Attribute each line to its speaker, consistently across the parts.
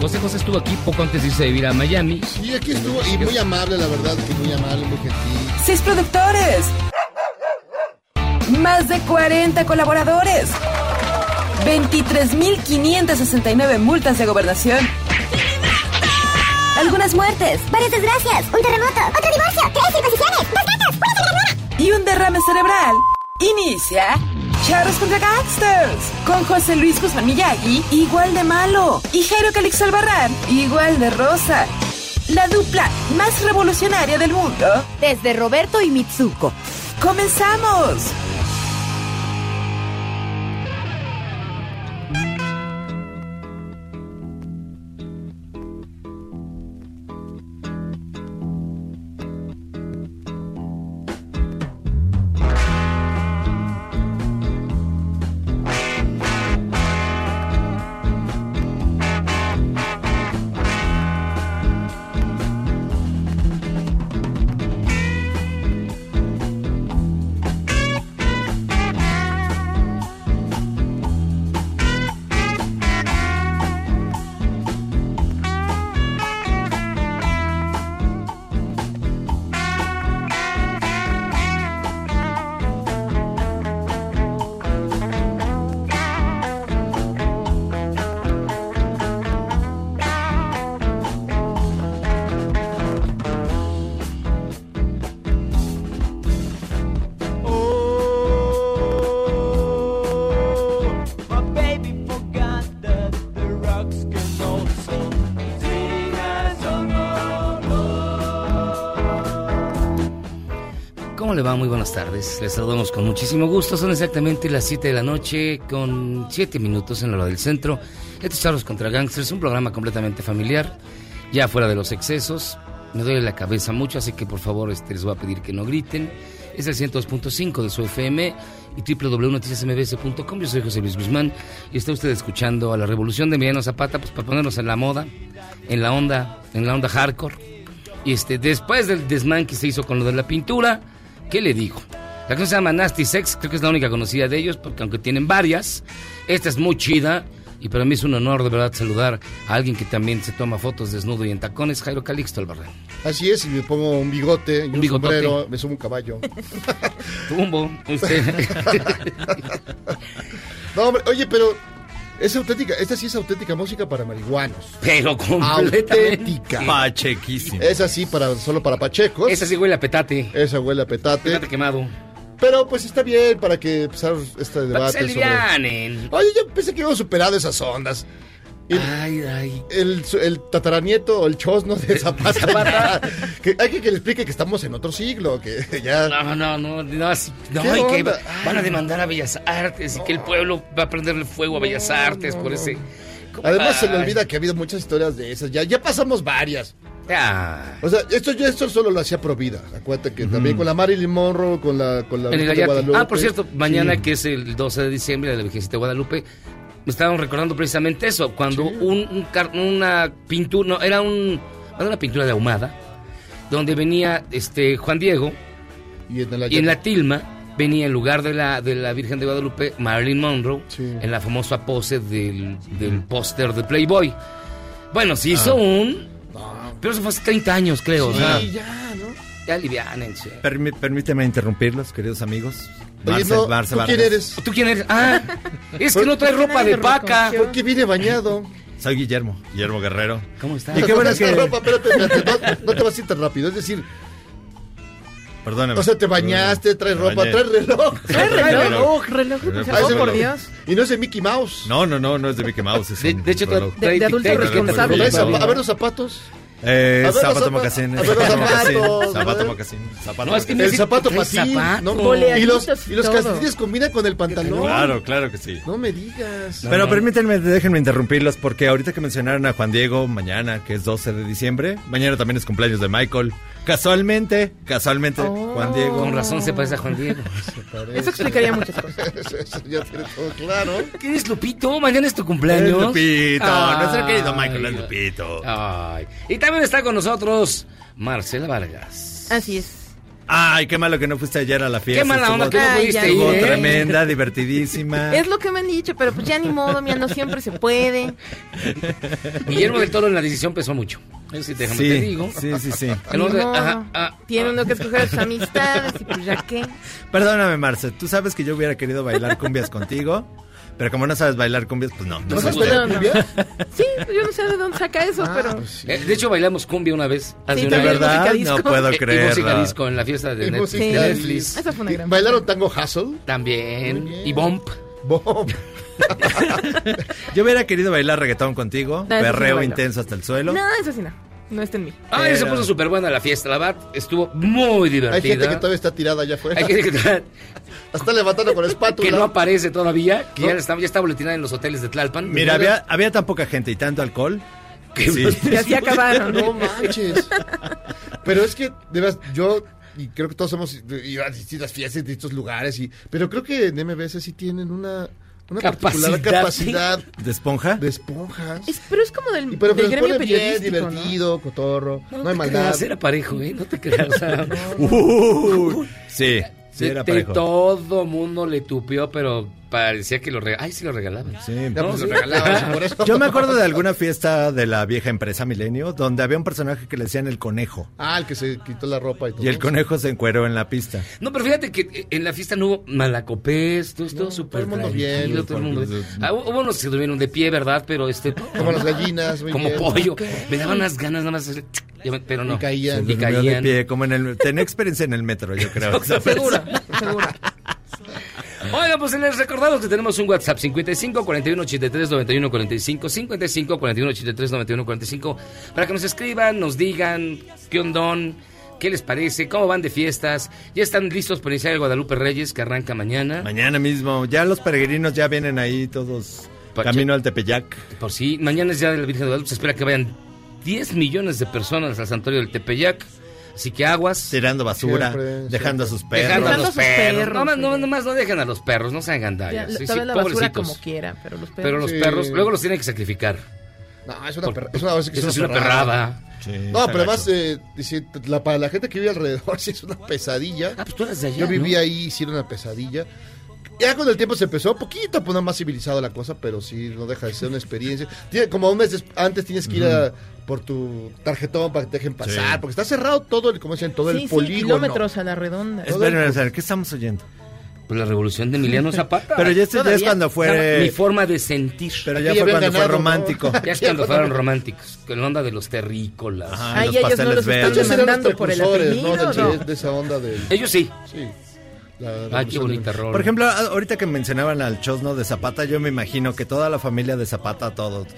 Speaker 1: José José estuvo aquí poco antes de irse a vivir a Miami.
Speaker 2: Sí, aquí estuvo, y muy amable, la verdad, que muy amable, muy gentil.
Speaker 3: Seis productores. Más de 40 colaboradores. 23.569 multas de gobernación. Algunas muertes.
Speaker 4: Varias desgracias, un terremoto, otro divorcio, tres circuncisiones, dos gatos, una sangranura.
Speaker 3: y un derrame cerebral. Inicia Charros contra Gangsters con José Luis Guzmán Miyagi, igual de malo, y Jairo Calix Albarrán, igual de rosa. La dupla más revolucionaria del mundo.
Speaker 5: Desde Roberto y Mitsuko.
Speaker 3: ¡Comenzamos!
Speaker 1: ¿Cómo le va? Muy buenas tardes. Les saludamos con muchísimo gusto. Son exactamente las 7 de la noche con 7 minutos en la hora del centro. Estos charlos contra gangsters, un programa completamente familiar, ya fuera de los excesos. Me duele la cabeza mucho, así que por favor este, les voy a pedir que no griten. Es el 102.5 de su FM y www.noticiasmbs.com. Yo soy José Luis Guzmán y está usted escuchando a la revolución de Emiliano Zapata pues, para ponernos en la moda, en la onda, en la onda hardcore. Y este, después del desmán que se hizo con lo de la pintura, ¿qué le digo? La canción se llama Nasty Sex, creo que es la única conocida de ellos, porque aunque tienen varias, esta es muy chida. Y para mí es un honor de verdad saludar a alguien que también se toma fotos desnudo y en tacones, Jairo Calixto Albarrán.
Speaker 2: Así es, y me pongo un bigote, y un,
Speaker 1: bigotote.
Speaker 2: sombrero, me subo un caballo.
Speaker 1: Tumbo, usted.
Speaker 2: No, hombre, oye, pero es auténtica, esta sí es auténtica música para marihuanos.
Speaker 1: Pero completamente.
Speaker 2: Auténtica.
Speaker 6: Pachequísimo.
Speaker 2: Es así para, solo para pachecos.
Speaker 1: Esa sí huele a petate.
Speaker 2: Esa huele a petate.
Speaker 1: Petate quemado.
Speaker 2: Pero pues está bien para que empezar este
Speaker 1: Para que
Speaker 2: debate
Speaker 1: se
Speaker 2: sobre...
Speaker 1: alivianen.
Speaker 2: Oye, yo pensé que habíamos superado esas ondas. Y-
Speaker 1: Ay, ay.
Speaker 2: el, el tataranieto o el chosno de Zapata. que hay que, que le explique que estamos en otro siglo, que ya...
Speaker 1: No, no, no, no, así- no,
Speaker 2: ¿Qué
Speaker 1: y que
Speaker 2: onda?
Speaker 1: va- van a demandar a Bellas Artes y que el pueblo va a prenderle fuego a Bellas Artes por ese.
Speaker 2: Además se le
Speaker 1: Ay.
Speaker 2: olvida que ha habido muchas historias de esas, ya, ya pasamos varias.
Speaker 1: Ah.
Speaker 2: O sea, esto yo esto solo lo hacía pro vida. Acuérdate que también con la Marilyn Monroe, con la con la
Speaker 1: En el
Speaker 2: Virgen de
Speaker 1: Ayate.
Speaker 2: Guadalupe.
Speaker 1: Ah, por cierto, mañana
Speaker 2: Sí.
Speaker 1: que es el 12 de diciembre, la de Virgencita de Guadalupe, me estaban recordando precisamente eso, cuando un, un car- una pintura, no, era un, era una pintura de ahumada, donde venía este Juan Diego
Speaker 2: y en el
Speaker 1: y en la
Speaker 2: Ayate.
Speaker 1: tilma venía en lugar de la, de la Virgen de Guadalupe Marilyn Monroe
Speaker 2: Sí.
Speaker 1: en la famosa pose del, del póster de Playboy. Bueno, se hizo un... Pero eso fue hace 30 años, creo. o sea,
Speaker 2: Ah. Sí, ya, ¿no?
Speaker 1: ya aliviánense.
Speaker 6: Permi- permíteme interrumpirlos, queridos amigos.
Speaker 2: Oye,
Speaker 6: Marce-
Speaker 2: no,
Speaker 6: Marce
Speaker 2: ¿tú quién
Speaker 6: Vargas.
Speaker 2: eres?
Speaker 1: ¿Tú quién eres? Ah, es que no trae ropa de paca.
Speaker 2: Porque viene bañado.
Speaker 6: Soy Guillermo, Guillermo Guerrero.
Speaker 1: ¿Cómo estás?
Speaker 6: Y qué bueno
Speaker 2: Esta
Speaker 6: que-
Speaker 2: ropa, espérate, espérate, no, no te vas a ir tan rápido, es decir,
Speaker 6: Perdóname.
Speaker 2: o sea, te bañaste, traes
Speaker 6: Me
Speaker 2: ropa,
Speaker 6: bañé.
Speaker 2: traes reloj.
Speaker 6: Trae reloj,
Speaker 7: reloj,
Speaker 6: Reloj,
Speaker 2: Ah, ese
Speaker 6: reloj.
Speaker 2: reloj. Y no es de Mickey Mouse.
Speaker 6: No, no, no, no es de Mickey Mouse. Es
Speaker 1: De,
Speaker 6: un
Speaker 1: de hecho, tra-
Speaker 6: reloj.
Speaker 7: De-
Speaker 1: trae
Speaker 7: de adulto
Speaker 1: tic-tac.
Speaker 7: responsable.
Speaker 2: A ver,
Speaker 6: Sí,
Speaker 2: zapa-
Speaker 6: no.
Speaker 2: a ver los zapatos.
Speaker 6: Eh,
Speaker 2: A ver,
Speaker 6: zapato
Speaker 2: zapa-
Speaker 6: mocasín.
Speaker 2: a ver, los
Speaker 6: Zapato mocasín.
Speaker 2: zapatos, a
Speaker 6: Zapato
Speaker 2: ver.
Speaker 6: mocasín. Zapato
Speaker 1: No, es que
Speaker 6: mocasín.
Speaker 1: me
Speaker 2: El
Speaker 1: dice,
Speaker 2: zapato
Speaker 1: trae
Speaker 2: patín,
Speaker 1: zapato.
Speaker 2: ¿no? Y los,
Speaker 7: Boleaditos y
Speaker 2: y los
Speaker 7: todo.
Speaker 2: calcetines combinan con el pantalón.
Speaker 6: Claro, claro que sí.
Speaker 2: No me digas.
Speaker 6: Pero permítanme, déjenme interrumpirlos porque ahorita que mencionaron a Juan Diego, mañana, que es 12 de diciembre, mañana también es cumpleaños de Michael. Casualmente, casualmente, Juan Diego.
Speaker 1: Oh. Con razón se parece a Juan Diego.
Speaker 7: Eso explicaría muchas cosas.
Speaker 2: Eso ya tiene todo claro.
Speaker 1: ¿Quién es Lupito? Mañana es tu cumpleaños.
Speaker 6: Es Lupito,
Speaker 1: Ay.
Speaker 6: nuestro querido Michael es Lupito.
Speaker 1: Ay. Y también está con nosotros Marcela Vargas.
Speaker 7: Así es.
Speaker 6: Ay, qué malo que no fuiste ayer a la fiesta.
Speaker 1: Qué mala onda que
Speaker 6: Estuvo-
Speaker 1: no
Speaker 7: Ay,
Speaker 1: pudiste
Speaker 7: ya,
Speaker 1: ir,
Speaker 6: estuvo
Speaker 1: ¿eh?
Speaker 6: tremenda, divertidísima.
Speaker 7: Es lo que me han dicho, pero pues ya ni modo, mira, no siempre se puede.
Speaker 1: Guillermo del Toro en la decisión pesó mucho. Eso sí, déjame
Speaker 6: sí,
Speaker 1: te digo.
Speaker 6: sí, sí, sí.
Speaker 1: El
Speaker 7: Ni
Speaker 1: hombre-
Speaker 7: modo.
Speaker 1: ajá, ah,
Speaker 7: Tiene
Speaker 1: ah.
Speaker 7: uno que escoger sus amistades y pues ya qué.
Speaker 6: Perdóname, Marce, tú sabes que yo hubiera querido bailar cumbias contigo, pero como no sabes bailar cumbias, pues no.
Speaker 2: ¿No
Speaker 1: se
Speaker 2: sabes
Speaker 1: pudo.
Speaker 2: bailar
Speaker 7: No, no.
Speaker 2: cumbia?
Speaker 7: Sí, pues yo no sé de dónde saca eso,
Speaker 2: Ah,
Speaker 7: pero
Speaker 2: pues sí.
Speaker 1: Eh, De hecho, bailamos cumbia una vez. hace
Speaker 7: Sí,
Speaker 1: un
Speaker 6: De
Speaker 1: año.
Speaker 7: también
Speaker 6: verdad,
Speaker 7: música
Speaker 6: no
Speaker 7: disco.
Speaker 6: puedo
Speaker 1: Eh, y música
Speaker 6: creerlo.
Speaker 1: disco en la fiesta de,
Speaker 2: Y
Speaker 1: Net-
Speaker 2: música
Speaker 1: de
Speaker 7: disco.
Speaker 1: Netflix.
Speaker 7: esa fue una
Speaker 2: ¿Y
Speaker 7: gran.
Speaker 2: ¿Bailaron tango hustle?
Speaker 1: También.
Speaker 2: Muy bien.
Speaker 1: Y Bomb.
Speaker 2: Bob.
Speaker 6: Yo hubiera querido bailar reggaetón contigo,
Speaker 7: No, eso sí no
Speaker 6: perreo
Speaker 7: bailo.
Speaker 6: intenso hasta el suelo.
Speaker 7: No, eso sí no. No está en mí.
Speaker 1: Ah,
Speaker 6: Pero-
Speaker 1: se puso súper buena la fiesta. La verdad, estuvo muy divertida.
Speaker 2: Hay gente que todavía está tirada allá afuera.
Speaker 1: Hay gente que todavía-
Speaker 2: Está levantando con la espátula.
Speaker 1: que no aparece todavía, que
Speaker 2: No.
Speaker 1: ya está, ya está boletinada en los hoteles de Tlalpan.
Speaker 6: Mira, había, había tan poca gente y tanto alcohol.
Speaker 1: Que-
Speaker 6: Sí.
Speaker 7: Y así acabaron.
Speaker 2: No manches. Pero es que, de verdad, yo. Y creo que todos hemos ido a distintas fiestas, distintos lugares. y Pero creo que en MBS sí tienen una, una particular
Speaker 1: Capacidad.
Speaker 2: capacidad
Speaker 6: ¿De esponja?
Speaker 2: de esponjas.
Speaker 7: Es- pero es como del,
Speaker 2: Y pero
Speaker 7: del
Speaker 2: pero
Speaker 7: gremio
Speaker 2: pone bien,
Speaker 7: periodístico, ¿no?
Speaker 2: divertido, cotorro. No,
Speaker 1: No,
Speaker 2: hay
Speaker 1: te
Speaker 2: maldad.
Speaker 1: creas, era parejo, ¿eh? No te creas. o sea,
Speaker 6: Uh, sí, sí,
Speaker 1: de-
Speaker 6: era
Speaker 1: de
Speaker 6: parejo.
Speaker 1: todo mundo le tupió, pero parecía que lo regalaban. Ay, sí lo regalaban.
Speaker 6: Sí.
Speaker 2: Ya, pues,
Speaker 1: No,
Speaker 2: sí.
Speaker 1: lo regalaban.
Speaker 2: Por eso.
Speaker 6: Yo me acuerdo de alguna fiesta de la vieja empresa Milenio donde había un personaje que le decían el conejo.
Speaker 2: Ah, el que se quitó la ropa y todo.
Speaker 6: Y el conejo se encueró en la pista.
Speaker 1: No, pero fíjate que eh, en la fiesta no hubo malacopés, todo estuvo
Speaker 2: No,
Speaker 1: súper
Speaker 2: todo el mundo
Speaker 1: tranquilo,
Speaker 2: bien, pues,
Speaker 1: todo el mundo-
Speaker 2: porque-
Speaker 1: Ah, hubo hubo unos que durmieron de pie, ¿verdad? Pero este...
Speaker 2: Como las gallinas. muy
Speaker 1: como
Speaker 2: bien.
Speaker 1: pollo. Me daban unas ganas nada más... hacer tsk, ya me- Pero no.
Speaker 2: Y caían.
Speaker 1: Y
Speaker 6: Se durmió de
Speaker 1: caían.
Speaker 6: pie, como en el... Tenía experiencia en el metro, yo creo.
Speaker 1: Seguro, seguro. Oiga, pues les recordamos que tenemos un WhatsApp 55 41 83 91 45 55 41 83 91 45 para que nos escriban, nos digan qué ondón, qué les parece, cómo van de fiestas. Ya están listos para iniciar el Guadalupe Reyes que arranca mañana.
Speaker 6: Mañana mismo, ya los peregrinos ya vienen ahí todos
Speaker 1: Pache-
Speaker 6: camino al Tepeyac.
Speaker 1: Por si mañana es ya de la Virgen de Guadalupe, se espera que vayan 10 millones de personas al santuario del Tepeyac. Así que aguas.
Speaker 6: Tirando basura,
Speaker 2: Siempre,
Speaker 6: dejando a sus
Speaker 1: Dejando a
Speaker 6: perros.
Speaker 7: Dejando
Speaker 1: los
Speaker 7: a sus
Speaker 1: perros.
Speaker 7: perros,
Speaker 1: No, más- no,
Speaker 7: oye.
Speaker 1: no más no dejen a los perros, no sean
Speaker 7: Ya,
Speaker 1: gandallas. Sí, sí,
Speaker 7: sabe la basura
Speaker 1: pobrecitos.
Speaker 7: como quiera, pero los perros.
Speaker 1: Pero los
Speaker 2: Sí.
Speaker 1: perros, luego los tienen que sacrificar.
Speaker 2: No, es una perra. Es una,
Speaker 1: Eso es una perrada.
Speaker 6: Sí,
Speaker 2: No, pero además,
Speaker 6: gacho.
Speaker 2: eh, dice, la, para la gente que vive alrededor, sí es una pesadilla.
Speaker 1: Ah, pues tú eres de allá.
Speaker 2: Yo viví
Speaker 1: ¿no?
Speaker 2: ahí, hicieron una pesadilla. Ya con el tiempo se empezó poquito a poner más civilizado la cosa, pero sí, no deja de ser una experiencia. Tiene, como un mes des- antes tienes que ir a- por tu tarjetón para que te dejen pasar,
Speaker 6: Sí.
Speaker 2: porque está cerrado todo el, como dicen, todo
Speaker 7: sí,
Speaker 2: el
Speaker 7: sí,
Speaker 2: polígono.
Speaker 7: kilómetros a la redonda.
Speaker 2: Es-
Speaker 6: Esperen, o sea, ¿qué estamos oyendo?
Speaker 1: Pues la revolución de Emiliano Zapata.
Speaker 6: Pero ya, este ya es
Speaker 7: todavía.
Speaker 6: cuando
Speaker 1: Mi
Speaker 6: fue...
Speaker 1: forma de sentir.
Speaker 6: Pero
Speaker 2: Aquí
Speaker 6: ya
Speaker 2: ya
Speaker 6: fue
Speaker 2: habían
Speaker 6: cuando fue
Speaker 2: ganado, ¿no?
Speaker 6: romántico.
Speaker 1: ya es cuando fueron románticos. Con la onda de los terrícolas.
Speaker 6: Ajá,
Speaker 7: Ay,
Speaker 6: Ah, los
Speaker 7: ellos no
Speaker 6: pasteles
Speaker 7: los están
Speaker 2: Ellos eran
Speaker 6: verdes.
Speaker 2: los
Speaker 7: demandando por el
Speaker 2: precursores, ¿no?
Speaker 7: apellido,
Speaker 2: De-
Speaker 7: ¿no?
Speaker 2: de- de esa onda del...
Speaker 1: Ellos sí.
Speaker 2: Sí. La
Speaker 1: Ah, qué
Speaker 2: revolución
Speaker 1: bonita rola.
Speaker 6: Por ejemplo, a- ahorita que mencionaban al chosno de Zapata, yo me imagino que toda la familia de Zapata, todos.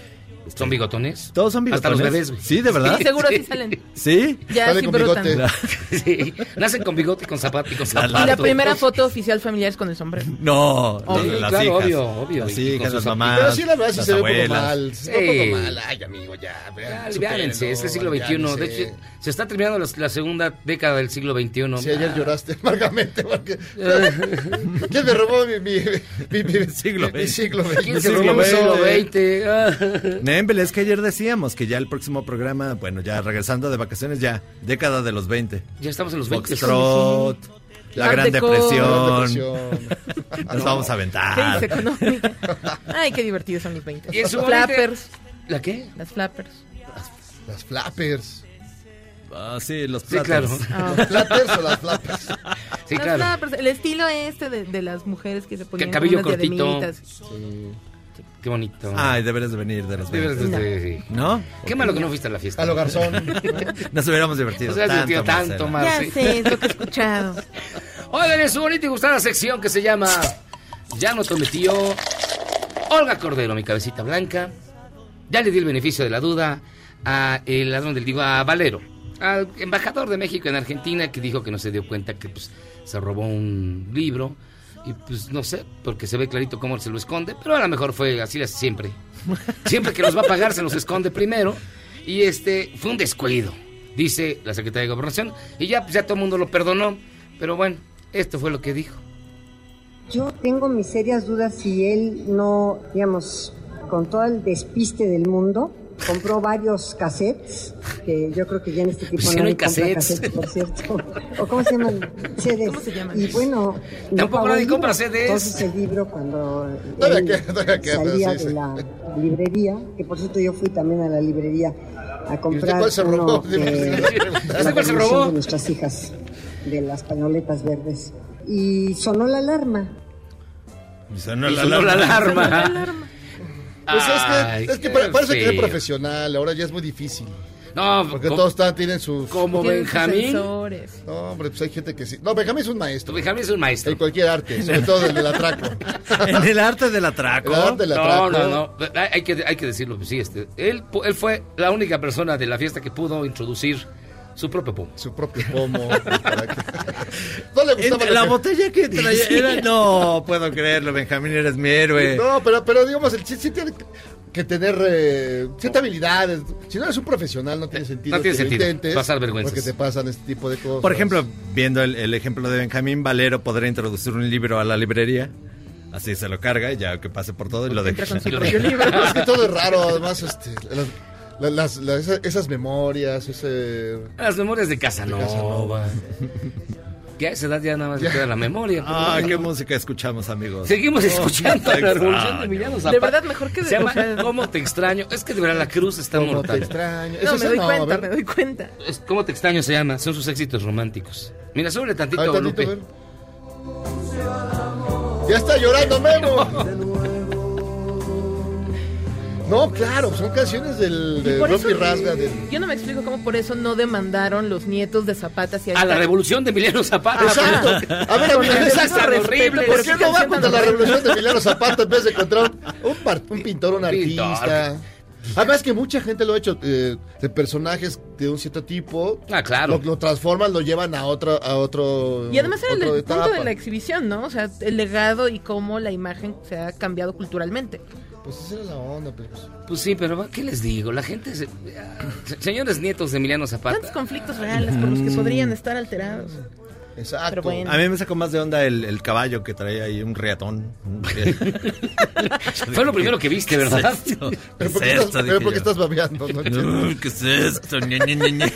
Speaker 1: ¿Son bigotones?
Speaker 6: Todos son
Speaker 1: Hasta los
Speaker 6: bigotones.
Speaker 1: bebés, güey.
Speaker 6: Sí, de verdad.
Speaker 7: Sí, seguro sí salen.
Speaker 6: Sí.
Speaker 7: Ya
Speaker 2: Sale
Speaker 7: sí
Speaker 2: con
Speaker 7: brotan.
Speaker 2: bigote.
Speaker 1: Sí. Nacen con bigote, con zapato y con
Speaker 6: La- la-
Speaker 1: zapato.
Speaker 7: Y la primera foto oficial familiar es con el sombrero.
Speaker 6: No,
Speaker 1: Obvio,
Speaker 6: las
Speaker 1: claro,
Speaker 6: hijas.
Speaker 1: obvio, obvio.
Speaker 6: Las
Speaker 1: Y con
Speaker 6: hijas,
Speaker 1: sus
Speaker 6: las
Speaker 1: ap-
Speaker 6: mamás.
Speaker 2: Pero sí, la verdad, sí
Speaker 6: las
Speaker 2: se ve como
Speaker 6: abuelas.
Speaker 2: mal. Se
Speaker 1: Ah, Sí.
Speaker 2: ve como mal. Ay, amigo, ya.
Speaker 1: Ya,
Speaker 2: vean,
Speaker 1: aliviánense, es el siglo
Speaker 2: supérenlo,
Speaker 1: XXI. De
Speaker 2: aliviánense.
Speaker 1: hecho, se está terminando la, la segunda década del siglo Ah. XXI.
Speaker 2: Si ayer lloraste amargamente, porque. ¿Quién me robó mi, mi, mi, mi-
Speaker 6: Siglo
Speaker 2: mi- mi
Speaker 6: XX.
Speaker 2: siglo
Speaker 1: ¿Quién
Speaker 2: XX?
Speaker 1: se
Speaker 6: Siglo
Speaker 1: robó el
Speaker 2: eh,
Speaker 1: siglo
Speaker 6: XX?
Speaker 1: XX? Ah.
Speaker 6: Nembel, es que ayer decíamos que ya el próximo programa, bueno, ya regresando de vacaciones, ya, década de los 20.
Speaker 1: Ya estamos en los 20.
Speaker 6: Foxtrot, la
Speaker 7: Art
Speaker 6: Gran
Speaker 7: Deco.
Speaker 6: Depresión,
Speaker 2: Depresión.
Speaker 6: nos vamos a
Speaker 7: ¿Qué dice
Speaker 6: aventar.
Speaker 7: económica? Ay, qué divertidos son mis 20.
Speaker 1: Y en su
Speaker 7: Flappers.
Speaker 1: ¿La qué?
Speaker 7: Las flappers.
Speaker 2: Las flappers.
Speaker 6: Ah, sí, los
Speaker 1: Sí,
Speaker 6: platos.
Speaker 1: claro.
Speaker 7: Ah.
Speaker 2: ¿Las flappers o las flappers?
Speaker 1: Sí,
Speaker 7: Las
Speaker 1: claro.
Speaker 7: flappers, pues El estilo este de, de las mujeres que se ponían
Speaker 1: cabello
Speaker 7: unas
Speaker 1: cortito.
Speaker 7: diademitas.
Speaker 1: Qué bonito.
Speaker 6: Ay, deberías de venir de los
Speaker 1: De
Speaker 6: 20.
Speaker 1: verdad, sí, sí.
Speaker 6: ¿No?
Speaker 1: Qué malo que no fuiste a la fiesta.
Speaker 2: A lo garzón.
Speaker 6: Nos hubiéramos divertido.
Speaker 1: Nos hubiéramos divertido
Speaker 6: tanto,
Speaker 1: tanto,
Speaker 6: Marcela.
Speaker 1: Mar.
Speaker 7: Ya
Speaker 1: sí.
Speaker 7: sé, es lo que he escuchado.
Speaker 1: Oigan, en su bonita y gustada sección que se llama Ya no prometió Olga Cordero, mi cabecita blanca. Ya le di el beneficio de la duda a el ladrón del digo, a Valero, al embajador de México en Argentina que dijo que no se dio cuenta que pues, se robó un libro. Y pues no sé, porque se ve clarito cómo se lo esconde, pero a lo mejor fue así las- siempre. Siempre que los va a pagar se los esconde primero. Y este fue un descuido. dice la secretaria de Gobernación. Y ya, pues ya todo el mundo lo perdonó. Pero bueno, esto fue lo que dijo.
Speaker 8: Yo tengo mis serias dudas si él no, digamos, con todo el despiste del mundo, compró varios cassettes, que yo creo que ya en este tipo
Speaker 1: Pues ya no hay
Speaker 8: nadie compra
Speaker 1: cassettes.
Speaker 8: cassettes, por cierto. ¿O cómo se llaman? CDs.
Speaker 7: ¿Cómo se llaman?
Speaker 8: Y bueno, no
Speaker 1: Tampoco
Speaker 8: pagó
Speaker 1: nadie
Speaker 8: el
Speaker 1: compra
Speaker 8: libro.
Speaker 1: CDs.
Speaker 8: Entonces el libro cuando
Speaker 2: Todavía
Speaker 8: él
Speaker 2: queda, todavía queda, pero
Speaker 8: salía
Speaker 2: sí,
Speaker 8: de
Speaker 2: sí.
Speaker 8: la librería, que por cierto yo fui también a la librería a comprar
Speaker 2: cuál se
Speaker 8: uno
Speaker 2: robó?
Speaker 8: de- de la
Speaker 1: ¿Usted cuál se
Speaker 8: colección
Speaker 1: robó?
Speaker 8: de nuestras hijas, de las pañoletas verdes. Y sonó la alarma.
Speaker 6: Y sonó
Speaker 1: Y
Speaker 6: la
Speaker 1: sonó la
Speaker 6: alarma.
Speaker 1: alarma.
Speaker 2: Pues
Speaker 1: Ay,
Speaker 2: es que, es que
Speaker 1: qué
Speaker 2: para, para eso hay que ser
Speaker 1: feo.
Speaker 2: profesional, ahora ya es muy difícil.
Speaker 1: No,
Speaker 2: Porque
Speaker 1: co-
Speaker 2: todos están, tienen sus.
Speaker 1: como
Speaker 7: Tienen
Speaker 1: Benjamín.
Speaker 7: sensores.
Speaker 2: No, hombre, pues hay gente que sí. No, Benjamín es un
Speaker 1: Tu
Speaker 2: maestro.
Speaker 1: Benjamín es un maestro.
Speaker 2: En cualquier arte, sobre todo el del atraco.
Speaker 6: En el arte del
Speaker 2: El
Speaker 6: atraco.
Speaker 2: arte del
Speaker 1: ¿Ah, No,
Speaker 2: atraco.
Speaker 1: no, no. Hay hay que, hay que decirlo, pues sí. Este, él, pu- él fue la única persona de la fiesta que pudo introducir su propio pum.
Speaker 2: Su propio pomo. para que- No le gustaba
Speaker 6: En- la
Speaker 2: que-
Speaker 6: botella que traía era- No, puedo creerlo, Benjamín, eres mi héroe.
Speaker 2: No, pero, pero digamos, el sí, sí tiene que tener eh, ciertas habilidades. Si no eres un profesional, no tiene sentido.
Speaker 1: Eh, No tiene
Speaker 2: que lo
Speaker 1: sentido.
Speaker 2: intentes,
Speaker 1: Pasar vergüenzas.
Speaker 2: Porque te pasan este tipo de cosas.
Speaker 6: Por ejemplo, viendo el, el ejemplo de Benjamín, Valero podrá introducir un libro a la librería. Así se lo carga y ya que pase por todo y lo deja.
Speaker 1: Y lo-
Speaker 2: es que todo es raro, además, este, las, la- las- la- esa- esas memorias, ese.
Speaker 1: Las memorias de Casanova. Que a esa edad ya nada más le queda la memoria. pero
Speaker 6: Ah,
Speaker 1: bueno.
Speaker 6: qué música escuchamos, amigos. Oh,
Speaker 1: Seguimos escuchando a la
Speaker 6: exacto.
Speaker 1: revolución de Emiliano Zapata.
Speaker 7: De verdad, mejor que de-
Speaker 1: Se llama ¿Cómo te extraño? Es que de verdad la cruz está
Speaker 2: Como te
Speaker 1: mortal.
Speaker 2: extraño.
Speaker 7: No,
Speaker 2: Eso
Speaker 7: me
Speaker 2: sí,
Speaker 7: doy
Speaker 2: no, a
Speaker 7: cuenta,
Speaker 2: ver.
Speaker 7: me doy cuenta.
Speaker 1: Es ¿Cómo te extraño? Se llama. Son sus éxitos románticos. Mira, súbele tantito,
Speaker 2: Ay, tantito,
Speaker 1: Lupe.
Speaker 2: a ver. Ya está llorando Memo. No, claro, son canciones del de
Speaker 7: Por
Speaker 2: Rompi
Speaker 7: eso-
Speaker 2: Rasga. del-
Speaker 7: Yo no me explico cómo por eso no demandaron los nietos de Zapata hacia
Speaker 1: A la revolución de Emiliano Zapata.
Speaker 2: Exacto. A ver,
Speaker 1: Porque
Speaker 2: Emiliano,
Speaker 1: esas tan
Speaker 7: respeto,
Speaker 1: horribles.
Speaker 2: ¿por qué no va contra
Speaker 7: canción
Speaker 1: Pues,
Speaker 7: tan
Speaker 2: la
Speaker 7: horrible?
Speaker 2: revolución de Emiliano Zapata en vez de contra un, un par- un pintor, un
Speaker 1: Pintor.
Speaker 2: artista? Además que mucha gente lo ha hecho eh, de personajes de un cierto tipo.
Speaker 1: Ah, claro.
Speaker 2: Lo, lo transforman, lo llevan a otro, a otro.
Speaker 7: Y además era el
Speaker 2: otro
Speaker 7: del punto de
Speaker 2: etapa.
Speaker 7: la exhibición, ¿no? O sea, el legado y cómo la imagen se ha cambiado culturalmente.
Speaker 2: Pues esa era la onda, pero. pues,
Speaker 1: Pues sí, pero ¿qué les digo? La gente... se- ah, se- Señores nietos de Emiliano
Speaker 7: Tantos
Speaker 1: Zapata.
Speaker 7: conflictos reales por los que podrían estar alterados.
Speaker 2: Exacto.
Speaker 7: Pero bueno.
Speaker 6: A mí me sacó más de onda el, el caballo que traía ahí, un riatón.
Speaker 1: Fue lo primero que viste, ¿verdad?
Speaker 2: Pero ¿por qué,
Speaker 6: es
Speaker 2: estás, pero ¿por qué
Speaker 6: Dije yo.
Speaker 2: estás babeando? No entiendo.
Speaker 6: Uy, ¿Qué es esto? Ñe, Ñe, Ñe, Ñe.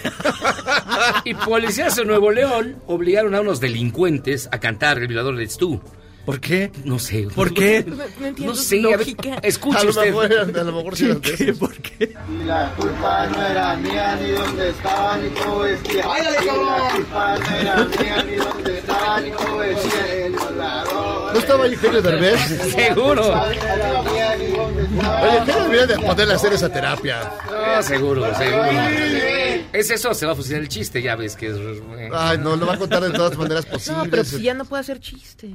Speaker 1: Y policías en Nuevo León obligaron a unos delincuentes a cantar El violador eres tú.
Speaker 6: ¿Por qué?
Speaker 1: No sé.
Speaker 6: ¿Por qué?
Speaker 7: No, no entiendo
Speaker 1: No
Speaker 7: su
Speaker 1: sé. a ver,
Speaker 7: lógica.
Speaker 2: A
Speaker 1: Escuche
Speaker 2: lo
Speaker 1: usted.
Speaker 2: mejor, a lo mejor sí eran de
Speaker 6: ¿Qué?
Speaker 2: esos.
Speaker 6: ¿Por qué?
Speaker 9: La culpa no era mía ni dónde estaba ni cómo vestía. La culpa no era mía ni dónde estaba ni cómo vestía. El volador.
Speaker 2: ¿No estaba ahí Eugenio Derbez?
Speaker 1: Seguro.
Speaker 9: era mía ni dónde estaba.
Speaker 2: Oye, ¿qué debería de ponerle a hacer esa terapia?
Speaker 1: No, seguro, seguro. Es eso, se va a fusionar el chiste, ya ves que es... eh.
Speaker 2: Ay, no, lo va a contar de todas maneras
Speaker 7: No, pero pues
Speaker 2: posibles.
Speaker 7: si ya no puede hacer chistes.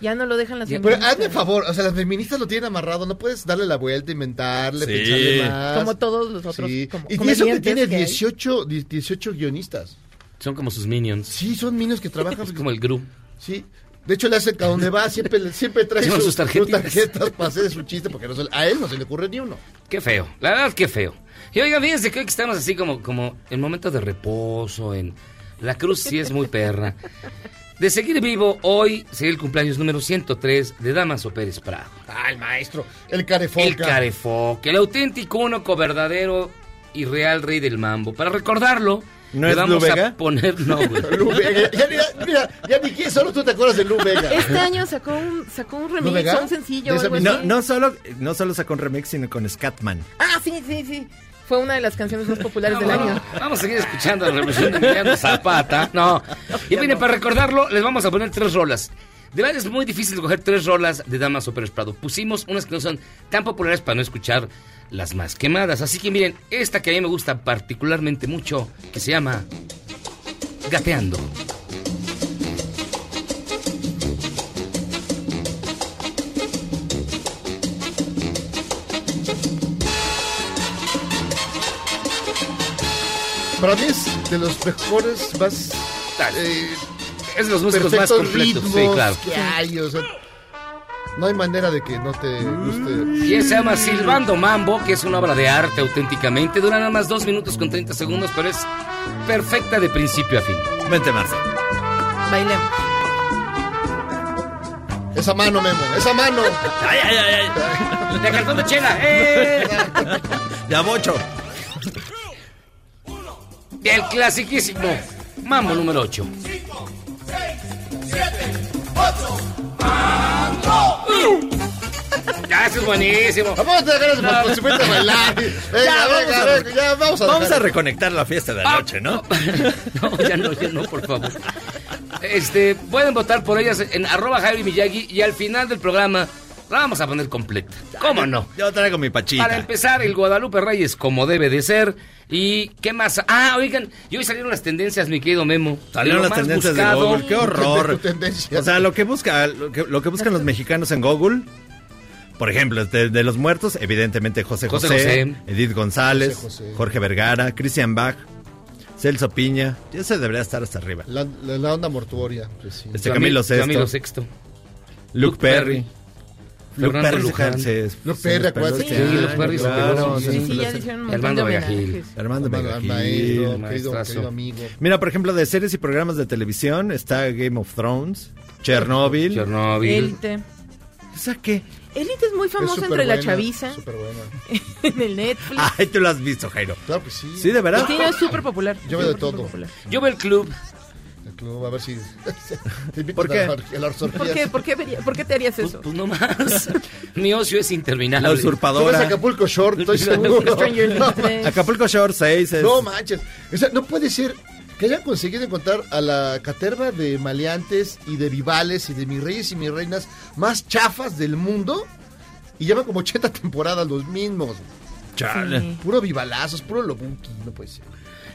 Speaker 7: Ya no lo dejan las
Speaker 2: Pero
Speaker 7: feministas.
Speaker 2: hazme favor, o sea, las feministas lo tienen amarrado, no puedes darle la vuelta, inventarle,
Speaker 6: Sí.
Speaker 2: pincharle más.
Speaker 7: Como todos los otros,
Speaker 2: Sí.
Speaker 7: como
Speaker 2: y eso que
Speaker 7: comediantes
Speaker 2: tiene
Speaker 7: que hay.
Speaker 2: 18, die- 18 guionistas.
Speaker 1: Son como sus minions.
Speaker 2: Sí, son niños que trabajan.
Speaker 1: Es como el Gru.
Speaker 2: Sí. De hecho, le hacen a donde va, siempre, le- siempre trae
Speaker 1: Llevan
Speaker 2: sus,
Speaker 1: sus tarjetitas.
Speaker 2: tarjetas para hacer su chiste, porque no se- a él no se le ocurre ni uno.
Speaker 1: Qué feo, la verdad qué feo. Y oiga, fíjense que hoy que estamos así como, como en momentos de reposo, en la cruz sí es muy perra. De seguir vivo, hoy sería el cumpleaños número 103 de Damaso Pérez Prado.
Speaker 2: Ah, el maestro. El carefoca.
Speaker 1: El carefoque, el auténtico, único, verdadero y real rey del mambo. Para recordarlo,
Speaker 6: ¿No
Speaker 1: le
Speaker 6: es
Speaker 1: vamos
Speaker 6: Blue
Speaker 1: a
Speaker 6: Vega?
Speaker 1: poner... No, güey.
Speaker 2: Lu Vega. Ya, ni- mira, ya ni quién, solo tú te acuerdas de Lu Vega.
Speaker 7: Este año sacó un, sacó un
Speaker 2: ¿No,
Speaker 7: remix,
Speaker 2: Vega?
Speaker 7: un sencillo.
Speaker 2: De esa
Speaker 7: algo así.
Speaker 6: No, no solo, no solo sacó un remix, sino con Scatman.
Speaker 7: Ah, sí, sí, sí. Fue una de las canciones más populares del año.
Speaker 1: Vamos a seguir escuchando la revolución de Emiliano Zapata. No. Y miren, para recordarlo, les vamos a poner tres rolas. De verdad es muy difícil coger tres rolas de Damaso Pérez Prado. Pusimos unas que no son tan populares para no escuchar las más quemadas. Así que miren, esta que a mí me gusta particularmente mucho, que se llama Gateando.
Speaker 2: Para mí es de los mejores, más
Speaker 1: Dale.
Speaker 2: eh,
Speaker 1: Es de los músicos más
Speaker 2: perfectos
Speaker 1: completos.
Speaker 2: ritmos
Speaker 1: Sí, claro.
Speaker 2: que hay. O sea, No hay manera de que no te guste.
Speaker 1: Quien se llama Silvando Mambo, que es una obra de arte auténticamente, dura nada más 2 minutos con 30 segundos, pero es perfecta de principio a fin.
Speaker 6: Vente, Marce.
Speaker 7: Bailemos.
Speaker 2: Esa mano, Memo, esa mano.
Speaker 6: ¡Ay, ay, ay! ay.
Speaker 1: ¡De cartón de chela! ¡Eh!
Speaker 6: ¡Ya, bocho!
Speaker 1: El clasiquísimo Mambo número 8. ¡Ya, eso es buenísimo!
Speaker 2: Vamos a dejar ese por supuesto bailar. Venga,
Speaker 6: Ya, vamos
Speaker 2: venga,
Speaker 6: a-
Speaker 2: venga, ya vamos a
Speaker 6: Vamos a
Speaker 2: dejar.
Speaker 6: reconectar la fiesta de anoche, ¿no?
Speaker 1: Ah, No, ya no, ya no, por favor. Este, pueden votar por ellas en arroba Javi Miyagi y al final del programa la vamos a poner completa. ¿Cómo no?
Speaker 6: Yo traigo mi
Speaker 1: Para
Speaker 6: pachita.
Speaker 1: empezar, el Guadalupe Reyes como debe de ser. ¿Y qué más? Ah, oigan, y hoy salieron las tendencias, mi querido Memo.
Speaker 6: Salieron
Speaker 1: De lo
Speaker 6: las
Speaker 1: más
Speaker 6: tendencias de
Speaker 1: buscado.
Speaker 6: Google. ¡Qué
Speaker 2: Tu
Speaker 6: horror!
Speaker 2: tendencia.
Speaker 6: O sea, lo que, busca, lo, que, lo que buscan los mexicanos en Google, por ejemplo, de, de los muertos, evidentemente José
Speaker 1: José
Speaker 6: José,
Speaker 1: José.
Speaker 6: Edith González,
Speaker 2: José José.
Speaker 6: Jorge Vergara, Cristian Bach, Celso Piña. Ese debería estar hasta arriba.
Speaker 2: La, la- la onda mortuoria, pues sí.
Speaker 6: Este Camilo
Speaker 1: Cami- Camilo
Speaker 6: VI,
Speaker 1: Sexto.
Speaker 6: Luke Perry. Luke
Speaker 1: Fernando
Speaker 6: Perry.
Speaker 1: Luján.
Speaker 6: se- se-
Speaker 2: Luke
Speaker 6: se
Speaker 2: Perry,
Speaker 6: despegó
Speaker 2: acuérdate.
Speaker 6: este
Speaker 1: Sí,
Speaker 6: año,
Speaker 1: Luke Perry se
Speaker 6: claro,
Speaker 1: pegó,
Speaker 6: sí.
Speaker 7: Sí, sí, ya le hicieron un montón
Speaker 1: Armando
Speaker 7: de
Speaker 1: Vegajil.
Speaker 7: homenajes.
Speaker 6: este Armando
Speaker 2: Hermano, al
Speaker 6: Megajil.
Speaker 2: maestro, querido,
Speaker 1: maestrazo.
Speaker 2: querido amigo.
Speaker 6: Mira, por ejemplo, de series y programas de televisión está Game of Thrones, Chernobyl.
Speaker 1: Chernobyl.
Speaker 7: Élite.
Speaker 6: ¿Esa qué?
Speaker 7: Élite es muy
Speaker 2: Es
Speaker 7: famosa entre
Speaker 2: superbuena,
Speaker 7: la chaviza,
Speaker 2: superbuena.
Speaker 7: en el Netflix.
Speaker 6: Ay, tú lo has visto, Jairo.
Speaker 2: Claro que sí.
Speaker 6: Sí, de verdad.
Speaker 7: Y tiene es súper popular.
Speaker 2: Yo veo de
Speaker 7: súper, súper
Speaker 2: todo.
Speaker 7: popular.
Speaker 1: Yo veo el club.
Speaker 2: El club, a ver si. te invitan
Speaker 6: ¿Por qué?
Speaker 2: A la- a las
Speaker 7: ¿Por
Speaker 2: orgías.
Speaker 7: qué, por, qué, vería- ¿Por qué te harías
Speaker 1: Pues,
Speaker 7: eso?
Speaker 1: pues no más. Mi ocio es
Speaker 6: La
Speaker 1: interminable.
Speaker 2: Tú ves
Speaker 6: usurpadora.
Speaker 2: Acapulco Short, estoy seguro.
Speaker 7: Stranger Things.
Speaker 6: Acapulco Shore 6 es...
Speaker 2: No manches. O sea, no puede ser que hayan conseguido encontrar a la caterva de maleantes y de vivales y de mis reyes y mis reinas más chafas del mundo. Y llevan como 80 temporadas los mismos.
Speaker 6: Chale.
Speaker 2: Puro vivalazos, puro lobuki, no puede ser.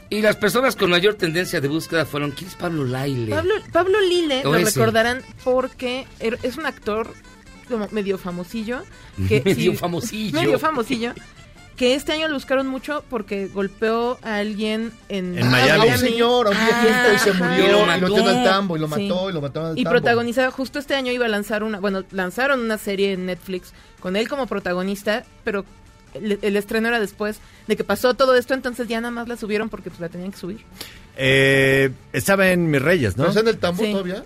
Speaker 1: Y las personas con mayor tendencia de búsqueda fueron ¿Quién es Pablo Laile?
Speaker 7: Pablo, Pablo Lille
Speaker 1: O
Speaker 7: lo
Speaker 1: ese.
Speaker 7: recordarán porque er- es un actor como medio famosillo. Que
Speaker 1: Medio
Speaker 7: sí,
Speaker 1: famosillo.
Speaker 7: Medio famosillo. Que este año lo buscaron mucho porque golpeó a alguien en,
Speaker 6: En Miami.
Speaker 2: A un señor, a un
Speaker 7: Ah,
Speaker 2: viejito y se
Speaker 7: ajá.
Speaker 2: murió.
Speaker 1: Y
Speaker 2: Y
Speaker 1: lo
Speaker 2: lo,
Speaker 1: mató.
Speaker 2: tiró al tambo, y lo
Speaker 7: Sí.
Speaker 2: mató, y lo mataron al
Speaker 7: Y
Speaker 2: tambo.
Speaker 7: protagonizada, justo este año iba a lanzar una, bueno, lanzaron una serie en Netflix con él como protagonista, pero el, el estreno era después de que pasó todo esto, entonces ya nada más la subieron porque pues la tenían que subir.
Speaker 6: Eh, estaba en Mis Reyes, ¿no?
Speaker 2: ¿No está en el tambo
Speaker 7: Sí.
Speaker 2: todavía?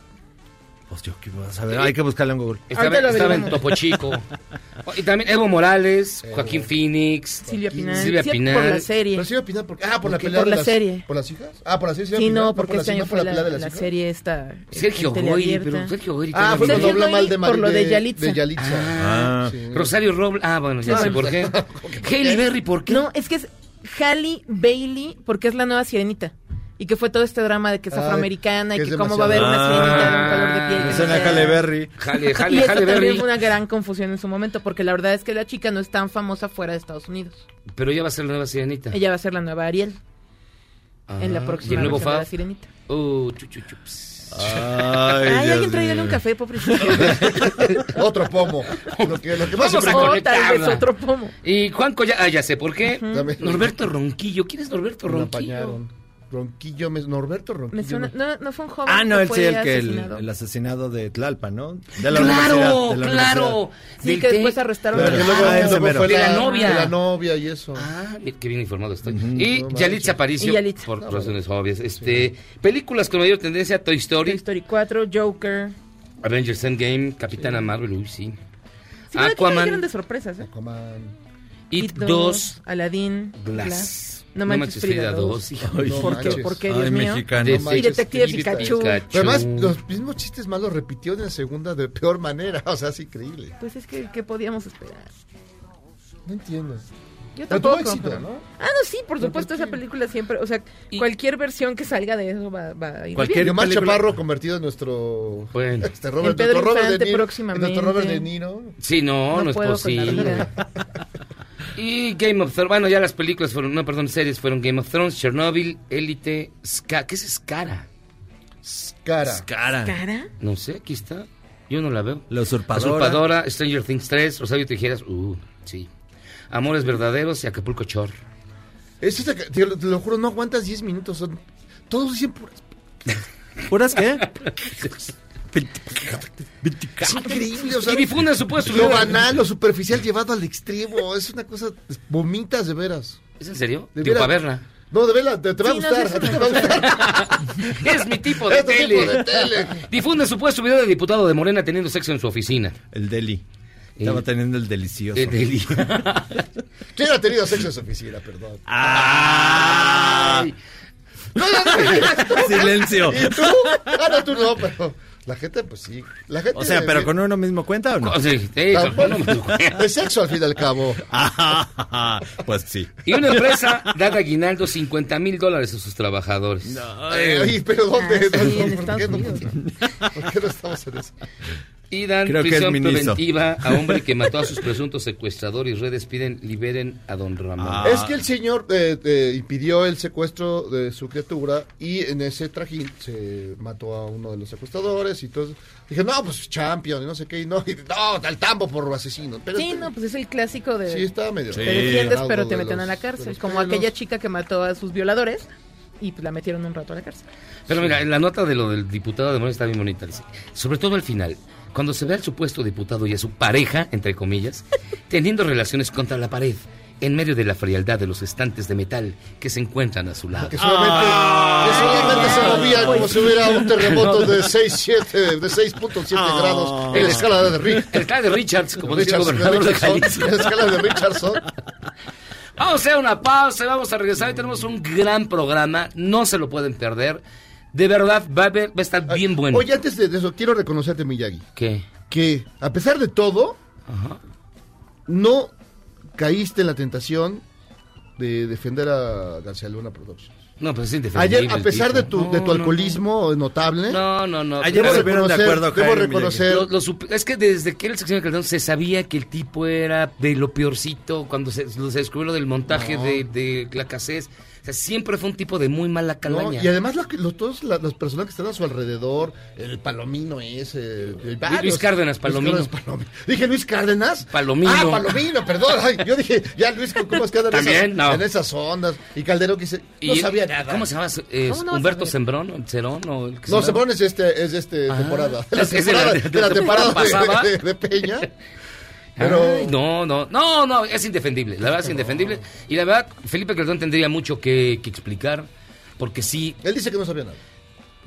Speaker 6: Pues yo qué voy a saber. Hay que buscarla en Google.
Speaker 1: Estaba,
Speaker 7: Ahorita lo
Speaker 1: estaba en
Speaker 7: averiguamos.
Speaker 1: Topo Chico. Eh. Y también Evo Morales, Joaquín Phoenix.
Speaker 7: Silvia Pinal.
Speaker 1: Silvia
Speaker 7: Sí,
Speaker 1: Pinal.
Speaker 7: Por la serie.
Speaker 2: Pero sí iba a opinar por, ah, por, la
Speaker 7: Porque-
Speaker 2: pelea
Speaker 7: por
Speaker 2: de
Speaker 7: la
Speaker 2: las-
Speaker 7: serie.
Speaker 2: ¿Por las hijas? Ah, por las hijas. iba a
Speaker 7: Sí,
Speaker 2: opinar,
Speaker 7: no, porque
Speaker 2: por las
Speaker 7: este año
Speaker 2: hijas,
Speaker 7: fue
Speaker 2: por
Speaker 7: la,
Speaker 2: la pelea de
Speaker 7: la
Speaker 2: las hijas.
Speaker 7: serie esta.
Speaker 1: Sergio
Speaker 7: en
Speaker 1: Goyri,
Speaker 7: teleabierta.
Speaker 1: pero Sergio Goyri.
Speaker 2: Ah, fue
Speaker 1: tiene
Speaker 2: cuando
Speaker 7: Sergio
Speaker 2: habla
Speaker 7: Goyri,
Speaker 2: mal de Mari-
Speaker 7: por lo de Yalitza.
Speaker 2: De Yalitza.
Speaker 1: Ah,
Speaker 6: Ah.
Speaker 2: Sí.
Speaker 1: Rosario Robles. Ah, bueno, ya
Speaker 2: Ah,
Speaker 1: sé por qué. Haley Berry, ¿por qué?
Speaker 7: No, es que es Halle Bailey porque es la nueva sirenita. Y que fue todo este drama de que es
Speaker 2: Ay,
Speaker 7: afroamericana
Speaker 2: que
Speaker 7: y
Speaker 2: es
Speaker 7: que cómo va a haber una
Speaker 6: demasiado.
Speaker 7: sirenita de un color de
Speaker 1: Ah,
Speaker 7: piel. que
Speaker 6: Es en
Speaker 7: no
Speaker 6: la
Speaker 7: sea-
Speaker 6: Halle Berry.
Speaker 1: Halle,
Speaker 7: Y
Speaker 1: Halle,
Speaker 7: eso
Speaker 1: Halle
Speaker 7: también
Speaker 1: Berry.
Speaker 7: fue una gran confusión en su momento, porque la verdad es que la chica no es tan famosa fuera de Estados Unidos.
Speaker 1: Pero ella va a ser la nueva sirenita.
Speaker 7: Ella va a ser la nueva Ariel en
Speaker 1: Ah,
Speaker 7: la
Speaker 1: ¿Y
Speaker 7: próxima
Speaker 1: el nuevo
Speaker 7: versión de la
Speaker 1: Fab?
Speaker 7: sirenita.
Speaker 1: Uh, chu, chu, chu, ps.
Speaker 6: Ay,
Speaker 7: Ay,
Speaker 6: Dios
Speaker 7: alguien traía
Speaker 6: mío.
Speaker 7: un café, pobrecito.
Speaker 2: Otro pomo. Lo que, lo que más
Speaker 1: Vamos
Speaker 2: siempre-
Speaker 1: a
Speaker 7: o tal vez
Speaker 1: conectarla.
Speaker 7: otro pomo.
Speaker 1: Y Juan Colla... Ah, ya sé por qué.
Speaker 2: Dame.
Speaker 1: Norberto Ronquillo. ¿Quién es Norberto
Speaker 2: Lo
Speaker 1: Ronquillo?
Speaker 2: apañaron. Ronquillo, me- Norberto Ronquillo.
Speaker 7: Me suena, no, no fue un joven.
Speaker 6: Ah, no,
Speaker 7: que
Speaker 6: él sí,
Speaker 7: fue
Speaker 6: el que el,
Speaker 7: asesinado.
Speaker 6: el asesinado de Tlalpan, ¿no? De
Speaker 1: ¡Claro!
Speaker 6: universidad, de la
Speaker 1: ¡Claro!
Speaker 7: Sí,
Speaker 1: Del
Speaker 7: que después
Speaker 1: TEC.
Speaker 7: arrestaron
Speaker 2: Claro,
Speaker 7: a
Speaker 2: que
Speaker 6: Ah,
Speaker 2: luego,
Speaker 6: ese
Speaker 2: luego
Speaker 6: mero.
Speaker 2: fue
Speaker 1: De la novia.
Speaker 2: Ah, de la novia y eso.
Speaker 1: Ah, mira, qué bien informado estoy.
Speaker 2: no
Speaker 1: Y
Speaker 2: manches.
Speaker 1: Yalitza Aparicio,
Speaker 7: Y Yalitza.
Speaker 1: por razones obvias. Este, películas con mayor tendencia, Toy
Speaker 7: Toy
Speaker 1: Story,
Speaker 7: Story 4, Joker.
Speaker 1: Avengers Endgame, Capitana Marvel, uy, sí.
Speaker 7: Sí, pero aquí
Speaker 1: Aquaman.
Speaker 7: no de sorpresas, ¿eh?
Speaker 2: Aquaman.
Speaker 1: It
Speaker 7: dos,
Speaker 1: 2,
Speaker 7: Aladdin,
Speaker 1: Glass.
Speaker 7: No manches, Frida 2.
Speaker 1: hijo.
Speaker 6: Ay,
Speaker 7: ¿Por qué?
Speaker 2: manches. Pues
Speaker 7: ¿Por qué,
Speaker 6: Ay,
Speaker 7: Dios mío?
Speaker 6: mexicano.
Speaker 1: De-
Speaker 2: No
Speaker 7: Y
Speaker 2: manches,
Speaker 7: Detective
Speaker 1: Pikachu.
Speaker 7: Pikachu.
Speaker 2: Pero además, los mismos chistes malos repitió en la segunda de peor manera. O sea, es increíble.
Speaker 7: Pues es que, ¿qué podíamos esperar?
Speaker 2: No entiendo.
Speaker 7: Yo
Speaker 2: Pero tuvo
Speaker 7: tampoco.
Speaker 2: éxito,
Speaker 7: pero-
Speaker 2: ¿no?
Speaker 7: Ah, no, sí, por supuesto, esa película siempre, o sea,
Speaker 1: Y-
Speaker 7: cualquier versión que salga de eso va, va a ir
Speaker 1: Cualquier-
Speaker 7: bien.
Speaker 2: Yo más
Speaker 1: película?
Speaker 2: Chaparro convertido en nuestro.
Speaker 1: Bueno.
Speaker 2: Este Robert,
Speaker 7: En Pedro
Speaker 2: nuestro Robert
Speaker 7: Infante
Speaker 2: De Niro.
Speaker 7: próximamente.
Speaker 2: en Nuestro Robert De Niro.
Speaker 1: Sí, no, no,
Speaker 7: No
Speaker 1: es
Speaker 7: puedo con la
Speaker 1: posible.
Speaker 7: vida.
Speaker 1: Y Game of Thrones, bueno, ya las películas fueron, no, perdón, series fueron Game of Thrones, Chernobyl, Elite, Ska, ¿qué es Skara?
Speaker 2: Cara.
Speaker 6: Cara.
Speaker 7: ¿Cara?
Speaker 1: No sé, aquí está, yo no la veo.
Speaker 6: La usurpadora.
Speaker 1: Usurpadora, Stranger Things 3, Rosario Tijeras, uh, sí. Amores Verdaderos y Acapulco Chor.
Speaker 2: Es esta que- te, lo, te lo juro, no aguantas 10 minutos. Son, todos dicen puras.
Speaker 6: ¿Puras qué?
Speaker 2: Es increíble, o sea,
Speaker 1: Y difunde su puesto.
Speaker 2: Lo banal, lo superficial llevado al extremo. Es una cosa. Vomitas de veras.
Speaker 1: ¿Es en serio?
Speaker 2: De
Speaker 1: Digo,
Speaker 2: veras.
Speaker 1: para verla.
Speaker 2: No, de veras, te, te va a
Speaker 1: Sí, no,
Speaker 2: gustar.
Speaker 1: sí,
Speaker 2: a ti te va a gustar.
Speaker 1: Es mi Este tipo de,
Speaker 2: Es tu tipo
Speaker 1: tele.
Speaker 2: de tele.
Speaker 1: Difunde supuesto video de diputado de Morena teniendo sexo en su oficina. Eh,
Speaker 6: El deli. Estaba teniendo el delicioso.
Speaker 1: El deli.
Speaker 2: ¿Quién ha tenido sexo en su oficina? Perdón.
Speaker 6: ¡Ay!
Speaker 2: No, no, no.
Speaker 6: Ah. Silencio.
Speaker 2: ¿Y tú? Ah, no, tú no, pero. La gente, pues sí. La gente
Speaker 6: O sea, pero con uno mismo cuenta o no?
Speaker 1: O sea, sí,
Speaker 2: Tampoco-
Speaker 1: no me supo.
Speaker 2: De sexo, al fin y al cabo.
Speaker 6: Ah, pues sí.
Speaker 1: Y una empresa da de aguinaldo 50 mil dólares a sus trabajadores.
Speaker 2: Eh, oye, pero ¿dónde?
Speaker 7: Ah, sí, en
Speaker 2: ¿Por, qué
Speaker 7: Estados
Speaker 2: no,
Speaker 7: Unidos.
Speaker 2: por qué no estamos en eso?
Speaker 1: Y dan
Speaker 6: Creo que es
Speaker 1: prisión
Speaker 6: ministro.
Speaker 1: preventiva a hombre que mató a sus presuntos secuestradores. Redes piden liberen a don Ramón.
Speaker 6: Ah.
Speaker 2: Es que el señor eh, eh, impidió el secuestro de su criatura y en ese trajín se mató a uno de los secuestradores y entonces dije, no, pues champion y no sé qué, y no, y, no, al tambo por asesino. Pero
Speaker 7: Sí, no, pues es el clásico de...
Speaker 2: sí, estaba medio.
Speaker 6: Sí.
Speaker 7: Te defiendes,
Speaker 2: Algo
Speaker 7: pero
Speaker 2: de
Speaker 7: te meten
Speaker 2: los-
Speaker 7: a la
Speaker 2: de
Speaker 7: cárcel.
Speaker 2: los
Speaker 7: Como
Speaker 2: pelos.
Speaker 7: aquella chica que mató a sus violadores y pues la metieron un rato a la cárcel.
Speaker 1: Pero mira, la nota de lo del diputado de Morena está bien bonita. Dice, Sobre todo al final, cuando se ve al supuesto diputado y a su pareja, entre comillas, teniendo relaciones contra la pared, en medio de la frialdad de los estantes de metal que se encuentran a su lado.
Speaker 2: Que solamente, que solamente se movía Ah, como
Speaker 7: pues.
Speaker 2: si hubiera un terremoto de 6, 7, de 6.7
Speaker 6: Ah.
Speaker 2: grados en la escala de Rick.
Speaker 1: El tal de Richards, como dice el
Speaker 2: Richardson,
Speaker 1: gobernador de
Speaker 2: Richardson,
Speaker 1: Jalisco.
Speaker 2: en la escala de Richardson.
Speaker 1: Vamos a hacer una pausa, y vamos a regresar. Hoy tenemos un gran programa, no se lo pueden perder. De verdad, va a, ver- va a estar bien bueno.
Speaker 2: Oye, antes de eso, quiero reconocerte, Miyagi,
Speaker 1: ¿Qué?
Speaker 2: que a pesar de todo,
Speaker 1: Ajá.
Speaker 2: no caíste en la tentación de defender a García Luna Productions.
Speaker 1: No, pues es indefendible.
Speaker 2: Ayer, a
Speaker 1: el
Speaker 2: pesar de
Speaker 1: tipo. No,
Speaker 2: tu, de tu
Speaker 1: no, no.
Speaker 2: alcoholismo notable,
Speaker 1: No, no, no.
Speaker 6: Ayer
Speaker 1: pero-
Speaker 6: se vieron de
Speaker 2: reconocer-
Speaker 6: acuerdo,
Speaker 2: debo
Speaker 6: Jaime
Speaker 2: reconocer
Speaker 1: Lo- lo supe- es que desde que era el sección de Calderón se sabía que el tipo era de lo peorcito cuando se, lo- se descubrió lo del montaje
Speaker 2: No.
Speaker 1: de, de la casez. O sea, siempre fue un tipo de muy mala
Speaker 2: No,
Speaker 1: calaña.
Speaker 2: y además lo que- los, todos la- los personas que están a su alrededor, el palomino ese, el- varios.
Speaker 1: Luis Cárdenas,
Speaker 2: Luis
Speaker 1: Palomino.
Speaker 2: Cárdenas, Palomino. Dije Luis Cárdenas.
Speaker 1: Palomino.
Speaker 2: Ah, Palomino, perdón. Ay, yo dije, ya Luis, ¿cómo es que andan en
Speaker 1: También,
Speaker 2: esas-
Speaker 1: no.
Speaker 2: en esas ondas? Y Calderón que dice,
Speaker 1: Y
Speaker 2: no
Speaker 1: él-
Speaker 2: sabía nada.
Speaker 1: ¿Cómo se llama? Eh,
Speaker 7: ¿Cómo no vas a
Speaker 1: ¿Humberto
Speaker 7: ver?
Speaker 1: Sembrón? o ¿Cerón? O el que
Speaker 2: No, se
Speaker 1: llama?
Speaker 2: pone es este, es de este temporada. De la
Speaker 1: Ah. Es- es de la-
Speaker 2: temporada,
Speaker 1: de la
Speaker 2: de la temporada
Speaker 1: temporada
Speaker 2: de- de- de Peña. Pero.
Speaker 1: Ay, no, no, no, no, es indefendible. La verdad es indefendible. Y la verdad, Felipe Calderón tendría mucho que, que explicar. Porque sí,
Speaker 2: Él dice que no sabía nada.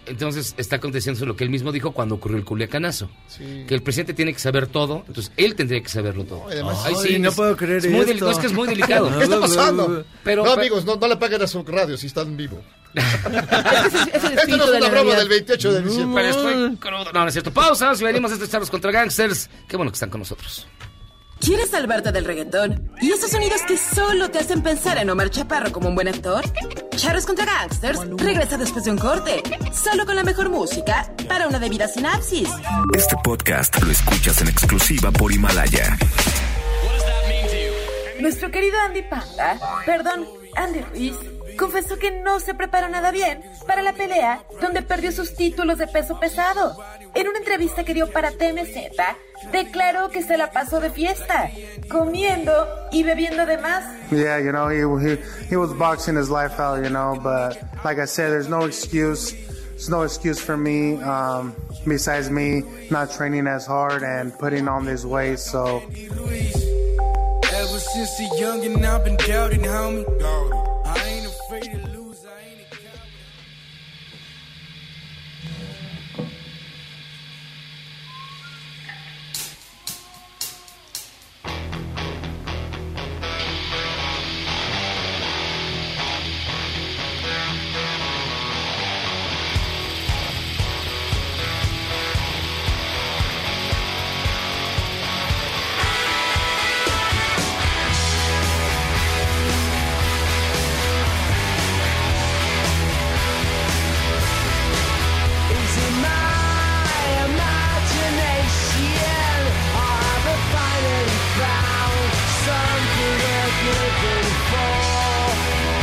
Speaker 1: entonces está aconteciendo lo que él mismo dijo cuando ocurrió el culiacanazo.
Speaker 2: Sí.
Speaker 1: Que el presidente tiene que saber todo, entonces él tendría que saberlo todo.
Speaker 2: No, y además-
Speaker 1: Ay,
Speaker 6: Ay, no puedo creer
Speaker 1: es muy
Speaker 6: esto.
Speaker 1: deli- no, es que es muy delicado.
Speaker 2: ¿Qué está pasando?
Speaker 1: Pero-
Speaker 2: no, amigos, no, no le paguen a su radio si están vivo.
Speaker 7: Ese es, ese es el
Speaker 2: Esta no
Speaker 7: espíritu
Speaker 2: es
Speaker 7: de
Speaker 2: una
Speaker 7: la Mm.
Speaker 2: broma
Speaker 7: Navidad.
Speaker 2: del 28 de diciembre.
Speaker 1: Pero estoy crudo. No, no es cierto. Pausa, vamos y venimos a estos charlos contra gangsters. Qué bueno que están con nosotros.
Speaker 3: ¿Quieres salvarte del reggaetón? ¿Y esos sonidos que solo te hacen pensar en Omar Chaparro como un buen actor? Charros contra Gangsters regresa después de un corte, solo con la mejor música para una debida sinapsis.
Speaker 10: Este podcast lo escuchas en exclusiva por Himalaya.
Speaker 3: Nuestro querido Andy Panda, perdón, Andy Ruiz, confesó que no se preparó nada bien para la pelea donde perdió sus títulos de peso pesado. En una entrevista que dio para TMZ, declaró que se la pasó de fiesta, comiendo y bebiendo además.
Speaker 11: Yeah, you know, he, he, he was boxing his life out, you know, but like I said, there's no excuse. There's no excuse for me um, besides me not training as hard and putting on this weight. So,
Speaker 9: Ever since a youngin', I've been doubting, homie. I ain't afraid to lose, I ain't a coward.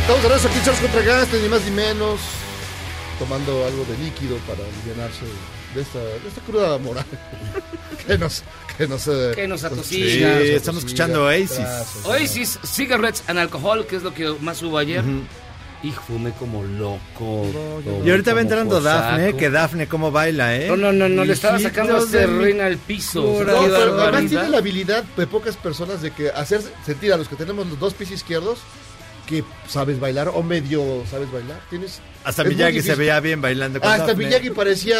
Speaker 2: Estamos de regreso aquí, Charles contra Gas, ni más ni menos, tomando algo de líquido para aliviarse de esta, de esta cruda moral que nos... Que nos, eh,
Speaker 1: Que nos atosiga.
Speaker 6: Sí,
Speaker 2: nos
Speaker 6: estamos escuchando Oasis.
Speaker 2: Gracias.
Speaker 1: Oasis, cigarettes and alcohol, que es lo que más hubo ayer. y fumé como loco.
Speaker 6: Y ahorita va entrando Dafne, que Dafne cómo baila, ¿eh?
Speaker 1: No, no, no, no, le estaba sacando
Speaker 6: Hijitos de mi-
Speaker 1: serrín al piso.
Speaker 2: No,
Speaker 1: Qué
Speaker 2: pero además
Speaker 1: barbaridad.
Speaker 2: tiene la habilidad de pocas personas de que hacer sentir a los que tenemos los dos pies izquierdos que sabes bailar o medio sabes bailar. Tienes
Speaker 6: Hasta
Speaker 2: es muy
Speaker 6: Miyagi se
Speaker 2: difícil. Ah,
Speaker 6: veía bien bailando
Speaker 1: Ah,
Speaker 6: con
Speaker 2: Hasta
Speaker 6: Dafne.
Speaker 2: Miyagi parecía,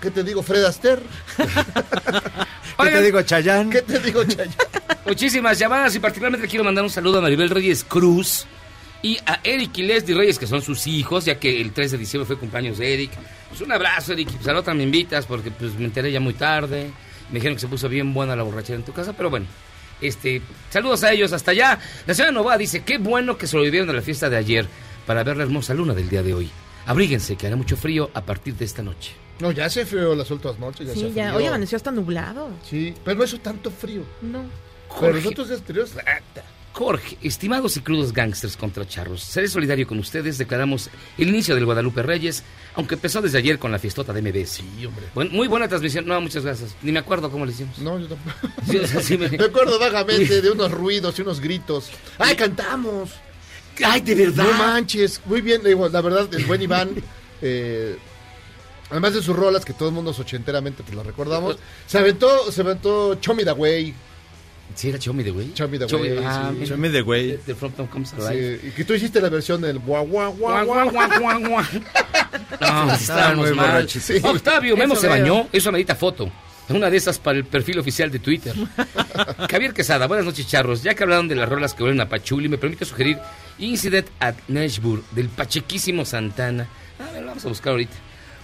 Speaker 2: ¿qué te digo? Fred Astaire.
Speaker 6: ¿Qué te digo, Chayán?
Speaker 2: ¿Qué te digo, Chayán?
Speaker 1: Muchísimas llamadas y particularmente quiero mandar un saludo a Maribel Reyes Cruz y a Eric y Leslie Reyes, que son sus hijos, ya que el 3 de diciembre fue cumpleaños de Eric. Pues un abrazo, Eric. y Pues a la otra me invitas porque pues me enteré ya muy tarde. Me dijeron que se puso bien buena la borrachera en tu casa, pero bueno. Este, saludos a ellos hasta allá. La señora Nova dice, qué bueno que sobrevivieron a la fiesta de ayer para ver la hermosa luna del día de hoy. Abríguense, que hará mucho frío a partir de esta noche.
Speaker 2: No, ya se frío las otras noches. Ya
Speaker 7: Sí,
Speaker 2: se
Speaker 7: ya.
Speaker 2: frió.
Speaker 7: Hoy amaneció hasta nublado.
Speaker 2: Sí, pero no hizo tanto frío.
Speaker 7: No.
Speaker 2: Pero
Speaker 1: Jorge.
Speaker 2: nosotros días anteriores, eh,
Speaker 1: Jorge, estimados y crudos gangsters contra charros, seré solidario con ustedes, declaramos el inicio del Guadalupe Reyes, aunque empezó desde ayer con la fiestota de MBS. Buen- muy buena transmisión, no, muchas gracias. Ni me acuerdo cómo le hicimos.
Speaker 2: No, yo tampoco.
Speaker 1: Sí, o sea, sí me-
Speaker 2: Me acuerdo vagamente de unos ruidos y unos gritos. ¡Ay, cantamos!
Speaker 1: ¡Ay, de verdad!
Speaker 2: No manches. Muy bien, digo, la verdad, el buen Iván. eh, además de sus rolas, que todo el mundo ochenteramente pues, las recordamos.
Speaker 1: Eh,
Speaker 2: Se aventó, se aventó Chomi da Way.
Speaker 1: Sí, era Chomi de Way.
Speaker 2: Chomi da
Speaker 1: Chomi-
Speaker 2: Way.
Speaker 1: ah, mira.
Speaker 6: Chomi da Güey.
Speaker 1: De Frampton Comes Alive.
Speaker 2: Sí, y que tú hiciste la versión del guau, guau, guau, guau,
Speaker 1: guau, guau, guau. No, pues, estábamos
Speaker 6: muy
Speaker 1: mal.
Speaker 6: borrachos. Sí.
Speaker 1: Octavio Memo
Speaker 6: Eso
Speaker 1: se
Speaker 6: veo.
Speaker 1: bañó, eso medita foto. Una de esas para el perfil oficial de Twitter. Javier Quesada, buenas noches, charros. Ya que hablaron de las rolas que vuelven a Pachuli, me permite sugerir Incident at Nashburg del pachequísimo Santana. A ver, lo vamos a buscar ahorita.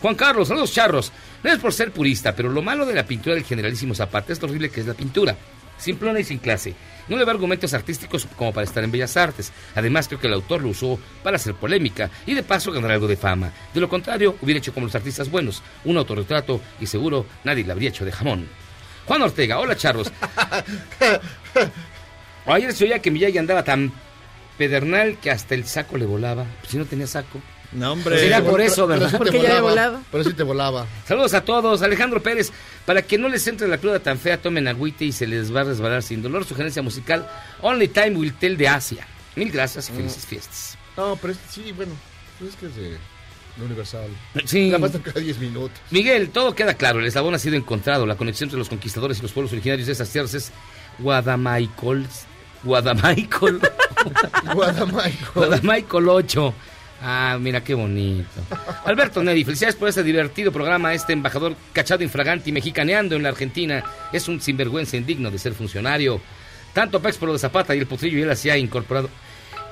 Speaker 1: Juan Carlos, saludos, charros. No es por ser purista, pero lo malo de la pintura del generalísimo Zapata es lo horrible que es la pintura. Simplona y sin clase. No le veo argumentos artísticos como para estar en Bellas Artes. Además, creo que el autor lo usó para hacer polémica y de paso ganar algo de fama. De lo contrario, hubiera hecho como los artistas buenos, un autorretrato y seguro nadie le habría hecho de jamón. Juan Ortega, hola charros. Ayer se oía que Miyagi andaba tan pedernal que hasta el saco le volaba. Pues si no tenía saco.
Speaker 6: No,
Speaker 1: hombre. Sería por eso, ¿verdad? Porque ya
Speaker 2: le
Speaker 1: había volado.
Speaker 2: Pero sí te volaba.
Speaker 1: Saludos a todos. Alejandro Pérez, para que no les entre la cruda tan fea, tomen agüite y se les va a resbalar sin dolor. Sugerencia musical, Only Time Will Tell de Asia. Mil gracias y felices fiestas.
Speaker 2: No, pero es- sí, bueno. pues es que es de, de Universal.
Speaker 1: Sí.
Speaker 2: La pasan cada 10 minutos.
Speaker 1: Miguel, todo queda claro. El eslabón ha sido encontrado. La conexión entre los conquistadores y los pueblos originarios de esas tierras es Guadamichael. Guadamichael.
Speaker 2: Guadamichael.
Speaker 1: Guadamichael 8. Ah, mira qué bonito. Alberto Neri, felicidades por este divertido programa. Este embajador cachado infragante y mexicaneando en la Argentina es un sinvergüenza indigno de ser funcionario. Tanto Pex por lo de Zapata y el potrillo ya las hacía incorporado.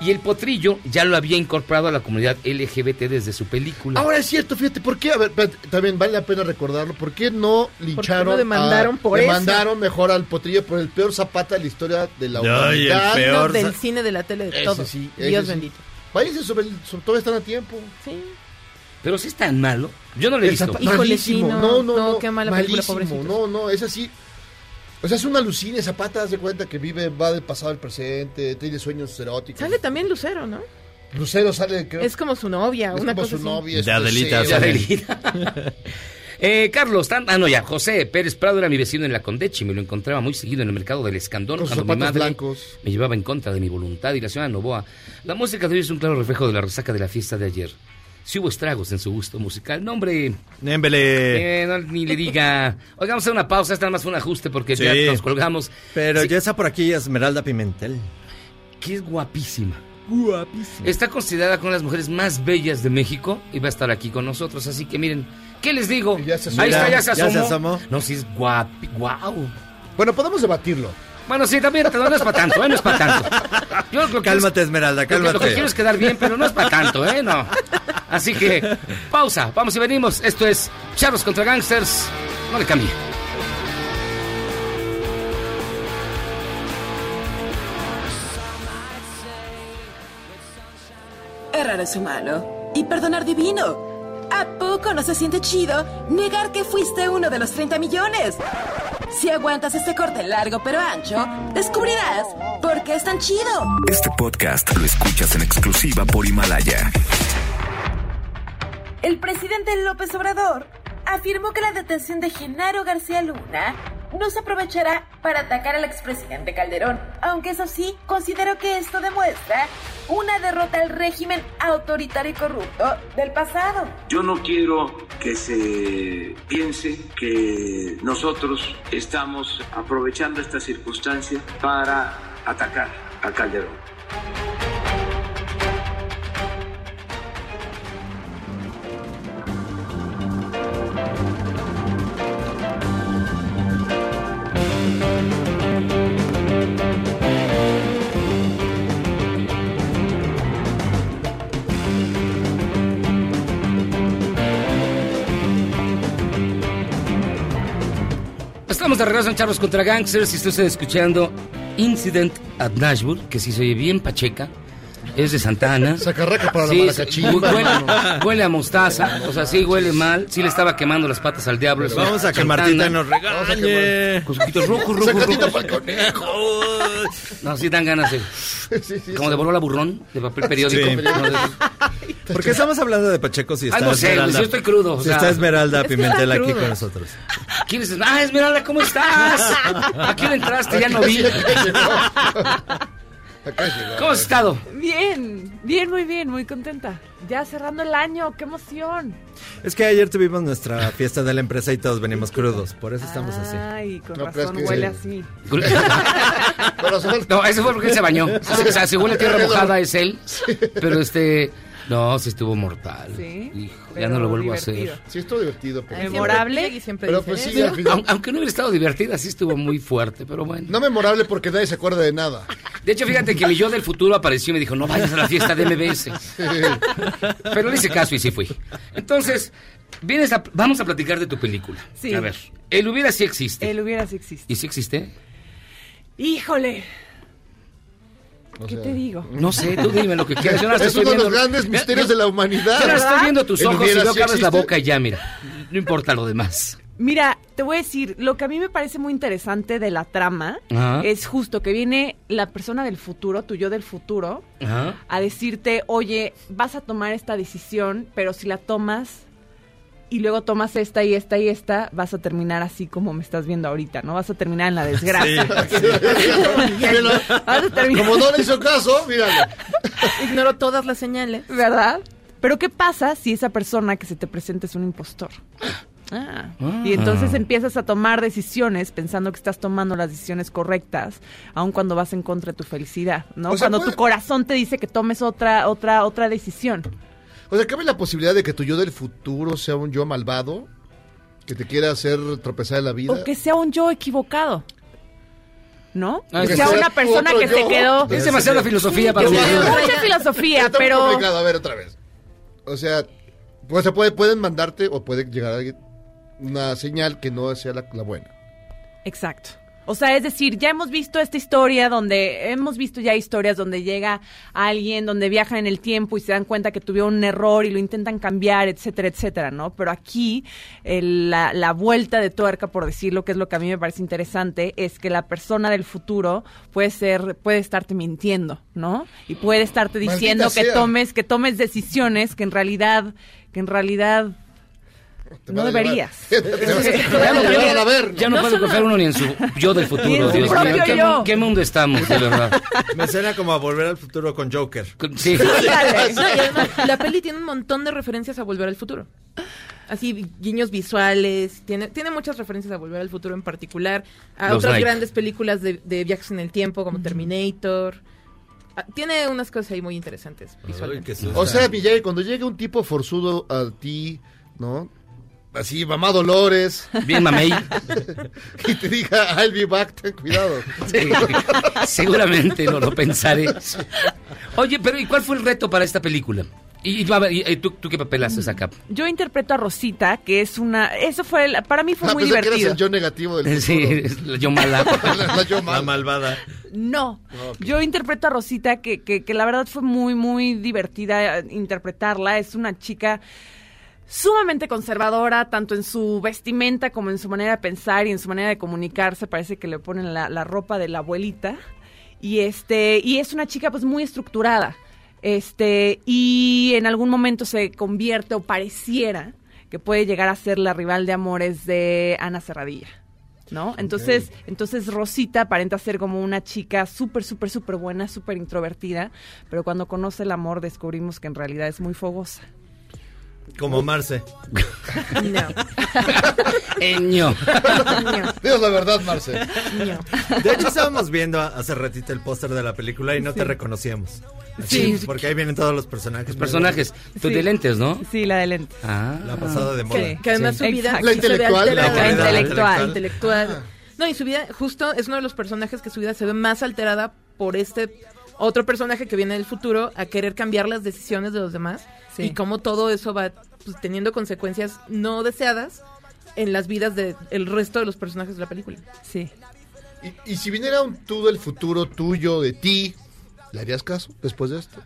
Speaker 1: Y el potrillo ya lo había incorporado a la comunidad LGBT desde su película.
Speaker 2: Ahora es cierto, fíjate, ¿por qué? A ver, espérate, también vale la pena recordarlo. ¿Por qué no lincharon?
Speaker 7: no demandaron
Speaker 2: a-
Speaker 7: por eso?
Speaker 2: Demandaron mejor al potrillo por el peor zapata de la historia de la
Speaker 6: Ay, el
Speaker 2: humanidad.
Speaker 6: peor
Speaker 7: Del cine, de la tele, de
Speaker 2: Ese
Speaker 7: todo.
Speaker 2: sí, ese
Speaker 7: Dios
Speaker 2: sí.
Speaker 7: bendito.
Speaker 2: Váyanse sobre el. sobre- todavía están a tiempo.
Speaker 7: Sí.
Speaker 1: Pero si es tan
Speaker 2: Ah.
Speaker 1: malo. Yo no le he
Speaker 2: El
Speaker 1: visto.
Speaker 2: Zapata-
Speaker 7: Híjole,
Speaker 2: malísimo.
Speaker 7: sí, no,
Speaker 2: no, no,
Speaker 7: no,
Speaker 2: no,
Speaker 7: qué mala película,
Speaker 2: malísimo.
Speaker 7: pobrecitos.
Speaker 2: No, no, es así. O sea, es una alucine, Zapata, haz de cuenta que vive, va del pasado al presente, tiene sueños eróticos.
Speaker 7: Sale también Lucero, ¿no?
Speaker 2: Lucero sale, creo.
Speaker 7: Es como su novia,
Speaker 2: es
Speaker 7: una
Speaker 2: como
Speaker 7: cosa
Speaker 2: su
Speaker 7: así.
Speaker 2: novia. es
Speaker 6: De
Speaker 2: un
Speaker 6: Adelita
Speaker 2: deseo.
Speaker 6: sale.
Speaker 1: Eh, Carlos, tan, ah, no, ya, José Pérez Prado era mi vecino en la Condechi, me lo encontraba muy seguido en el mercado del Escandón
Speaker 2: Con sus
Speaker 1: cuando mi
Speaker 2: zapatos
Speaker 1: madre
Speaker 2: blancos.
Speaker 1: me llevaba en contra de mi voluntad y la señora Novoa. La música de hoy es un claro reflejo de la resaca de la fiesta de ayer. Si hubo estragos en su gusto musical, no hombre,
Speaker 6: Némbele.
Speaker 1: eh, no, ni le diga. Oiga, vamos a hacer una pausa, esta nada más fue un ajuste porque ya
Speaker 6: Sí.
Speaker 1: nos colgamos.
Speaker 6: Pero
Speaker 1: Sí,
Speaker 6: ya está por aquí Esmeralda Pimentel.
Speaker 1: que es guapísima. Está considerada con las mujeres más bellas de México y va a estar aquí con nosotros. Así que miren, ¿qué les digo?
Speaker 2: Ya se asomó.
Speaker 1: Ahí está, ya se
Speaker 6: Ya se
Speaker 1: asomó.
Speaker 6: asomó.
Speaker 1: No, sí es guapi, guau.
Speaker 2: Bueno, podemos debatirlo.
Speaker 1: Bueno, sí, también, pero no es para tanto, ¿eh? No es para tanto. Yo lo que
Speaker 6: Cálmate, Esmeralda,
Speaker 1: lo que- Lo que, quiero
Speaker 6: cálmate.
Speaker 1: es quedar bien, pero no es para tanto, ¿eh? No. Así que, pausa, vamos y venimos. Esto es Charlos contra Gangsters. No le cambie.
Speaker 3: Errar es humano y perdonar divino. ¿A poco no se siente chido negar que fuiste uno de los 30 millones? Si aguantas este corte largo pero ancho, descubrirás por qué es tan chido.
Speaker 10: Este podcast lo escuchas en exclusiva por Himalaya.
Speaker 3: El presidente López Obrador afirmó que la detención de Genaro García Luna no se aprovechará para atacar al expresidente Calderón, aunque eso sí, considero que esto demuestra una derrota al régimen autoritario y corrupto del pasado.
Speaker 12: Yo no quiero que se piense que nosotros estamos aprovechando esta circunstancia para atacar a Calderón.
Speaker 1: Estamos de regreso en Charlos contra Gangsters y estoy usted escuchando Incident at Nashville, que sí se oye bien pacheca. Es de Santa Ana.
Speaker 2: Sacarraca para la maracachimba,
Speaker 1: hu- huele,
Speaker 2: hermano.
Speaker 1: huele a mostaza, o sea, sí huele mal. Sí le estaba quemando las patas al diablo.
Speaker 6: Pero
Speaker 1: eso.
Speaker 6: Pues vamos a que
Speaker 1: Santa
Speaker 6: Martita
Speaker 1: Ana.
Speaker 6: nos regañe.
Speaker 1: Vamos a que- Con sus ojitos rojos, rojos,
Speaker 6: Sacatita
Speaker 1: rojos. No, sí dan ganas de... como de borrar la burrón de papel periódico.
Speaker 6: Sí.
Speaker 1: No, de-
Speaker 6: ¿Por qué estamos hablando de Pacheco si
Speaker 1: Ah,
Speaker 6: está
Speaker 1: no sé,
Speaker 6: Esmeralda?
Speaker 1: pues, yo estoy crudo, o
Speaker 6: Si
Speaker 1: sea.
Speaker 6: está Esmeralda
Speaker 1: Es que
Speaker 6: Pimentel
Speaker 1: está
Speaker 6: aquí
Speaker 1: crudo.
Speaker 6: con nosotros.
Speaker 1: ¿Quién es? Ah, Esmeralda, ¿cómo estás? ¿A quién entraste? Ya no vi. ¿Cómo has estado?
Speaker 13: Bien, bien, muy bien, muy contenta. Ya cerrando el año, qué emoción.
Speaker 6: Es que ayer tuvimos nuestra fiesta de la empresa y todos venimos crudos, por eso estamos así.
Speaker 13: Ay, con
Speaker 2: No creas
Speaker 13: razón
Speaker 2: que-
Speaker 13: huele así.
Speaker 1: No, eso fue porque él se bañó. O sea, según la tierra mojada es él. Pero este. No, sí estuvo mortal.
Speaker 2: Sí,
Speaker 1: Hijo, ya no lo vuelvo a hacer.
Speaker 2: Sí, estuvo divertido. Pero...
Speaker 7: Y siempre
Speaker 2: Pero
Speaker 7: dicen
Speaker 2: pues sí,
Speaker 7: eso.
Speaker 2: al final-
Speaker 1: Aun- Aunque no hubiera estado divertida, sí estuvo muy fuerte, pero bueno.
Speaker 2: No memorable porque nadie se acuerda de nada.
Speaker 1: De hecho, fíjate que mi yo del futuro apareció y me dijo, no vayas a la fiesta de MBS. Pero le hice caso y sí fui. Entonces, vienes a- vamos a platicar de tu película.
Speaker 13: Sí.
Speaker 1: A ver, el hubiera sí existe.
Speaker 13: Él hubiera si existe.
Speaker 1: ¿Y sí existe?
Speaker 13: Híjole. ¿Qué te digo?
Speaker 1: No sé, tú dime lo que quieras. Yo no
Speaker 2: es
Speaker 1: estoy
Speaker 2: uno de los
Speaker 1: viendo-
Speaker 2: grandes
Speaker 1: Mira,
Speaker 2: misterios
Speaker 1: yo-
Speaker 2: de la humanidad.
Speaker 1: Yo no estoy viendo tus
Speaker 2: El
Speaker 1: ojos y
Speaker 2: hubiera
Speaker 1: veo
Speaker 2: sí
Speaker 1: que abres la
Speaker 2: existe.
Speaker 1: boca y ya, mira. No importa lo demás.
Speaker 13: Mira, te voy a decir, lo que a mí me parece muy interesante de la trama
Speaker 1: Ajá.
Speaker 13: es justo que viene la persona del futuro, tu yo del futuro,
Speaker 1: Ajá.
Speaker 13: a decirte, oye, vas a tomar esta decisión, pero si la tomas y luego tomas esta y esta y esta, vas a terminar así como me estás viendo ahorita, ¿no? Vas a terminar en la desgracia. Vas a terminar-
Speaker 2: Como no le hizo caso, míralo.
Speaker 7: Ignoro todas las señales.
Speaker 13: ¿Verdad? Pero ¿qué pasa si esa persona que se te presenta es un impostor? Ah.
Speaker 2: Ah.
Speaker 13: Y
Speaker 1: Ah.
Speaker 13: entonces empiezas a tomar decisiones pensando que estás tomando las decisiones correctas, aun cuando vas en contra de tu felicidad, ¿no?
Speaker 2: O sea,
Speaker 13: cuando
Speaker 2: puede-
Speaker 13: tu corazón te dice que tomes otra otra otra decisión.
Speaker 2: O sea, ¿cabe la posibilidad de que tu yo del futuro sea un yo malvado? Que te quiera hacer tropezar en la vida.
Speaker 13: O que sea un yo equivocado. ¿No?
Speaker 2: Ah,
Speaker 13: que
Speaker 2: que
Speaker 13: sea
Speaker 2: sea
Speaker 13: una
Speaker 2: tu
Speaker 13: persona
Speaker 2: otro
Speaker 13: que se
Speaker 2: yo.
Speaker 13: quedó.
Speaker 2: Es demasiada filosofía para
Speaker 13: que
Speaker 2: mí.
Speaker 13: se quedó
Speaker 2: Está
Speaker 13: Mucha filosofía,
Speaker 2: Está muy
Speaker 13: pero.
Speaker 2: complicado, a ver, otra vez. O sea, pues, se puede, pueden mandarte o puede llegar alguien una señal que no sea la, la buena.
Speaker 13: Exacto. O sea, es decir, ya hemos visto esta historia donde hemos visto ya historias donde llega alguien, donde viajan en el tiempo y se dan cuenta que tuvieron un error y lo intentan cambiar, etcétera, etcétera, ¿no? Pero aquí el- la, la vuelta de tuerca, por decirlo, que es lo que a mí me parece interesante, es que la persona del futuro puede ser, puede estarte mintiendo, ¿no? Y puede estarte
Speaker 14: Maldita
Speaker 13: diciendo que
Speaker 14: sea.
Speaker 13: tomes, que tomes decisiones que en realidad, que en realidad no deberías.
Speaker 1: Ya no puede, ya no puede confiar uno ni en su yo del
Speaker 13: Ni en
Speaker 1: futuro,
Speaker 13: su
Speaker 1: Dios
Speaker 13: propio
Speaker 1: mío. ¿Qué,
Speaker 13: yo.
Speaker 1: mu- qué mundo estamos, de verdad?
Speaker 6: Me suena como a volver al futuro con Joker.
Speaker 1: Sí.
Speaker 7: No, y además, la peli tiene un montón de referencias a Volver al Futuro. Así, vi- guiños visuales, tiene, tiene muchas referencias a Volver al Futuro en particular, a
Speaker 1: Los
Speaker 7: otras
Speaker 1: like.
Speaker 7: grandes películas de, de viajes en el tiempo como Terminator. Ah, Tiene unas cosas ahí muy interesantes visualmente.
Speaker 2: O sea, Miyagi, cuando llega un tipo forzudo a ti, ¿no? Así, mamá Dolores.
Speaker 1: Bien mamey.
Speaker 2: y te diga, I'll be back, ten cuidado.
Speaker 1: Sí, seguramente no lo pensaré. Oye, pero ¿y cuál fue el reto para esta película? ¿Y, y, a ver, y, eh, ¿tú, tú qué papel haces acá?
Speaker 13: Yo interpreto a Rosita, que es una... Eso fue... el- Para mí fue
Speaker 2: Ah,
Speaker 13: muy
Speaker 2: pensé que eras
Speaker 13: divertido.
Speaker 2: el yo negativo del
Speaker 1: Sí,
Speaker 2: futuro.
Speaker 1: es la yo mala.
Speaker 6: La malvada.
Speaker 13: No.
Speaker 6: Ah, ok.
Speaker 13: Yo interpreto a Rosita, que, que, que la verdad fue muy, muy divertida eh, interpretarla. Es una chica sumamente conservadora, tanto en su vestimenta como en su manera de pensar y en su manera de comunicarse. Parece que le ponen la, la ropa de la abuelita. Y este, y es una chica pues muy estructurada. Este, y en algún momento se convierte o pareciera que puede llegar a ser la rival de amores de Ana Cerradilla. ¿no? Entonces, entonces Rosita aparenta ser como una chica súper, súper, súper buena, súper introvertida, pero cuando conoce el amor descubrimos que en realidad es muy fogosa.
Speaker 6: Como Marce.
Speaker 1: Ño.
Speaker 2: Dios la verdad, Marce.
Speaker 6: De hecho, estábamos viendo hace ratito el póster de la película y no te reconocíamos. Así,
Speaker 13: Sí.
Speaker 6: Porque ahí vienen todos los personajes. Los
Speaker 1: personajes. Tú
Speaker 13: Sí.
Speaker 1: de lentes, ¿no?
Speaker 13: Sí, la de lentes.
Speaker 1: Ah.
Speaker 6: La pasada de moda.
Speaker 7: Mm. Que, que además
Speaker 13: Sí.
Speaker 7: su vida
Speaker 13: Exacto. La
Speaker 7: se ve
Speaker 13: intelectual,
Speaker 7: alterada.
Speaker 13: la La moderna, intelectual.
Speaker 7: La intelectual. No, y su vida, justo, es uno de los personajes que su vida se ve más alterada por este otro personaje que viene del futuro a querer cambiar las decisiones de los demás
Speaker 13: Sí.
Speaker 7: y cómo todo eso va pues, teniendo consecuencias no deseadas en las vidas del resto de los personajes de la película.
Speaker 13: Sí.
Speaker 2: Y, y si viniera un tú del futuro tuyo, de ti, ¿le harías caso después de esto?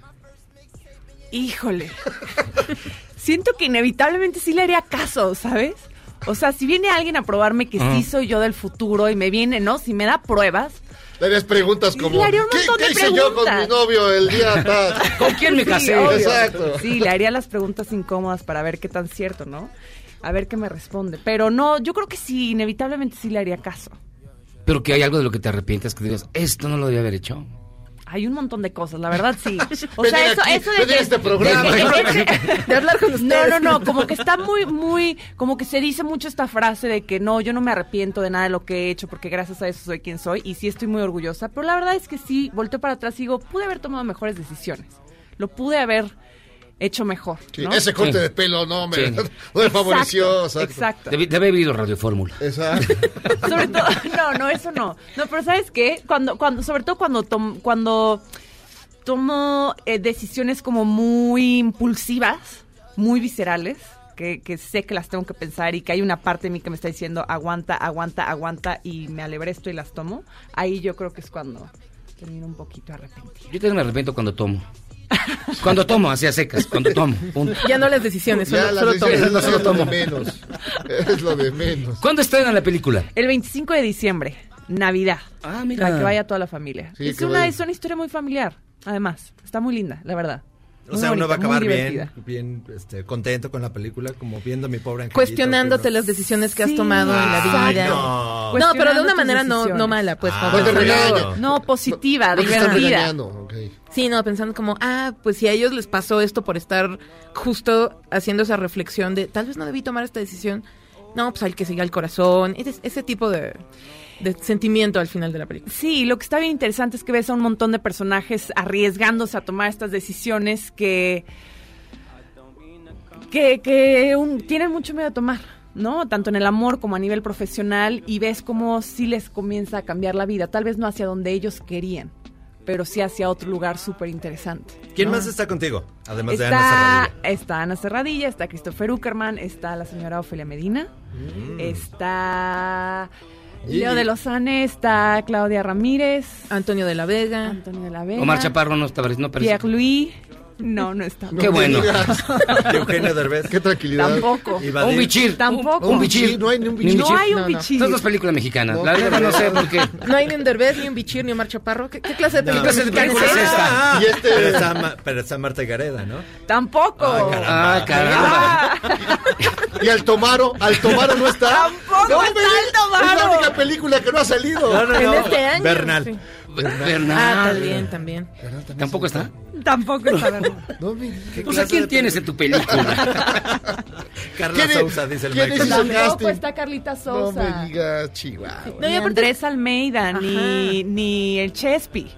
Speaker 13: Híjole. Siento que inevitablemente sí le haría caso, ¿sabes? O sea, si viene alguien a probarme que sí
Speaker 2: Ah.
Speaker 13: soy yo del futuro y me viene, ¿no? Si me da pruebas.
Speaker 2: Le harías preguntas como,
Speaker 13: Le haría un
Speaker 2: ¿qué,
Speaker 13: montón
Speaker 2: qué
Speaker 13: de
Speaker 2: hice yo con mi
Speaker 13: preguntas.
Speaker 2: novio el día tal?
Speaker 13: ¿Con quién
Speaker 2: me casé? Exacto.
Speaker 13: Sí, le haría las preguntas incómodas para ver qué tan cierto, ¿no? A ver qué me responde. Pero no, yo creo que sí, inevitablemente sí le haría caso.
Speaker 1: Pero que hay algo de lo que te arrepientas que digas, esto no lo debía haber hecho.
Speaker 13: Hay un montón de cosas, la verdad sí. O
Speaker 2: Venir
Speaker 13: sea, eso,
Speaker 2: aquí,
Speaker 13: eso de
Speaker 2: venir
Speaker 13: que-
Speaker 2: a este programa.
Speaker 13: de que-
Speaker 7: hablar con
Speaker 13: No, no, no, como que está muy, muy, como que se dice mucho esta frase de que no, yo no me arrepiento de nada de lo que he hecho porque gracias a eso soy quien soy y sí estoy muy orgullosa, pero la verdad es que sí, volteo para atrás y digo, pude haber tomado mejores decisiones, lo pude haber hecho mejor.
Speaker 2: Sí,
Speaker 13: ¿no?
Speaker 2: Ese corte de pelo no me,
Speaker 1: Sí.
Speaker 2: no me favoreció.
Speaker 13: Exacto, exacto.
Speaker 1: Debe, debe haber ido a Radio Fórmula.
Speaker 2: Exacto.
Speaker 13: Sobre todo, no, no, eso no. No, pero ¿sabes qué? Cuando, cuando, sobre todo cuando tom- cuando tomo eh, decisiones como muy impulsivas, muy viscerales, que, que sé que las tengo que pensar y que hay una parte de mí que me está diciendo aguanta, aguanta, aguanta y me esto y las tomo, ahí yo creo que es cuando termino un poquito arrepentido.
Speaker 1: Yo también me arrepiento cuando tomo. Cuando tomo, así a secas, cuando tomo. punto.
Speaker 7: Ya no las decisiones,
Speaker 2: Ya
Speaker 7: solo,
Speaker 2: las
Speaker 7: solo
Speaker 2: decisiones
Speaker 7: tomo.
Speaker 2: no son lo de menos. Es lo de menos.
Speaker 1: ¿Cuándo estrenan la película?
Speaker 13: El 25 de diciembre, Navidad. Ah,
Speaker 1: mira.
Speaker 13: Para que vaya toda la familia.
Speaker 1: Sí,
Speaker 13: es,
Speaker 1: que
Speaker 13: una,
Speaker 1: vaya.
Speaker 13: es una historia muy familiar, además. Está muy linda, la verdad.
Speaker 6: O
Speaker 13: Muy
Speaker 6: sea, uno
Speaker 13: bonita,
Speaker 6: va a
Speaker 13: muy
Speaker 6: acabar bien,
Speaker 13: divertida.
Speaker 6: bien este, contento con la película, como viendo a mi pobre angelito.
Speaker 7: Cuestionándote
Speaker 6: que no-
Speaker 7: las decisiones que has
Speaker 13: Sí,
Speaker 7: tomado en la
Speaker 6: Ay,
Speaker 7: vida.
Speaker 6: no.
Speaker 7: No, pero de una
Speaker 13: Cuestionando tus
Speaker 7: manera no,
Speaker 13: decisiones.
Speaker 7: no mala, pues. como
Speaker 6: Ah, no te
Speaker 7: pensando-
Speaker 6: regañes.
Speaker 13: No,
Speaker 7: no
Speaker 13: positiva,
Speaker 7: te están
Speaker 13: divertida.
Speaker 7: regañando. Sí, no, pensando como, ah, pues si a ellos les pasó esto por estar justo haciendo esa reflexión de tal vez no debí tomar esta decisión. No, pues al que siga el corazón. Ese, ese tipo de, de sentimiento al final de la película.
Speaker 13: Sí, lo que está bien interesante es que ves a un montón de personajes arriesgándose a tomar estas decisiones que que, que un- tienen mucho miedo a tomar, ¿no? Tanto en el amor como a nivel profesional y ves cómo sí les comienza a cambiar la vida, tal vez no hacia donde ellos querían, pero sí hacia otro lugar súper interesante.
Speaker 6: ¿Quién
Speaker 13: ¿no?
Speaker 6: más está contigo? Además de Ana
Speaker 13: Está,
Speaker 6: Serradilla.
Speaker 13: está Ana Cerradilla, está Christopher Uckerman, está la señora Ofelia Medina, Mm.
Speaker 1: Mm. Eh,
Speaker 13: está Leo
Speaker 7: Gigi.
Speaker 13: de Lozane, está Claudia Ramírez,
Speaker 7: Antonio de la Vega,
Speaker 13: Antonio de la Vega,
Speaker 1: Omar Chaparro no está, no aparece.
Speaker 13: Pierre Luis, no, no está.
Speaker 1: Qué bueno.
Speaker 6: Eugenio Derbez.
Speaker 2: Qué tranquilidad.
Speaker 13: Tampoco.
Speaker 1: Y Vadir. Un bichir.
Speaker 13: Tampoco.
Speaker 1: Un bichir.
Speaker 2: No hay ni un
Speaker 1: Ni
Speaker 2: bichir.
Speaker 13: No hay un
Speaker 7: No, no.
Speaker 13: bichir.
Speaker 1: Son dos películas mexicanas. la verdad no sé por qué.
Speaker 7: No hay ni un Derbez, ni un Bichir, ni un Mar Chaparro. ¿Qué, qué clase de
Speaker 6: No.
Speaker 7: película,
Speaker 6: ¿Qué clase de
Speaker 7: mexicana
Speaker 6: película es
Speaker 7: esa?
Speaker 6: esta?
Speaker 2: Y este-
Speaker 6: Pero está, Ma- pero está Marta Gareda, ¿no?
Speaker 13: Tampoco.
Speaker 1: Ah, caramba.
Speaker 13: Ah,
Speaker 2: Y Altomaro, Altomaro no está.
Speaker 13: Tampoco
Speaker 2: No,
Speaker 13: está
Speaker 2: Belén, Es la
Speaker 13: Altomaro.
Speaker 2: única película que no ha salido.
Speaker 6: No, no,
Speaker 7: En
Speaker 6: no.
Speaker 7: este año.
Speaker 6: Bernal.
Speaker 7: sí.
Speaker 1: Bernal.
Speaker 7: Ah, también, también.
Speaker 1: ¿Tampoco está?
Speaker 13: Tampoco está Bernal.
Speaker 2: No, mi-
Speaker 1: O sea, ¿quién tienes en tu película?
Speaker 6: Carla
Speaker 2: ¿Quién es-
Speaker 6: Sousa, dice el
Speaker 2: quién
Speaker 6: Michael.
Speaker 2: es- Hizo casting.
Speaker 13: Tampoco está Carlita
Speaker 2: No
Speaker 13: Sosa.
Speaker 2: me digas, Chihuahua.
Speaker 13: No, y aparte- Andrés Almeida, ni, ni el Chespi.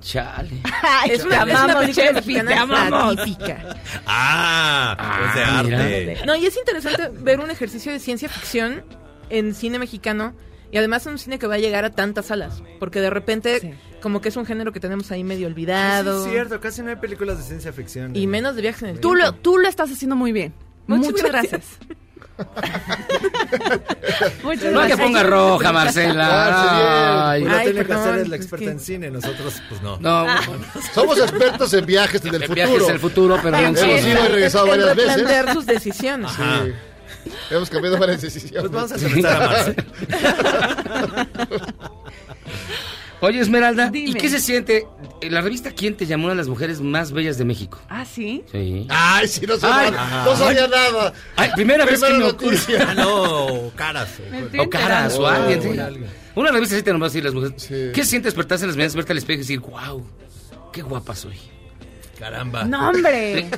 Speaker 1: Chale.
Speaker 7: Es
Speaker 13: Te
Speaker 7: una, es una
Speaker 13: amamos,
Speaker 7: película
Speaker 13: Chespi,
Speaker 7: mexicana
Speaker 13: te amamos.
Speaker 7: satírica.
Speaker 6: Ah, es de
Speaker 1: Ah, mira.
Speaker 6: arte.
Speaker 7: No, y es interesante ver un ejercicio de ciencia ficción en cine mexicano y además un cine que va a llegar a tantas salas, porque de repente
Speaker 13: Sí.
Speaker 7: como que es un género que tenemos ahí medio
Speaker 6: Ah, sí,
Speaker 7: olvidado.
Speaker 6: es cierto, casi no hay películas de ciencia ficción. eh.
Speaker 7: Y menos de viajes en el
Speaker 13: Tú lo,
Speaker 7: tiempo.
Speaker 13: tú lo estás haciendo muy bien. Muchas,
Speaker 7: Muchas
Speaker 13: gracias.
Speaker 7: gracias.
Speaker 13: Muchas
Speaker 1: No te
Speaker 13: gracias.
Speaker 1: ponga roja, Marcela.
Speaker 2: Ah,
Speaker 1: Ay.
Speaker 2: sí,
Speaker 6: Pues
Speaker 7: Ay,
Speaker 6: la tele que
Speaker 7: perdón,
Speaker 6: hacer es la
Speaker 7: es
Speaker 6: experta
Speaker 7: que-
Speaker 6: en cine, nosotros pues no.
Speaker 2: Ah.
Speaker 1: No,
Speaker 13: Ah.
Speaker 2: Somos expertos en viajes desde el
Speaker 1: viajes
Speaker 2: futuro.
Speaker 1: al futuro, pero no en
Speaker 2: Hemos
Speaker 1: cine.
Speaker 2: ido y regresado
Speaker 7: En
Speaker 2: varias
Speaker 7: replantear
Speaker 2: veces.
Speaker 7: sus decisiones.
Speaker 6: Ajá.
Speaker 2: Sí. Hemos cambiado varias decisiones.
Speaker 6: Pues vamos a entrevistar a Marce.
Speaker 1: Oye, Esmeralda, ¿y
Speaker 13: Dime.
Speaker 1: qué se siente Eh, la revista Quién te llamó a las mujeres más bellas de México.
Speaker 13: Ah, sí.
Speaker 1: Sí.
Speaker 2: Ay, sí, no sabía- no sabía nada.
Speaker 1: Ay, primera vez que
Speaker 2: Primera
Speaker 1: me
Speaker 2: noticia.
Speaker 1: ocurre.
Speaker 2: Oh, Ah, no,
Speaker 1: o caras.
Speaker 2: Me estoy
Speaker 1: O caras, o alguien.
Speaker 2: enterando.
Speaker 1: sí. Una revista sí te nombró así las mujeres. ¿Qué sientes despertarse en las mañanas, verte al espejo y decir, wow, qué guapa soy? Caramba.
Speaker 13: No, hombre.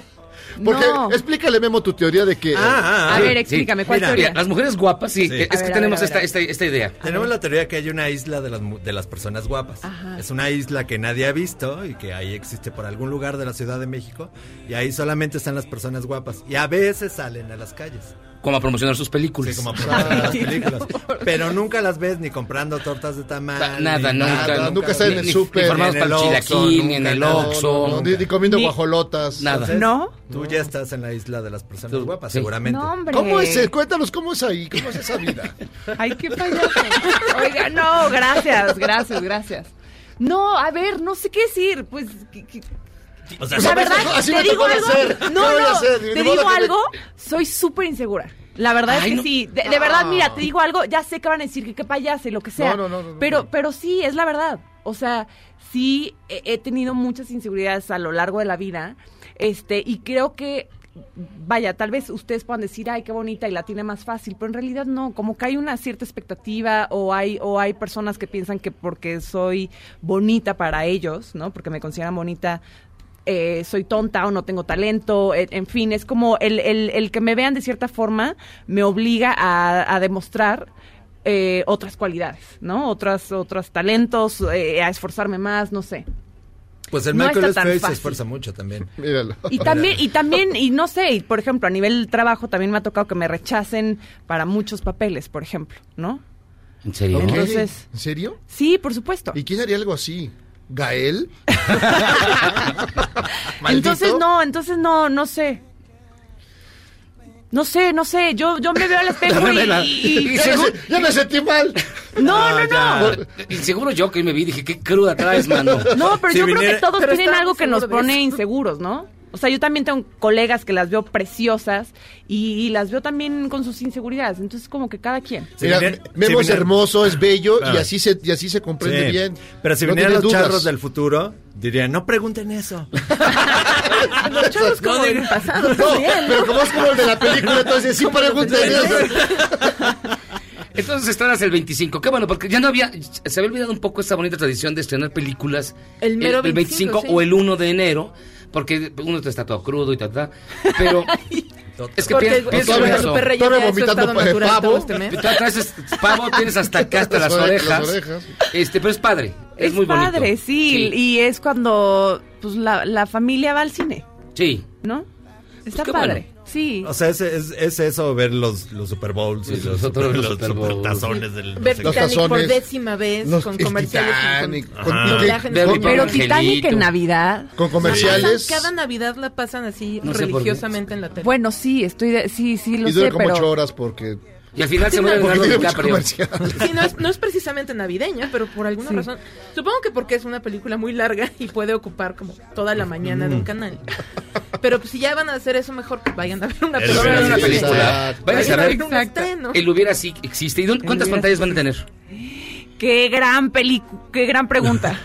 Speaker 2: Porque
Speaker 13: No.
Speaker 2: explícale, Memo, tu teoría de que. eh,
Speaker 13: ah. A ver, explícame, ¿cuál
Speaker 2: Mira,
Speaker 13: teoría?
Speaker 2: mira,
Speaker 1: Las mujeres guapas, sí.
Speaker 6: Sí.
Speaker 1: Eh, Es
Speaker 6: A
Speaker 1: que
Speaker 6: ver,
Speaker 1: tenemos
Speaker 6: a ver, a
Speaker 1: esta,
Speaker 6: ver.
Speaker 1: esta, esta idea.
Speaker 6: Tenemos la teoría que hay una isla de las, mu- de las personas guapas.
Speaker 13: Ajá.
Speaker 6: Es una isla que nadie ha visto y que ahí existe por algún lugar de la Ciudad de México y ahí solamente están las personas guapas y a veces salen a las calles.
Speaker 1: Como a promocionar sus películas.
Speaker 6: Sí, como a promocionar las películas. Pero nunca las ves ni comprando tortas de tamal.
Speaker 1: Nada,
Speaker 6: ni
Speaker 1: nunca, nunca. Nunca está en
Speaker 6: ni-
Speaker 1: el
Speaker 6: ni-
Speaker 1: súper.
Speaker 6: ni
Speaker 1: Formados
Speaker 6: en el
Speaker 1: para el
Speaker 6: Oxxo,
Speaker 1: chilaquil,
Speaker 6: nunca,
Speaker 1: ni en el
Speaker 6: nada.
Speaker 1: Oxxo,
Speaker 6: No,
Speaker 2: ni- ni comiendo guajolotas.
Speaker 1: Nada.
Speaker 6: Entonces,
Speaker 1: ¿No?
Speaker 6: Tú ya estás en la isla de las personas guapas, seguramente.
Speaker 13: No, hombre.
Speaker 2: ¿Cómo es? eh? Cuéntanos cómo es ahí, cómo es esa vida.
Speaker 13: Ay, qué payaso. Oiga, no, gracias, gracias, gracias. No, a ver, no sé qué decir. Pues, que- que-
Speaker 6: O
Speaker 13: la verdad, te digo algo. No, no, te digo algo. Soy súper insegura. La verdad
Speaker 2: Ay,
Speaker 13: es que
Speaker 2: no.
Speaker 13: sí. De, de verdad,
Speaker 2: Ah.
Speaker 13: mira, te digo algo. Ya sé que van a decir que qué payase, lo que sea.
Speaker 2: No, no, no, no, no.
Speaker 13: pero, pero sí, es la verdad. O sea, sí he, he tenido muchas inseguridades a lo largo de la vida. Este, y creo que. Vaya, tal vez ustedes puedan decir, ay, qué bonita y la tiene más fácil, pero en realidad no, como que hay una cierta expectativa o hay, o hay personas que piensan que porque soy bonita para ellos, ¿no? Porque me consideran bonita, eh, soy tonta o no tengo talento, en, en fin, es como el, el- el que me vean de cierta forma me obliga a, a demostrar eh, otras cualidades, ¿no? Otras, otros talentos, eh, a esforzarme más, no sé.
Speaker 6: Pues el
Speaker 13: No
Speaker 6: Michael
Speaker 13: está tan
Speaker 6: Space se
Speaker 13: fácil.
Speaker 6: esfuerza mucho también.
Speaker 2: Míralo.
Speaker 13: Y también, y también, y no sé, y por ejemplo, a nivel trabajo también me ha tocado que me rechacen para muchos papeles, por ejemplo, ¿no?
Speaker 1: ¿En serio?
Speaker 13: Entonces-
Speaker 2: ¿En serio?
Speaker 13: Sí, por supuesto.
Speaker 2: ¿Y quién haría algo así? ¿Gael? ¿Maldito?
Speaker 13: Entonces no, entonces no, no sé. No sé, no sé, yo, yo me veo al espejo y-
Speaker 1: Revela.
Speaker 13: y- y-
Speaker 1: Ya me Ah, se-
Speaker 2: ya me sentí mal.
Speaker 13: No, no, no.
Speaker 1: Y seguro yo que me vi dije, qué cruda traes, mano.
Speaker 13: No, pero yo creo que todos
Speaker 7: Pero
Speaker 13: tienen
Speaker 7: está
Speaker 13: algo que nos
Speaker 7: seguro de
Speaker 13: pone
Speaker 7: eso.
Speaker 13: inseguros, ¿no? O sea, yo también tengo colegas que las veo preciosas y, y las veo también con sus inseguridades. Entonces, como que cada quien.
Speaker 2: Mira,
Speaker 6: viene-
Speaker 2: Memo
Speaker 6: si
Speaker 2: es
Speaker 6: viene-
Speaker 2: hermoso, es bello
Speaker 6: Ah.
Speaker 2: y así se, y así se comprende
Speaker 6: Sí.
Speaker 2: bien.
Speaker 6: Pero si
Speaker 2: No
Speaker 6: vinieran
Speaker 2: tienes
Speaker 6: los
Speaker 2: dudas.
Speaker 6: charros del futuro, dirían, no pregunten eso.
Speaker 13: Los chavos como
Speaker 6: de-
Speaker 13: del pasado.
Speaker 2: No,
Speaker 13: también,
Speaker 2: pero como es como el de la película, entonces sí pregunten eso.
Speaker 1: Entonces estrenas el 25. Qué bueno, porque ya no había. Se había olvidado un poco esta bonita tradición de estrenar películas
Speaker 7: El mero 25, sí.
Speaker 1: o el 1 de enero. Porque uno está todo crudo y tal, tal. Pero. es que
Speaker 7: Porque
Speaker 1: piensa
Speaker 7: el
Speaker 1: piensa en
Speaker 7: Guadalupe
Speaker 1: eso.
Speaker 7: Reyes Todavía ya es su vomitando estado pa- natural pavo. todo este mes.
Speaker 1: Tú traes pavo, tienes hasta acá, hasta las,
Speaker 2: Las ore-
Speaker 1: orejas.
Speaker 2: las orejas.
Speaker 1: Este, pero es padre. Es, muy bonito.
Speaker 13: padre, sí, Y es cuando pues la, la familia va al cine,
Speaker 1: Sí.
Speaker 13: ¿no? Está
Speaker 1: qué
Speaker 13: padre.
Speaker 1: bueno.
Speaker 13: Sí.
Speaker 6: O sea, es, es, es eso, ver los, los Super Bowls y
Speaker 1: Los
Speaker 6: los,
Speaker 1: otros
Speaker 6: super, los
Speaker 1: Super Bowls.
Speaker 6: supertazones del... no
Speaker 7: Ver
Speaker 6: sé
Speaker 2: Los
Speaker 6: qué.
Speaker 7: Titanic por
Speaker 2: tazones.
Speaker 7: décima vez
Speaker 2: Los-
Speaker 7: con
Speaker 2: el
Speaker 7: comerciales.
Speaker 2: Titanic,
Speaker 7: y
Speaker 2: con-
Speaker 7: con
Speaker 6: Ajá.
Speaker 7: doblajes
Speaker 1: Ver mi
Speaker 7: con-
Speaker 13: Pero
Speaker 1: Angelito.
Speaker 13: Titanic en Navidad.
Speaker 2: Con comerciales.
Speaker 7: Cada Navidad la pasan así
Speaker 1: No sé por qué.
Speaker 7: religiosamente en la tele.
Speaker 13: Bueno, sí, estoy de- sí, sí lo
Speaker 2: Y
Speaker 13: sé,
Speaker 2: dura como
Speaker 13: pero
Speaker 2: ocho horas porque.
Speaker 1: Y al final se muere
Speaker 2: Porque
Speaker 1: Leonardo
Speaker 2: tiene mucho
Speaker 1: DiCaprio.
Speaker 2: comercial.
Speaker 7: Sí, no es, no es precisamente navideña, pero por alguna
Speaker 13: Sí.
Speaker 7: razón. Supongo que porque es una película muy larga y puede ocupar como toda la mañana de un canal. Pero pues, si ya van a hacer eso, mejor que vayan a ver una
Speaker 1: Pero
Speaker 7: película.
Speaker 1: era una
Speaker 2: Sí,
Speaker 1: película.
Speaker 2: exacto.
Speaker 1: Vayan a
Speaker 7: Vayan a
Speaker 1: ver.
Speaker 7: ver un estreno.
Speaker 1: El hubiera sí existe. ¿Y dónde- cuántas
Speaker 13: hubiera
Speaker 1: pantallas van a tener?
Speaker 13: qué gran película, qué gran pregunta.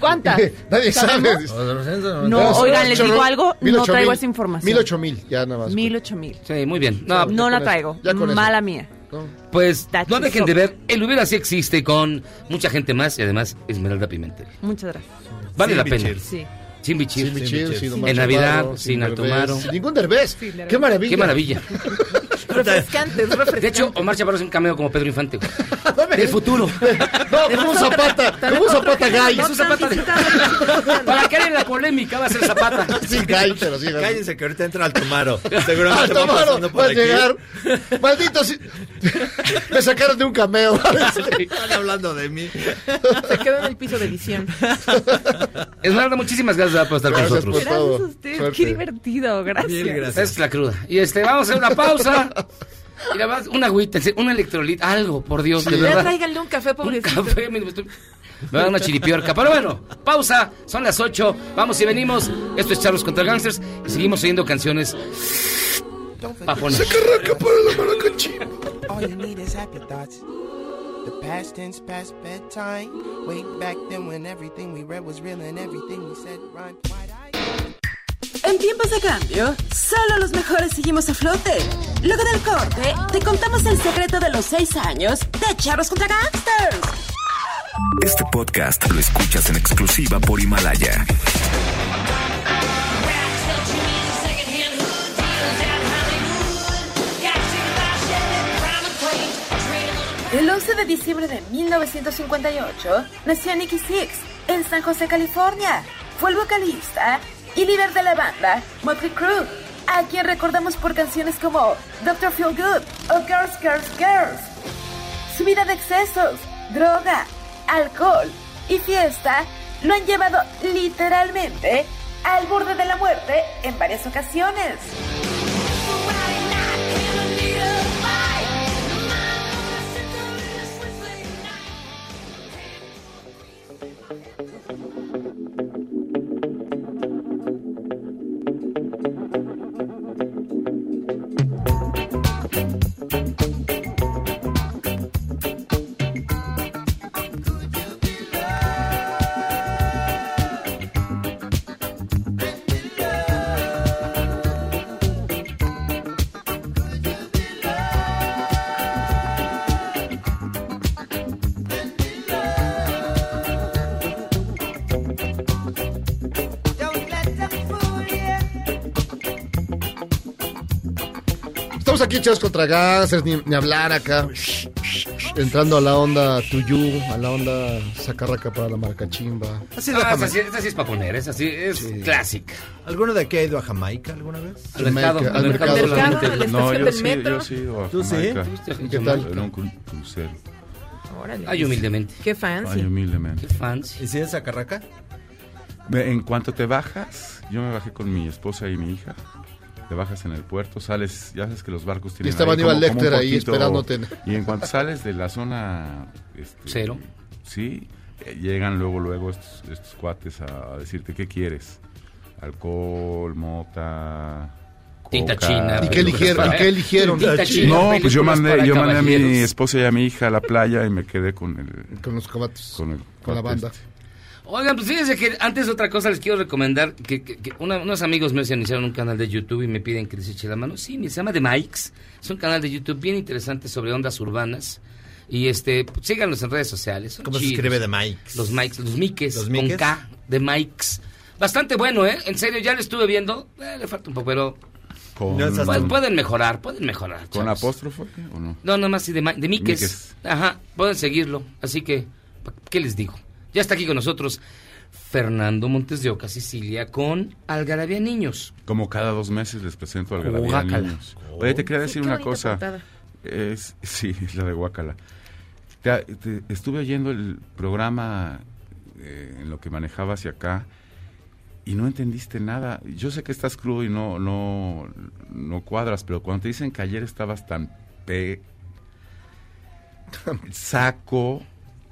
Speaker 13: ¿Cuántas?
Speaker 2: Este, Nadie sabe.
Speaker 13: Ah, ¿Sabemos? No,
Speaker 2: Pero son
Speaker 13: oigan, les
Speaker 2: ocho
Speaker 13: digo
Speaker 2: mil-
Speaker 13: algo,
Speaker 2: mil
Speaker 13: no
Speaker 2: ocho
Speaker 13: traigo
Speaker 2: mil.
Speaker 13: esa información.
Speaker 2: Mil ocho mil, ya nada más.
Speaker 13: Mil ocho mil.
Speaker 1: Sí, muy bien. No,
Speaker 13: No
Speaker 2: con
Speaker 13: la
Speaker 2: eso,
Speaker 13: traigo.
Speaker 2: ya con eso.
Speaker 13: Mala mía.
Speaker 2: No.
Speaker 1: Pues
Speaker 13: Tachi
Speaker 1: no dejen
Speaker 13: Sopa.
Speaker 1: de ver, el hubiera sí existe con mucha gente más y además Esmeralda Pimentel.
Speaker 13: Muchas gracias.
Speaker 1: Vale
Speaker 6: Sí,
Speaker 1: la
Speaker 6: mi
Speaker 1: pena.
Speaker 6: cheers.
Speaker 13: Sí.
Speaker 1: Sin bichir.
Speaker 2: Sin Bichir, sin Omar
Speaker 1: En
Speaker 2: Chaparro,
Speaker 1: Navidad, sin
Speaker 2: Derbez,
Speaker 1: Altomaro.
Speaker 2: Sin ningún derbez. Qué maravilla.
Speaker 1: Qué maravilla.
Speaker 7: Refrescantes, refrescantes.
Speaker 1: De hecho, Omar Chaparro es un cameo como Pedro Infante. güey. Del futuro.
Speaker 2: No, como un zapata. Como un zapata gay.
Speaker 1: Es un zapata. de- Para caer en la polémica va a ser zapata.
Speaker 2: Sí, gay, pero sí. gay.
Speaker 6: Cállense que ahorita entra Altomaro. Seguramente
Speaker 2: Alto
Speaker 6: va
Speaker 2: Maro,
Speaker 6: pasando por
Speaker 2: va a
Speaker 6: aquí.
Speaker 2: llegar. Maldito. si- Me sacaron de un cameo.
Speaker 6: Están hablando de mí.
Speaker 7: Se quedó en el piso de edición.
Speaker 1: Esmeralda, muchísimas gracias por estar
Speaker 2: Gracias
Speaker 1: con
Speaker 2: por
Speaker 1: nosotros.
Speaker 13: Gracias a
Speaker 2: todo.
Speaker 13: ustedes.
Speaker 2: Suerte.
Speaker 13: Qué divertido, gracias.
Speaker 6: Mil
Speaker 1: Esa
Speaker 6: gracias.
Speaker 1: es la cruda. Y este, vamos a hacer una pausa. Y la verdad, una agüita, en serio, un electrolit, algo, por Dios, de
Speaker 7: Ya
Speaker 1: verdad.
Speaker 7: tráiganle un café,
Speaker 1: Un
Speaker 7: pobrecito.
Speaker 1: café, mira, me estoy- me da una chiripiorca. Pero bueno, pausa, son las 8, vamos y venimos. Esto es Charlos contra Gangsters y seguimos oyendo canciones. Pa' poner.
Speaker 2: Carraca para la maracuchi.
Speaker 14: All you need is happy thoughts. The past tense, past bedtime. Way back then when everything we read was real and everything we said rhymed.
Speaker 3: En tiempos de cambio, solo los mejores seguimos a flote. Luego del corte, te contamos el secreto de los seis años de Charros contra Gangsters.
Speaker 10: Este podcast lo escuchas en exclusiva por Himalaya.
Speaker 3: El 11 de diciembre de 1958 nació Nicky Six en San José, California. Fue el vocalista y líder de la banda Motley Crue, a quien recordamos por canciones como Doctor Feel Good o Girls, Girls, Girls. Su vida de excesos, droga, alcohol y fiesta lo han llevado literalmente al borde de la muerte en varias ocasiones.
Speaker 2: Estamos aquí, chavos, contra gases, ni, ni hablar acá. Entrando a la onda tuyú, a la onda sacarraca para la marcachimba.
Speaker 1: Así ah, esa, sí, esa sí es para poner, esa sí es clásica.
Speaker 6: ¿Alguno de aquí ha ido a Jamaica alguna vez?
Speaker 2: Al mercado, al mercado.
Speaker 7: mercado,
Speaker 6: solamente.
Speaker 7: a la
Speaker 15: No,
Speaker 7: estación
Speaker 15: yo
Speaker 7: del
Speaker 15: sí,
Speaker 7: metro.
Speaker 15: yo sí. he ido a
Speaker 6: ¿Tú sí?
Speaker 15: Jamaica.
Speaker 6: ¿Fuiste a
Speaker 15: Sí,
Speaker 6: ¿Qué
Speaker 15: Jamaica,
Speaker 6: tal?
Speaker 15: En un cru- crucero.
Speaker 7: Órale.
Speaker 1: Ay, humildemente.
Speaker 7: Qué fancy.
Speaker 15: Ay, humildemente.
Speaker 1: fancy.
Speaker 6: ¿Y si es Zacarraca?
Speaker 15: Ve, En cuanto te bajas, yo me bajé con mi esposa y mi hija. Te bajas en el puerto, sales, ya sabes que los barcos tienen.
Speaker 2: estaba
Speaker 15: ahí como-
Speaker 2: Aníbal
Speaker 15: como un
Speaker 2: Lecter ahí
Speaker 15: portito.
Speaker 2: esperándote.
Speaker 15: Y en cuanto sales de la zona. este,
Speaker 1: Cero.
Speaker 15: Sí, eh, llegan luego, luego estos, estos cuates a, a decirte qué quieres: alcohol, mota.
Speaker 1: Tinta
Speaker 15: coca,
Speaker 1: china. ¿Y qué eligieron? ¿Y qué eligieron? Tinta china,
Speaker 15: No, pues yo
Speaker 1: películas para
Speaker 15: mandé, yo mandé a mi
Speaker 1: caballeros.
Speaker 15: esposa y a mi hija a la playa y me quedé con el.
Speaker 2: Con los cobatos.
Speaker 15: Con, el
Speaker 2: Con la
Speaker 15: cuate
Speaker 2: banda.
Speaker 15: este.
Speaker 1: Oigan, pues fíjense que antes otra cosa les quiero recomendar, que, que- que una- unos amigos me iniciaron un canal de YouTube y me piden que les eche la mano. Sí, me- se llama The Mikes, es un canal de YouTube bien interesante sobre ondas urbanas. Y este, pues, síganlos en redes sociales. son
Speaker 6: ¿Cómo se
Speaker 1: chidos.
Speaker 6: escribe The Mikes?
Speaker 1: Los Mikes, los Mikes,
Speaker 6: ¿Los
Speaker 1: con
Speaker 6: Mikes?
Speaker 1: K, The Mikes. Bastante bueno, ¿eh? En serio, ya lo estuve viendo, eh, le falta un poco, pero
Speaker 15: Con,
Speaker 6: No, esas-
Speaker 1: pu- pueden mejorar, pueden mejorar.
Speaker 15: ¿Con
Speaker 1: chavos.
Speaker 15: apóstrofe o no?
Speaker 1: No, nada más sí, de, Ma- de Miques.
Speaker 15: Miques.
Speaker 1: Ajá, pueden seguirlo. Así que, ¿pa- ¿qué les digo? Ya está aquí con nosotros Fernando Montes de Oca, Sicilia, con Algarabía Niños.
Speaker 15: Como cada dos meses les presento al Garabía
Speaker 1: Guácala.
Speaker 15: Niños. Oye, te quería decir
Speaker 1: Qué
Speaker 15: una
Speaker 1: bonita
Speaker 15: cosa.
Speaker 1: portada.
Speaker 15: Es, sí, es la de Guacala. estuve oyendo el programa eh, en lo que manejaba hacia acá y no entendiste nada. Yo sé que estás crudo y no, no, no cuadras, pero cuando te dicen que ayer estabas tan pe... saco,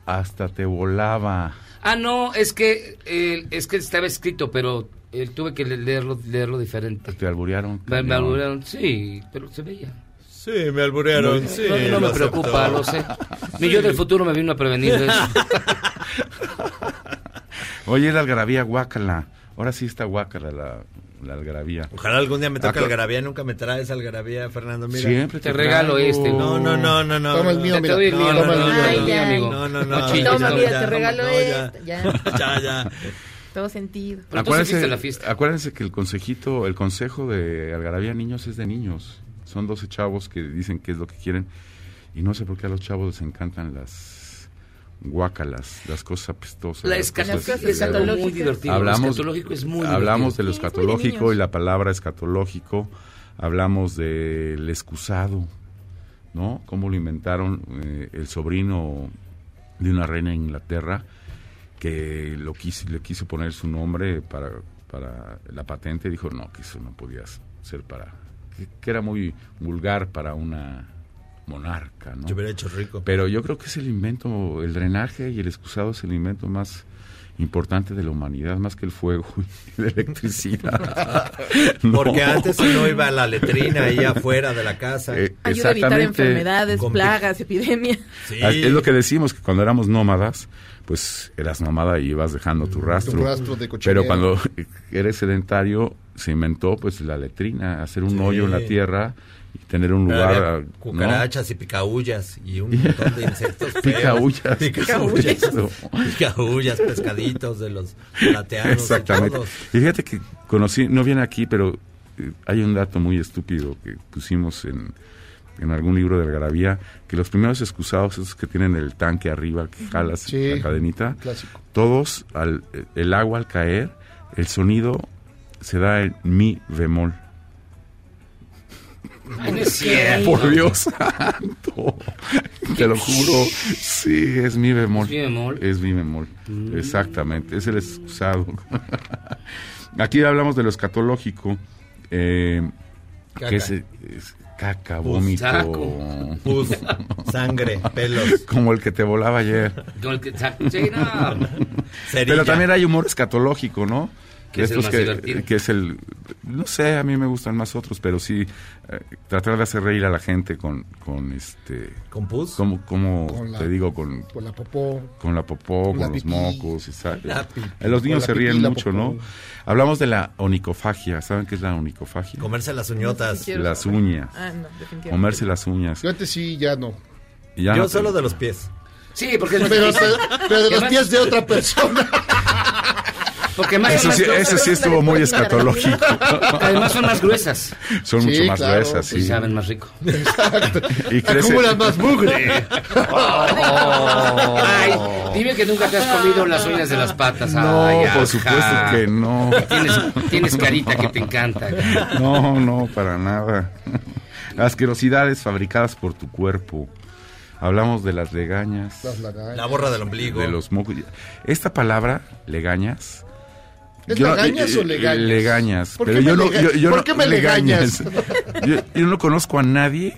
Speaker 15: hasta te volaba.
Speaker 1: Ah, no, es que, eh, es que estaba escrito, pero eh, tuve que le- leerlo, leerlo diferente.
Speaker 15: Te alburearon.
Speaker 1: Me, me
Speaker 15: cañón.
Speaker 1: alburearon, sí, pero se veía.
Speaker 6: Sí, me alburearon.
Speaker 1: No,
Speaker 6: sí,
Speaker 1: no, no me
Speaker 6: lo
Speaker 1: preocupa,
Speaker 6: acepto.
Speaker 1: lo sé. Mi yo del futuro me vino a prevenir de eso.
Speaker 15: Oye, la algarabía guácala. Ahora sí está guácala la, la algarabía.
Speaker 6: Ojalá algún día me toque
Speaker 15: Acá-
Speaker 6: algarabía, nunca me traes algarabía, Fernando. Mira.
Speaker 15: Ah, Siempre
Speaker 1: te regalo este.
Speaker 6: No, no, no, no, no.
Speaker 2: Toma el
Speaker 6: no.
Speaker 2: mío, mira.
Speaker 1: doy el mío,
Speaker 6: No, no,
Speaker 1: toma
Speaker 6: no,
Speaker 1: el mío,
Speaker 6: no,
Speaker 1: Ay,
Speaker 6: no,
Speaker 1: ya.
Speaker 6: amigo. No, no, no.
Speaker 1: No chingues,
Speaker 7: Toma,
Speaker 1: no,
Speaker 7: mira,
Speaker 1: ya,
Speaker 7: te regalo
Speaker 6: no, ya.
Speaker 7: esto. Ya.
Speaker 6: Ya, ya.
Speaker 7: Todo sentido.
Speaker 1: Pero tú sí fuiste a la fiesta.
Speaker 15: acuérdense que el consejito, el consejo de Algarabía Niños es de niños. Son 12 chavos que dicen qué es lo que quieren. Y no sé por qué a los chavos les encantan las guácalas, las cosas apestosas.
Speaker 1: La
Speaker 15: las cosas
Speaker 1: escatología
Speaker 15: del
Speaker 1: es algo
Speaker 15: diablo.
Speaker 1: muy divertido, lo
Speaker 15: pues, Hablamos,
Speaker 1: escatológico es muy
Speaker 15: hablamos
Speaker 1: divertido.
Speaker 15: de lo
Speaker 1: Sí, es muy de
Speaker 15: escatológico
Speaker 1: niños.
Speaker 15: y la palabra escatológico. Hablamos del excusado, ¿no? Cómo lo inventaron eh, el sobrino de una reina de Inglaterra que lo quiso, le quiso poner su nombre para, para la patente, dijo no, que eso no podía ser para, que, que era muy vulgar para una monarca, ¿no?
Speaker 6: Yo hubiera hecho rico.
Speaker 15: Pero yo creo que es el invento, el drenaje y el excusado es el invento más importante de la humanidad más que el fuego y la electricidad.
Speaker 6: Porque antes uno iba a la letrina ahí afuera de la casa.
Speaker 15: Eh,
Speaker 7: Ayuda a evitar
Speaker 15: exactamente.
Speaker 7: enfermedades,
Speaker 15: Con-
Speaker 7: plagas, epidemias.
Speaker 15: Ah, Es lo que decimos, que cuando éramos nómadas, pues eras nómada y ibas dejando tu rastro.
Speaker 2: rastro de cochinero.
Speaker 15: Pero cuando eres sedentario, se inventó pues la letrina, hacer un
Speaker 6: Sí.
Speaker 15: hoyo en la tierra y tener un
Speaker 6: Pero
Speaker 15: lugar... ah,
Speaker 6: había
Speaker 15: ¿no?
Speaker 6: cucarachas y picaullas y un montón de insectos. feos.
Speaker 15: Picaullas,
Speaker 6: Picaullas.
Speaker 15: eso.
Speaker 6: Picaullas, pescaditos de los plateanos. y
Speaker 15: Exactamente.
Speaker 6: todos.
Speaker 15: Y fíjate que conocí, no viene aquí, pero eh, hay un dato muy estúpido que pusimos en, en algún libro de Algarabía, que los primeros excusados, esos que tienen el tanque arriba, que jalas
Speaker 2: Sí,
Speaker 15: la cadenita,
Speaker 2: clásico.
Speaker 15: todos, al, eh, el agua al caer, el sonido se da en mi bemol.
Speaker 1: Ay, no es cierto.
Speaker 15: Por Dios santo. Te lo juro. Sí, es mi bemol.
Speaker 1: ¿Es mi bemol? Mm.
Speaker 15: Es mi bemol. Exactamente. Es el excusado. Aquí hablamos de lo escatológico. eh,
Speaker 6: Caca.
Speaker 15: que es, es caca,
Speaker 6: Pus,
Speaker 15: vómito.
Speaker 6: saco, pus, sangre, pelos.
Speaker 15: Como el que te volaba ayer.
Speaker 1: Como el que- sí, no.
Speaker 15: Pero también hay humor escatológico, ¿no?
Speaker 1: Que es el más
Speaker 15: que,
Speaker 1: divertido.
Speaker 15: que es el... No sé, a mí me gustan más otros, pero sí eh, tratar de hacer reír a la gente con, con este...
Speaker 6: ¿Con pus?
Speaker 15: Como, como
Speaker 2: Con la-
Speaker 15: te digo, con...
Speaker 2: Con la popó.
Speaker 15: Con la popó,
Speaker 2: Con
Speaker 15: con,
Speaker 2: la
Speaker 15: los
Speaker 2: pipí.
Speaker 15: mocos, exacto.
Speaker 2: La pipí.
Speaker 15: Eh, Los
Speaker 2: Con
Speaker 15: niños
Speaker 2: la
Speaker 15: se
Speaker 2: pipí,
Speaker 15: ríen
Speaker 2: la
Speaker 15: mucho,
Speaker 2: popó.
Speaker 15: ¿no? Hablamos de la onicofagia. ¿Saben qué es la onicofagia?
Speaker 6: Comerse las uñotas.
Speaker 2: quiero
Speaker 15: Las
Speaker 2: saber.
Speaker 15: uñas.
Speaker 2: Ah, no, definitivamente.
Speaker 15: Comerse las uñas.
Speaker 2: Yo antes sí, ya no.
Speaker 15: Y ya
Speaker 6: Yo
Speaker 15: no te-
Speaker 6: solo de los pies.
Speaker 1: Sí, porque es más
Speaker 2: pero,
Speaker 1: difícil.
Speaker 2: pero de los
Speaker 1: Además-
Speaker 2: pies de otra persona.
Speaker 1: Porque más
Speaker 15: Eso
Speaker 1: son
Speaker 15: sí,
Speaker 1: más gruesas.
Speaker 15: eso sí estuvo muy escatológico.
Speaker 1: Además son más gruesas.
Speaker 15: Son
Speaker 1: Sí,
Speaker 15: mucho más
Speaker 1: claro,
Speaker 15: gruesas, sí.
Speaker 1: pues saben más rico.
Speaker 15: Y crece-
Speaker 2: Acumulan más mugre.
Speaker 1: Ay, dime que nunca te has comido las uñas de las patas.
Speaker 15: Oh. No,
Speaker 1: Ay,
Speaker 15: por
Speaker 1: ajá.
Speaker 15: supuesto que no.
Speaker 1: Tienes, tienes carita que te encanta.
Speaker 15: No, no, para nada. Asquerosidades fabricadas por tu cuerpo. Hablamos de las legañas.
Speaker 2: Las lagañas.
Speaker 6: La borra del ombligo.
Speaker 15: De los mocos. Esta palabra, legañas.
Speaker 2: ¿Es
Speaker 15: yo-
Speaker 2: lagañas
Speaker 15: eh,
Speaker 2: o legañas?
Speaker 15: Legañas.
Speaker 2: ¿Por
Speaker 15: pero
Speaker 2: qué
Speaker 15: yo
Speaker 2: me
Speaker 15: no,
Speaker 2: lega-
Speaker 15: yo- yo
Speaker 2: ¿Por
Speaker 15: no-
Speaker 2: qué me legañas?
Speaker 15: Yo, yo no conozco a nadie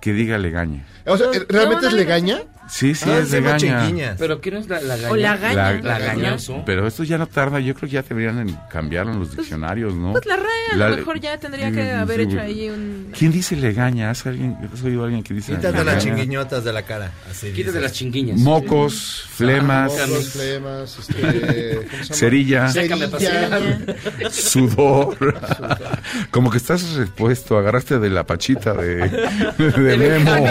Speaker 15: que diga legaña.
Speaker 2: O sea, ¿eh, ¿realmente es legaña?
Speaker 15: Sí, sí,
Speaker 2: Ah,
Speaker 15: es
Speaker 2: se llama
Speaker 15: legaña.
Speaker 2: chinguiña.
Speaker 1: Pero ¿qué no es la, la gaña?
Speaker 7: O la gaña.
Speaker 15: La-
Speaker 1: La gañoso.
Speaker 15: Pero esto ya no tarda, yo creo que ya deberían en- cambiarlo en los diccionarios, ¿no?
Speaker 7: Pues la RAE a
Speaker 15: La-
Speaker 7: lo mejor ya tendría que
Speaker 15: Sí,
Speaker 7: haber
Speaker 15: sí,
Speaker 7: hecho
Speaker 15: güey.
Speaker 7: ahí un...
Speaker 15: ¿Quién dice legaña? ¿Has, alguien, has oído a alguien que dice
Speaker 6: Quítate
Speaker 15: legaña?
Speaker 6: las chinguiñotas de la cara. Así
Speaker 1: Quítate
Speaker 6: dices. Ah,
Speaker 1: las chinguiñas.
Speaker 15: Mocos, flemas,
Speaker 2: Ah, Mocos, flemas, este, ¿cómo se llama?
Speaker 15: Cerilla.
Speaker 1: Sácame a pasear.
Speaker 15: sudor. Como que estás repuesto, agarraste de la pachita de, de Memo.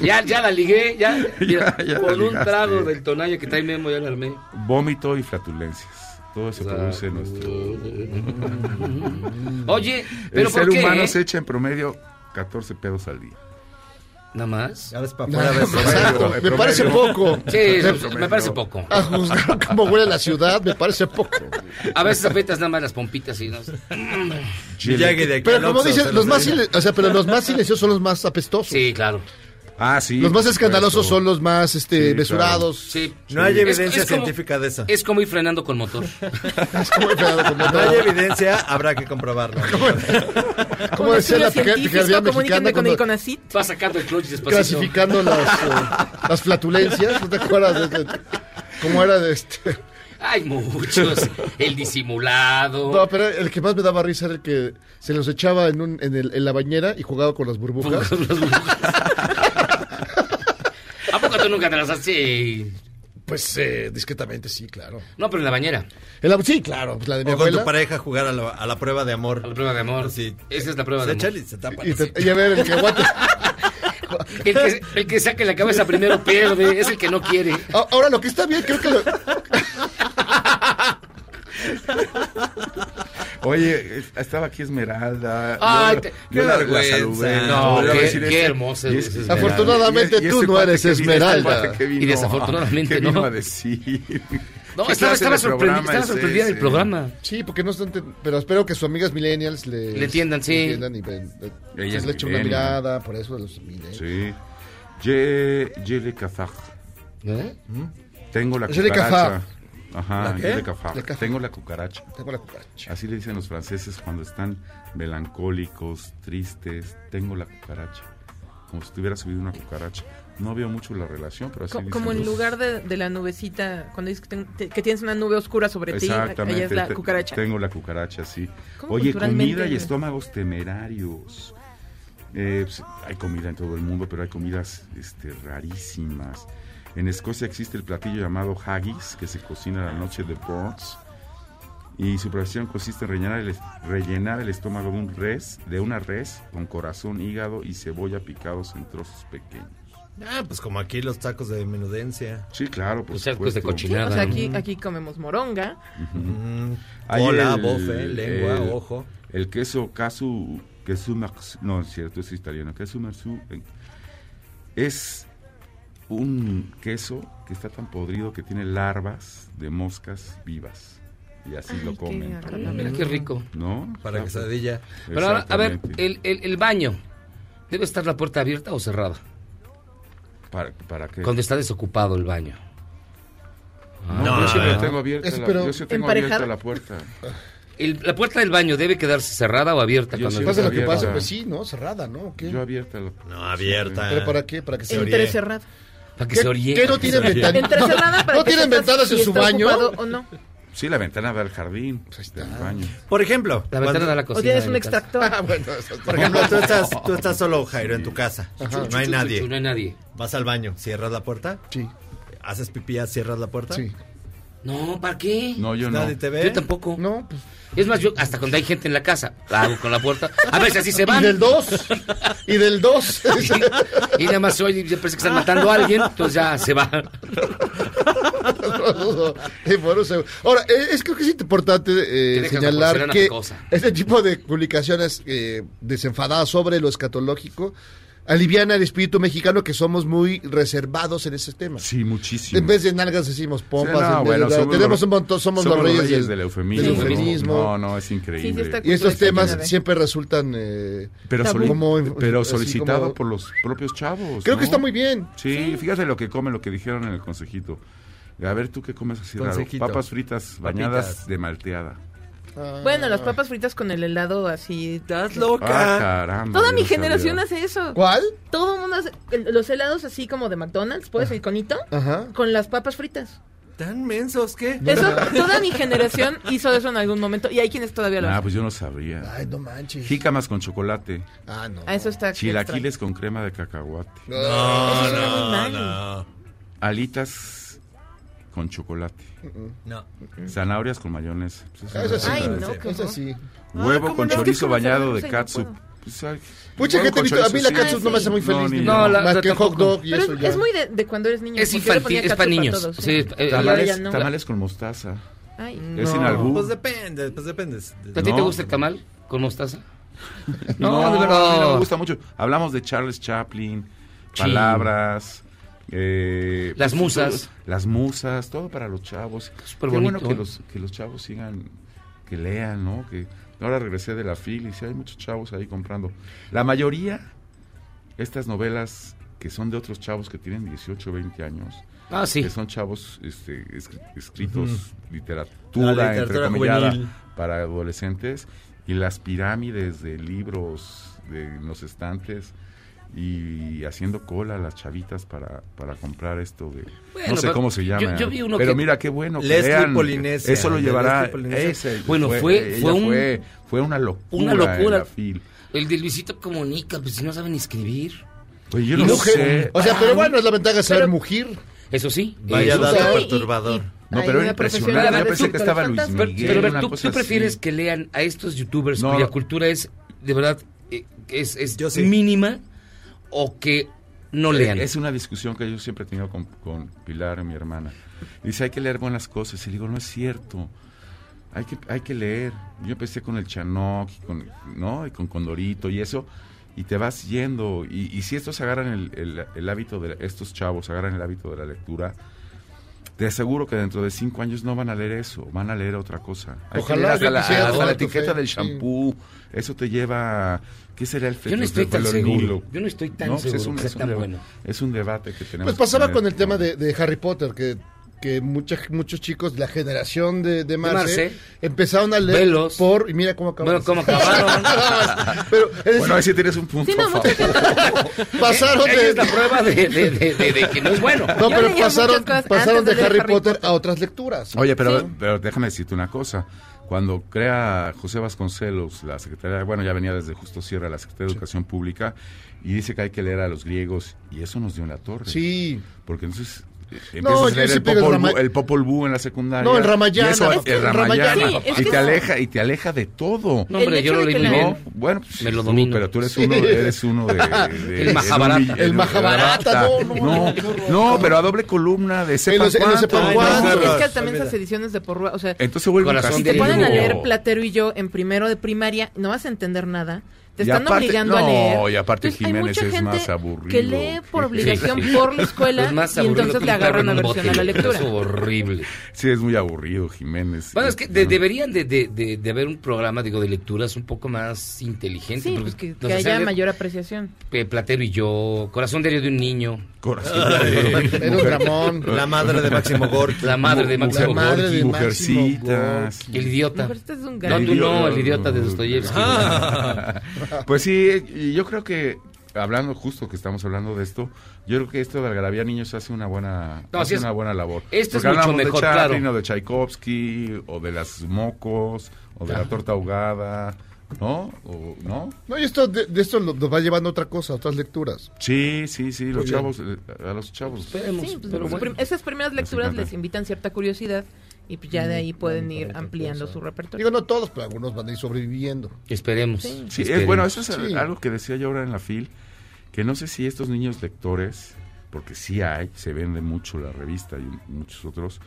Speaker 1: Ya, ya la ligué, ya. Mira,
Speaker 15: Ya, ya
Speaker 1: con
Speaker 15: la
Speaker 1: un
Speaker 15: ligaste.
Speaker 1: trago del tonalla que trae Memo ya la armé.
Speaker 15: Vómito y flatulencias. Todo eso produce en nuestro...
Speaker 1: Oye, pero
Speaker 15: El
Speaker 1: ¿por
Speaker 15: ser
Speaker 1: qué? eh?
Speaker 15: humano se echa en promedio 14 pedos al día.
Speaker 1: Nada más.
Speaker 6: Ya ves para
Speaker 2: afuera, ves para Exacto, adentro. me parece poco.
Speaker 1: Sí,
Speaker 2: Me-
Speaker 1: me, parece poco.
Speaker 2: A juzgar cómo huele la ciudad, me parece poco.
Speaker 1: A veces aprietas nada más las pompitas y no.
Speaker 6: Miyagi de aquí al
Speaker 2: Pero como
Speaker 6: Oxxo, se
Speaker 2: dices, los más,
Speaker 6: doy.
Speaker 2: silen- o sea, pero los más silenciosos son los más apestosos.
Speaker 1: Sí, claro.
Speaker 15: Ah, sí.
Speaker 2: los más
Speaker 15: por
Speaker 2: escandalosos
Speaker 15: supuesto.
Speaker 2: son los más este,
Speaker 15: Sí,
Speaker 2: mesurados.
Speaker 1: Sí.
Speaker 6: No hay
Speaker 1: Es-
Speaker 6: evidencia
Speaker 1: es como-
Speaker 6: científica de eso.
Speaker 1: Es como ir frenando con motor.
Speaker 6: No hay evidencia, habrá que comprobarlo.
Speaker 2: ¿Cómo decía la pica- picardía mexicana
Speaker 7: Comuníquenme con
Speaker 2: cuando-
Speaker 7: el CONACYT.
Speaker 1: Va sacando el clutch despacito.
Speaker 2: clasificando las, eh, las flatulencias? ¿No te acuerdas? De, de- ¿Cómo era de este?
Speaker 1: Hay muchos. El disimulado.
Speaker 2: No, pero el que más me daba risa era el que se los echaba en, un, en, el- en la bañera y jugaba con las burbujas.
Speaker 1: ¿A poco tú nunca te las has Sí.
Speaker 2: Pues eh, discretamente sí, claro.
Speaker 1: No, pero en la bañera.
Speaker 2: En la- sí, claro, pues la de mi
Speaker 6: O con tu
Speaker 2: abuela.
Speaker 6: pareja jugar a la, a la prueba de amor. A la
Speaker 1: prueba de amor.
Speaker 6: Sí.
Speaker 1: Esa es la prueba
Speaker 6: se
Speaker 1: de amor.
Speaker 6: echan y se tapan
Speaker 2: Y,
Speaker 6: así.
Speaker 2: te- y a ver, el que aguante.
Speaker 1: El que, el que saque la cabeza primero pierde. Es el que no quiere.
Speaker 2: A- Ah, Ahora, lo que está bien, creo que lo-
Speaker 15: Oye, es- estaba aquí Esmeralda.
Speaker 1: Ay,
Speaker 15: yo,
Speaker 1: te-
Speaker 15: yo
Speaker 1: qué
Speaker 15: la, la
Speaker 1: vergüenza.
Speaker 15: saludé.
Speaker 1: No,
Speaker 15: Podría
Speaker 1: qué-
Speaker 15: decir,
Speaker 1: qué
Speaker 15: este-
Speaker 1: hermosa
Speaker 15: y
Speaker 1: es
Speaker 15: este-
Speaker 2: Afortunadamente
Speaker 15: y- y este
Speaker 2: tú no
Speaker 15: cuate
Speaker 2: eres
Speaker 15: que vino-
Speaker 2: Esmeralda.
Speaker 15: este cuate que vino-
Speaker 1: Y desafortunadamente
Speaker 15: que vino
Speaker 1: no.
Speaker 15: a decir?
Speaker 1: No,
Speaker 15: ¿Qué
Speaker 1: estaba,
Speaker 15: clase de
Speaker 1: estaba, sorprendida,
Speaker 15: programa
Speaker 1: estaba
Speaker 15: es
Speaker 1: sorprendida del
Speaker 15: ese?
Speaker 1: programa.
Speaker 2: Sí, porque no están. Pero espero que sus amigas millennials le,
Speaker 1: Le entiendan, sí.
Speaker 2: entiendan y ven- eh, le,
Speaker 15: Ella es
Speaker 2: le echen una
Speaker 15: millennial.
Speaker 2: mirada, por eso de los millennials.
Speaker 15: Sí. Ye, ye le cafaj.
Speaker 2: ¿Eh?
Speaker 15: Tengo la
Speaker 2: Je le
Speaker 15: cucaracha.
Speaker 2: cafaj.
Speaker 15: Ajá,
Speaker 2: ¿La qué?
Speaker 15: ye le cafaj.
Speaker 2: Le cafaj.
Speaker 15: Tengo la cucaracha.
Speaker 2: Tengo la cucaracha.
Speaker 15: Así le dicen los franceses cuando están melancólicos, tristes. Tengo la cucaracha. como si te hubiera subido una cucaracha. No veo mucho la relación, pero así
Speaker 7: Co-
Speaker 15: dicen
Speaker 7: como en
Speaker 15: los-
Speaker 7: lugar de, de la nubecita, cuando dices que, ten- te- que tienes una nube oscura sobre ti, allá es la
Speaker 15: te-
Speaker 7: cucaracha.
Speaker 15: Tengo la cucaracha, sí.
Speaker 7: ¿Cómo
Speaker 15: Oye,
Speaker 7: culturalmente?
Speaker 15: comida y estómagos temerarios. Eh, pues, hay comida en todo el mundo, pero hay comidas este, rarísimas. En Escocia existe el platillo llamado haggis, que se cocina la noche de Burns. Y su preparación consiste en rellenar el, es- rellenar el estómago de, un res, de una res con corazón, hígado y cebolla picados en trozos pequeños.
Speaker 6: Ah, pues como aquí los tacos de menudencia.
Speaker 15: Sí, claro, por
Speaker 6: Los tacos
Speaker 15: supuesto.
Speaker 6: de cochinada,
Speaker 7: O sea, aquí, aquí comemos moronga.
Speaker 1: Mm.
Speaker 15: Ujú. Hay
Speaker 6: Hola,
Speaker 15: el-
Speaker 6: bofe,
Speaker 1: eh,
Speaker 6: lengua,
Speaker 15: el-
Speaker 6: ojo.
Speaker 15: El queso casu, queso marzu- no es cierto, es italiano, queso marzu, eh, es un queso que está tan podrido que tiene larvas de moscas vivas. Y así
Speaker 1: Ay,
Speaker 15: lo
Speaker 1: qué
Speaker 15: comen.
Speaker 1: agradable. Mira, qué rico.
Speaker 15: ¿No?
Speaker 6: Para quesadilla.
Speaker 1: Pero ahora, a ver,
Speaker 15: Exactamente.
Speaker 1: el, el- el baño, ¿debe estar la puerta abierta o cerrada?
Speaker 15: ¿Para, para qué?
Speaker 1: Cuando está desocupado el baño. Ah,
Speaker 15: No, No, yo siempre no. tengo abierta Es, la- pero, yo sí tengo abierta
Speaker 1: ¿emparejar?
Speaker 15: la puerta.
Speaker 1: El- ¿La puerta del baño debe quedarse cerrada o abierta?
Speaker 15: Yo
Speaker 1: cuando
Speaker 15: siempre
Speaker 2: Pasa lo que
Speaker 15: abierta.
Speaker 2: pasa, pues sí, ¿no? Cerrada, ¿no? ¿O qué?
Speaker 15: Yo abierta la
Speaker 6: No, abierta.
Speaker 2: ¿Pero para qué? Para que se
Speaker 7: Entre
Speaker 2: oríe.
Speaker 7: cerrada.
Speaker 1: Para
Speaker 2: que se oríe. ¿Qué no tienen ventana?
Speaker 7: Entrecerrada para
Speaker 2: ¿No
Speaker 7: que
Speaker 2: tienen
Speaker 7: sepas
Speaker 2: ventanas
Speaker 7: si
Speaker 2: en su
Speaker 7: está
Speaker 2: baño?
Speaker 7: ocupado o no.
Speaker 15: Sí, la ventana da al jardín, del baño.
Speaker 6: Por ejemplo,
Speaker 1: Pues La ventana
Speaker 6: cuando-
Speaker 1: da a la cocina. de mi casa.
Speaker 2: Ah, bueno, eso está-
Speaker 6: Por ejemplo, tú estás, tú estás solo, Jairo, en tu casa.
Speaker 2: Ajá.
Speaker 6: No
Speaker 2: Chu,
Speaker 6: hay
Speaker 2: chu,
Speaker 6: nadie.
Speaker 2: chu,
Speaker 1: no hay nadie.
Speaker 6: Vas al baño, cierras la puerta.
Speaker 2: Sí.
Speaker 6: ¿Haces pipí, cierras la puerta? Sí.
Speaker 1: No, ¿para qué?
Speaker 6: No, yo no. ¿Nadie te ve?
Speaker 1: Yo tampoco. No, Es más, yo hasta cuando hay gente en la casa, la hago con la puerta. A veces así se van.
Speaker 2: Y del 2. Y del 2.
Speaker 1: Y nada más oye, ya parece que están matando a alguien, entonces ya se va.
Speaker 2: Ahora, eh, es creo que es importante eh,
Speaker 1: Que dejas de
Speaker 2: señalar
Speaker 1: porcelana
Speaker 2: que
Speaker 1: picosa.
Speaker 2: este tipo de publicaciones eh, desenfadadas sobre lo escatológico aliviana el espíritu mexicano que somos muy reservados en ese tema.
Speaker 15: Sí, muchísimo.
Speaker 2: En vez de nalgas decimos pompas.
Speaker 15: Sí, no,
Speaker 2: en vez de-
Speaker 15: bueno, somos
Speaker 2: tenemos
Speaker 15: los-
Speaker 2: un montón, somos, los reyes,
Speaker 15: del eufemismo.
Speaker 2: del eufemismo.
Speaker 15: No, no, es increíble.
Speaker 2: y estos temas siempre resultan eh,
Speaker 15: pero, soli-
Speaker 2: como-
Speaker 15: pero
Speaker 2: así
Speaker 15: solicitado
Speaker 2: como-
Speaker 15: por los propios chavos.
Speaker 2: Creo que
Speaker 15: ¿no?
Speaker 2: está muy bien.
Speaker 15: Sí, fíjate lo que come, lo que dijeron en el consejito. A ver, ¿tú qué comes así raro?
Speaker 6: Consejito.
Speaker 15: Papas fritas bañadas
Speaker 6: Papitas.
Speaker 15: de malteada.
Speaker 7: Bueno, las papas fritas con el helado así. Estás
Speaker 15: Ah, caramba.
Speaker 7: Toda
Speaker 15: yo
Speaker 7: mi
Speaker 15: no
Speaker 7: generación
Speaker 15: sabía.
Speaker 7: hace eso.
Speaker 2: ¿Cuál?
Speaker 7: Todo el mundo hace el- los helados así como de McDonald's, pues el conito,
Speaker 2: Ajá.
Speaker 7: con las papas fritas.
Speaker 6: ¿Tan mensos qué?
Speaker 7: Eso, toda mi generación hizo eso en algún momento y hay quienes todavía lo
Speaker 15: Ah,
Speaker 7: hacen.
Speaker 15: pues yo no sabía.
Speaker 2: Ay, no manches.
Speaker 15: Jícamas con chocolate.
Speaker 2: Ah, no.
Speaker 7: Ah, eso está
Speaker 15: Chilaquiles con crema de cacahuate.
Speaker 2: No, Eso
Speaker 7: está no, muy mal.
Speaker 15: Alitas con chocolate.
Speaker 6: No.
Speaker 15: Zanahorias con mayonesa. Pues
Speaker 2: Ah, eso sí.
Speaker 15: es
Speaker 2: Ay,
Speaker 15: una
Speaker 2: no,
Speaker 15: delicia.
Speaker 2: qué horror. Eso sí.
Speaker 15: Huevo
Speaker 2: Ah, ¿cómo
Speaker 15: con
Speaker 2: no? Es que
Speaker 15: chorizo
Speaker 2: como
Speaker 15: bañado
Speaker 2: zanahorias
Speaker 15: de
Speaker 2: yo no
Speaker 15: catsup.
Speaker 2: puedo.
Speaker 15: Pues, ay,
Speaker 2: Mucha
Speaker 15: huevo
Speaker 2: gente
Speaker 15: con
Speaker 2: evita- a mí la
Speaker 15: chorizo,
Speaker 2: catsup
Speaker 15: sí.
Speaker 2: no me hace muy feliz.
Speaker 15: ni
Speaker 2: ni
Speaker 15: yo.
Speaker 2: nada. más que hot dog y
Speaker 7: Pero
Speaker 2: eso
Speaker 7: es,
Speaker 2: ya.
Speaker 7: es muy de, de cuando eres niño.
Speaker 1: Es
Speaker 7: porque yo le ponía
Speaker 1: infantil, es
Speaker 7: catsup
Speaker 1: para
Speaker 7: a
Speaker 1: niños.
Speaker 7: todos.
Speaker 1: Sí, eh,
Speaker 7: Ahora
Speaker 15: Tamales,
Speaker 7: ya no.
Speaker 15: tamales con mostaza.
Speaker 7: Ay.
Speaker 15: Es sin albur.
Speaker 6: Pues depende, pues depende.
Speaker 1: ¿A ti te
Speaker 15: No.
Speaker 1: gusta el tamal con mostaza?
Speaker 15: No,
Speaker 1: No.
Speaker 15: de verdad, a mí no me gusta mucho. Hablamos de Charles Chaplin,
Speaker 1: Sí.
Speaker 15: palabras. eh,
Speaker 1: Las
Speaker 15: pues,
Speaker 1: musas.
Speaker 15: todo- las musas, todo para los chavos.
Speaker 1: Súper
Speaker 15: Qué bueno
Speaker 1: bonito.
Speaker 15: que los, que los chavos sigan, que lean, ¿no? Que ahora regresé de la fila y sí, hay muchos chavos ahí comprando. La mayoría, estas novelas que son de otros chavos que tienen 18, 20 años.
Speaker 1: Ah, sí.
Speaker 15: Que son chavos este, escri- escritos,
Speaker 1: Ujú.
Speaker 15: literatura,
Speaker 6: La
Speaker 15: entre
Speaker 6: literatura
Speaker 15: entrecomillada,
Speaker 6: juvenil.
Speaker 15: para adolescentes y las pirámides de libros de en los estantes y haciendo cola a las chavitas para, para comprar esto de
Speaker 1: Bueno,
Speaker 15: no sé
Speaker 1: pero
Speaker 15: cómo se
Speaker 1: yo-
Speaker 15: llama
Speaker 1: yo vi uno
Speaker 15: pero
Speaker 1: que-
Speaker 15: mira qué bueno que
Speaker 6: Leslie
Speaker 15: lean,
Speaker 6: Polinesia,
Speaker 15: eso lo
Speaker 6: de
Speaker 15: llevará
Speaker 6: Leslie Polinesia.
Speaker 15: ese
Speaker 1: Bueno, fue-
Speaker 15: ella
Speaker 1: fue un-
Speaker 15: fue, fue una locura
Speaker 1: Una locura.
Speaker 15: en la fila.
Speaker 1: El de Luisito Comunica, pues si no saben escribir.
Speaker 15: Oye, yo
Speaker 1: Y
Speaker 15: no
Speaker 1: no
Speaker 15: sé.
Speaker 1: que-
Speaker 2: O sea, pero
Speaker 1: Ah,
Speaker 2: bueno, es la ventaja de saber
Speaker 1: pero-
Speaker 2: mugir.
Speaker 1: Eso sí.
Speaker 15: Vaya
Speaker 1: eso
Speaker 15: dato
Speaker 1: sí.
Speaker 15: perturbador. No, pero
Speaker 1: hay
Speaker 15: era
Speaker 1: una profesión-
Speaker 15: impresionante.
Speaker 1: Pero,
Speaker 15: Yo pensé
Speaker 1: pero,
Speaker 15: que
Speaker 1: tú-
Speaker 15: estaba Luis
Speaker 1: pero,
Speaker 15: Miguel,
Speaker 1: Pero, a ver,
Speaker 15: una
Speaker 1: tú,
Speaker 15: cosa
Speaker 1: tú prefieres
Speaker 15: así.
Speaker 1: que lean a estos youtubers
Speaker 15: No,
Speaker 1: cuya
Speaker 15: no.
Speaker 1: cultura es, de verdad, eh, es, es mínima o que no
Speaker 15: Eh,
Speaker 1: lean.
Speaker 15: Es una discusión que yo siempre he tenido con, con Pilar, mi hermana. Dice, hay que leer buenas cosas. Y le digo, no es cierto. Hay que, hay que leer. Yo empecé con el Chanoc, y con, ¿no? Y con Condorito y eso. Y te vas yendo. Y, y si estos agarran el, el- el hábito de... Estos chavos agarran el hábito de la lectura, te aseguro que dentro de cinco años no van a leer eso. Van a leer otra cosa. Hay que
Speaker 2: Ojalá,
Speaker 15: leer
Speaker 2: yo
Speaker 15: hasta la,
Speaker 2: quisiera
Speaker 15: hasta la
Speaker 2: tomar tu
Speaker 15: etiqueta
Speaker 2: fe,
Speaker 15: del
Speaker 2: sí.
Speaker 15: shampoo. Eso te lleva... a- ¿Qué será el
Speaker 1: Yo no estoy tan
Speaker 15: fentanilo?
Speaker 1: seguro. Yo no estoy tan
Speaker 15: pues
Speaker 1: seguro que sea tan
Speaker 15: deba-
Speaker 1: bueno.
Speaker 15: es un debate que tenemos.
Speaker 2: Pues pasaba
Speaker 15: que
Speaker 2: con
Speaker 15: tener.
Speaker 2: el tema de, de Harry Potter, que que mucha- muchos chicos de la generación de, de Marce,
Speaker 1: Marce.
Speaker 2: empezaron a leer
Speaker 1: Velos.
Speaker 2: por y mira cómo acabaron.
Speaker 1: Bueno, cómo acabaron.
Speaker 2: Pero, es decir,
Speaker 15: Bueno, ahí sí tienes un punto. a favor.
Speaker 2: pasaron
Speaker 1: Esa
Speaker 2: de,
Speaker 1: es Eh, la prueba de, de- de- de- de que no es bueno.
Speaker 2: No, pero pasaron, pasaron de, Harry Potter, a otras lecturas.
Speaker 15: Oye, pero, pero déjame decirte una cosa. Cuando crea José Vasconcelos, la secretaria, bueno, ya venía desde Justo Sierra, la secretaria de Educación Pública, y dice que hay que leer a los griegos, y eso nos dio en la torre.
Speaker 2: Sí.
Speaker 15: Porque entonces
Speaker 2: No,
Speaker 15: eh, empiezas a
Speaker 2: yo
Speaker 15: leer
Speaker 2: sí
Speaker 15: el
Speaker 2: pego el
Speaker 15: Popol,
Speaker 2: Rama-
Speaker 15: Vuh- el Popol Vuh en la secundaria.
Speaker 2: No, el Ramayana.
Speaker 15: Y eso,
Speaker 2: Es que
Speaker 15: el
Speaker 2: el Ramayana,
Speaker 15: Ramayana,
Speaker 2: sí, es
Speaker 15: y
Speaker 2: que
Speaker 15: te
Speaker 2: no.
Speaker 15: aleja, y te aleja de todo.
Speaker 1: No, hombre, El yo hecho lo de leí que muy la- bien.
Speaker 15: bueno, pues,
Speaker 1: Me lo
Speaker 15: tú,
Speaker 1: domino.
Speaker 15: pero tú eres
Speaker 1: Sí.
Speaker 15: uno, eres uno de... de-
Speaker 1: El
Speaker 15: de-
Speaker 1: Mahabharata.
Speaker 15: en un- en
Speaker 1: El
Speaker 15: un-
Speaker 1: Mahabharata,
Speaker 15: Mahabharata.
Speaker 1: no, no,
Speaker 15: no, pero a doble columna de sepan
Speaker 2: los- en los
Speaker 15: cuánto.
Speaker 2: sepan
Speaker 15: Ay, no,
Speaker 2: cuánto.
Speaker 15: claro.
Speaker 7: Es que también esas ediciones de porrua, o sea,
Speaker 15: Entonces se vuelve un
Speaker 7: si te
Speaker 15: castigo.
Speaker 7: ponen a leer Platero y yo en primero de primaria, no vas a entender nada. Te
Speaker 15: Y
Speaker 7: están
Speaker 15: aparte-
Speaker 7: obligando a
Speaker 15: no,
Speaker 7: leer.
Speaker 15: y aparte
Speaker 7: Entonces, hay
Speaker 15: Jiménez
Speaker 7: mucha
Speaker 15: es
Speaker 7: gente
Speaker 15: más aburrido.
Speaker 7: Que lee por obligación
Speaker 15: Sí.
Speaker 7: por la escuela
Speaker 1: Es más
Speaker 7: y
Speaker 1: aburrido
Speaker 7: entonces
Speaker 1: que
Speaker 7: le
Speaker 1: un carro
Speaker 7: agarran
Speaker 1: en
Speaker 7: la
Speaker 1: un
Speaker 7: versión a la
Speaker 1: bote.
Speaker 7: lectura.
Speaker 1: Es horrible.
Speaker 15: Sí, es muy aburrido, Jiménez.
Speaker 1: Bueno, es que de-
Speaker 15: No.
Speaker 1: deberían de, de- de- de haber un programa, digo, de lecturas un poco más inteligente.
Speaker 7: Sí,
Speaker 1: porque
Speaker 7: pues que,
Speaker 1: nos
Speaker 7: que
Speaker 1: hacían
Speaker 7: haya
Speaker 1: leer,
Speaker 7: mayor apreciación.
Speaker 1: eh, Platero y yo, Corazón Diario de un Niño.
Speaker 15: Corazón
Speaker 2: Ah, Era un Ramón.
Speaker 6: La madre de Máximo Gorki.
Speaker 1: La madre de
Speaker 6: Mu-
Speaker 1: Máximo
Speaker 6: mujer-
Speaker 1: Gorki.
Speaker 6: madre de Máximo
Speaker 15: Mujercitas.
Speaker 1: El idiota.
Speaker 7: Pero este es un
Speaker 1: No,
Speaker 7: gran-
Speaker 1: tú no, el idiota de Dostoyevsky.
Speaker 15: Ah. pues sí, y yo creo que hablando justo que estamos hablando de esto, yo creo que esto de Algarabía Niños hace una buena
Speaker 1: No,
Speaker 15: hace
Speaker 1: sí es-
Speaker 15: una buena labor.
Speaker 1: esto es mucho
Speaker 15: Porque hablamos
Speaker 1: mejor,
Speaker 15: de Chaplin,
Speaker 1: claro.
Speaker 15: o de Tchaikovsky o de las mocos o de
Speaker 1: Ah.
Speaker 2: Claro.
Speaker 15: la torta ahogada, ¿no? O- ¿no?
Speaker 2: No, y esto, de, de esto lo- nos va llevando a otra cosa, a otras lecturas.
Speaker 15: Sí, sí, sí, los
Speaker 1: Pues
Speaker 2: Muy
Speaker 15: chavos eh, a los chavos.
Speaker 7: Sí, pues, pues, prim- esas primeras lecturas les invitan cierta curiosidad y pues ya de ahí pueden ir ampliando su repertorio.
Speaker 2: Digo, no todos, pero algunos van a ir sobreviviendo.
Speaker 1: Esperemos.
Speaker 15: Sí, es-
Speaker 1: Esperemos.
Speaker 15: bueno, eso es
Speaker 2: Sí.
Speaker 15: algo que decía yo ahora en la FIL, que no sé si estos niños lectores, porque sí hay, se vende mucho la revista y muchos otros,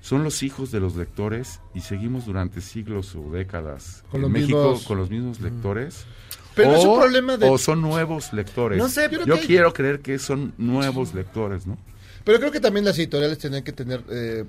Speaker 15: son los hijos de los lectores y seguimos durante siglos o décadas
Speaker 2: Con
Speaker 15: en
Speaker 2: los
Speaker 15: México
Speaker 2: mismos- Mm.
Speaker 15: con los mismos lectores.
Speaker 2: Pero
Speaker 15: o,
Speaker 2: es un problema de-
Speaker 15: o son nuevos lectores.
Speaker 2: No sé, pero
Speaker 15: yo
Speaker 2: que hay-
Speaker 15: quiero creer que son nuevos lectores, ¿no?
Speaker 2: Pero creo que también las editoriales tienen que tener, eh,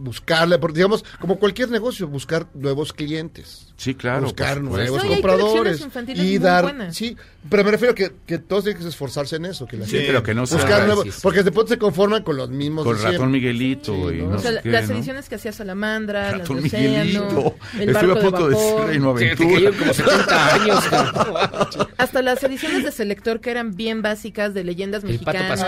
Speaker 2: buscarle, porque digamos, como cualquier negocio, buscar nuevos clientes.
Speaker 15: Sí, claro.
Speaker 2: buscar
Speaker 15: por supuesto.
Speaker 2: nuevos
Speaker 7: No, y hay
Speaker 2: compradores
Speaker 7: colecciones infantiles
Speaker 2: y
Speaker 7: muy
Speaker 2: dar
Speaker 7: buenas.
Speaker 2: sí pero me refiero que, que todos tienen que esforzarse en eso que la
Speaker 15: Sí,
Speaker 2: gente-
Speaker 15: pero que no sea-
Speaker 2: buscar nuevos
Speaker 15: Sí, sí.
Speaker 2: porque después se conforman con los mismos
Speaker 15: Con
Speaker 2: de siempre.
Speaker 15: ratón Miguelito y no
Speaker 7: O sea,
Speaker 15: sé
Speaker 7: la-
Speaker 15: qué,
Speaker 7: las
Speaker 15: ¿no?
Speaker 7: ediciones que hacía Salamandra, las de
Speaker 15: Ratón
Speaker 7: Océano,
Speaker 15: Miguelito.
Speaker 7: el
Speaker 15: Estuve
Speaker 7: barco
Speaker 15: a
Speaker 7: de
Speaker 15: punto de
Speaker 7: vapor.
Speaker 15: decir Reino
Speaker 1: Sí, te
Speaker 15: Aventura.
Speaker 1: cayeron como 70 años.
Speaker 7: Hasta las ediciones de Selector que eran bien básicas de leyendas
Speaker 1: El Pato
Speaker 7: mexicanas.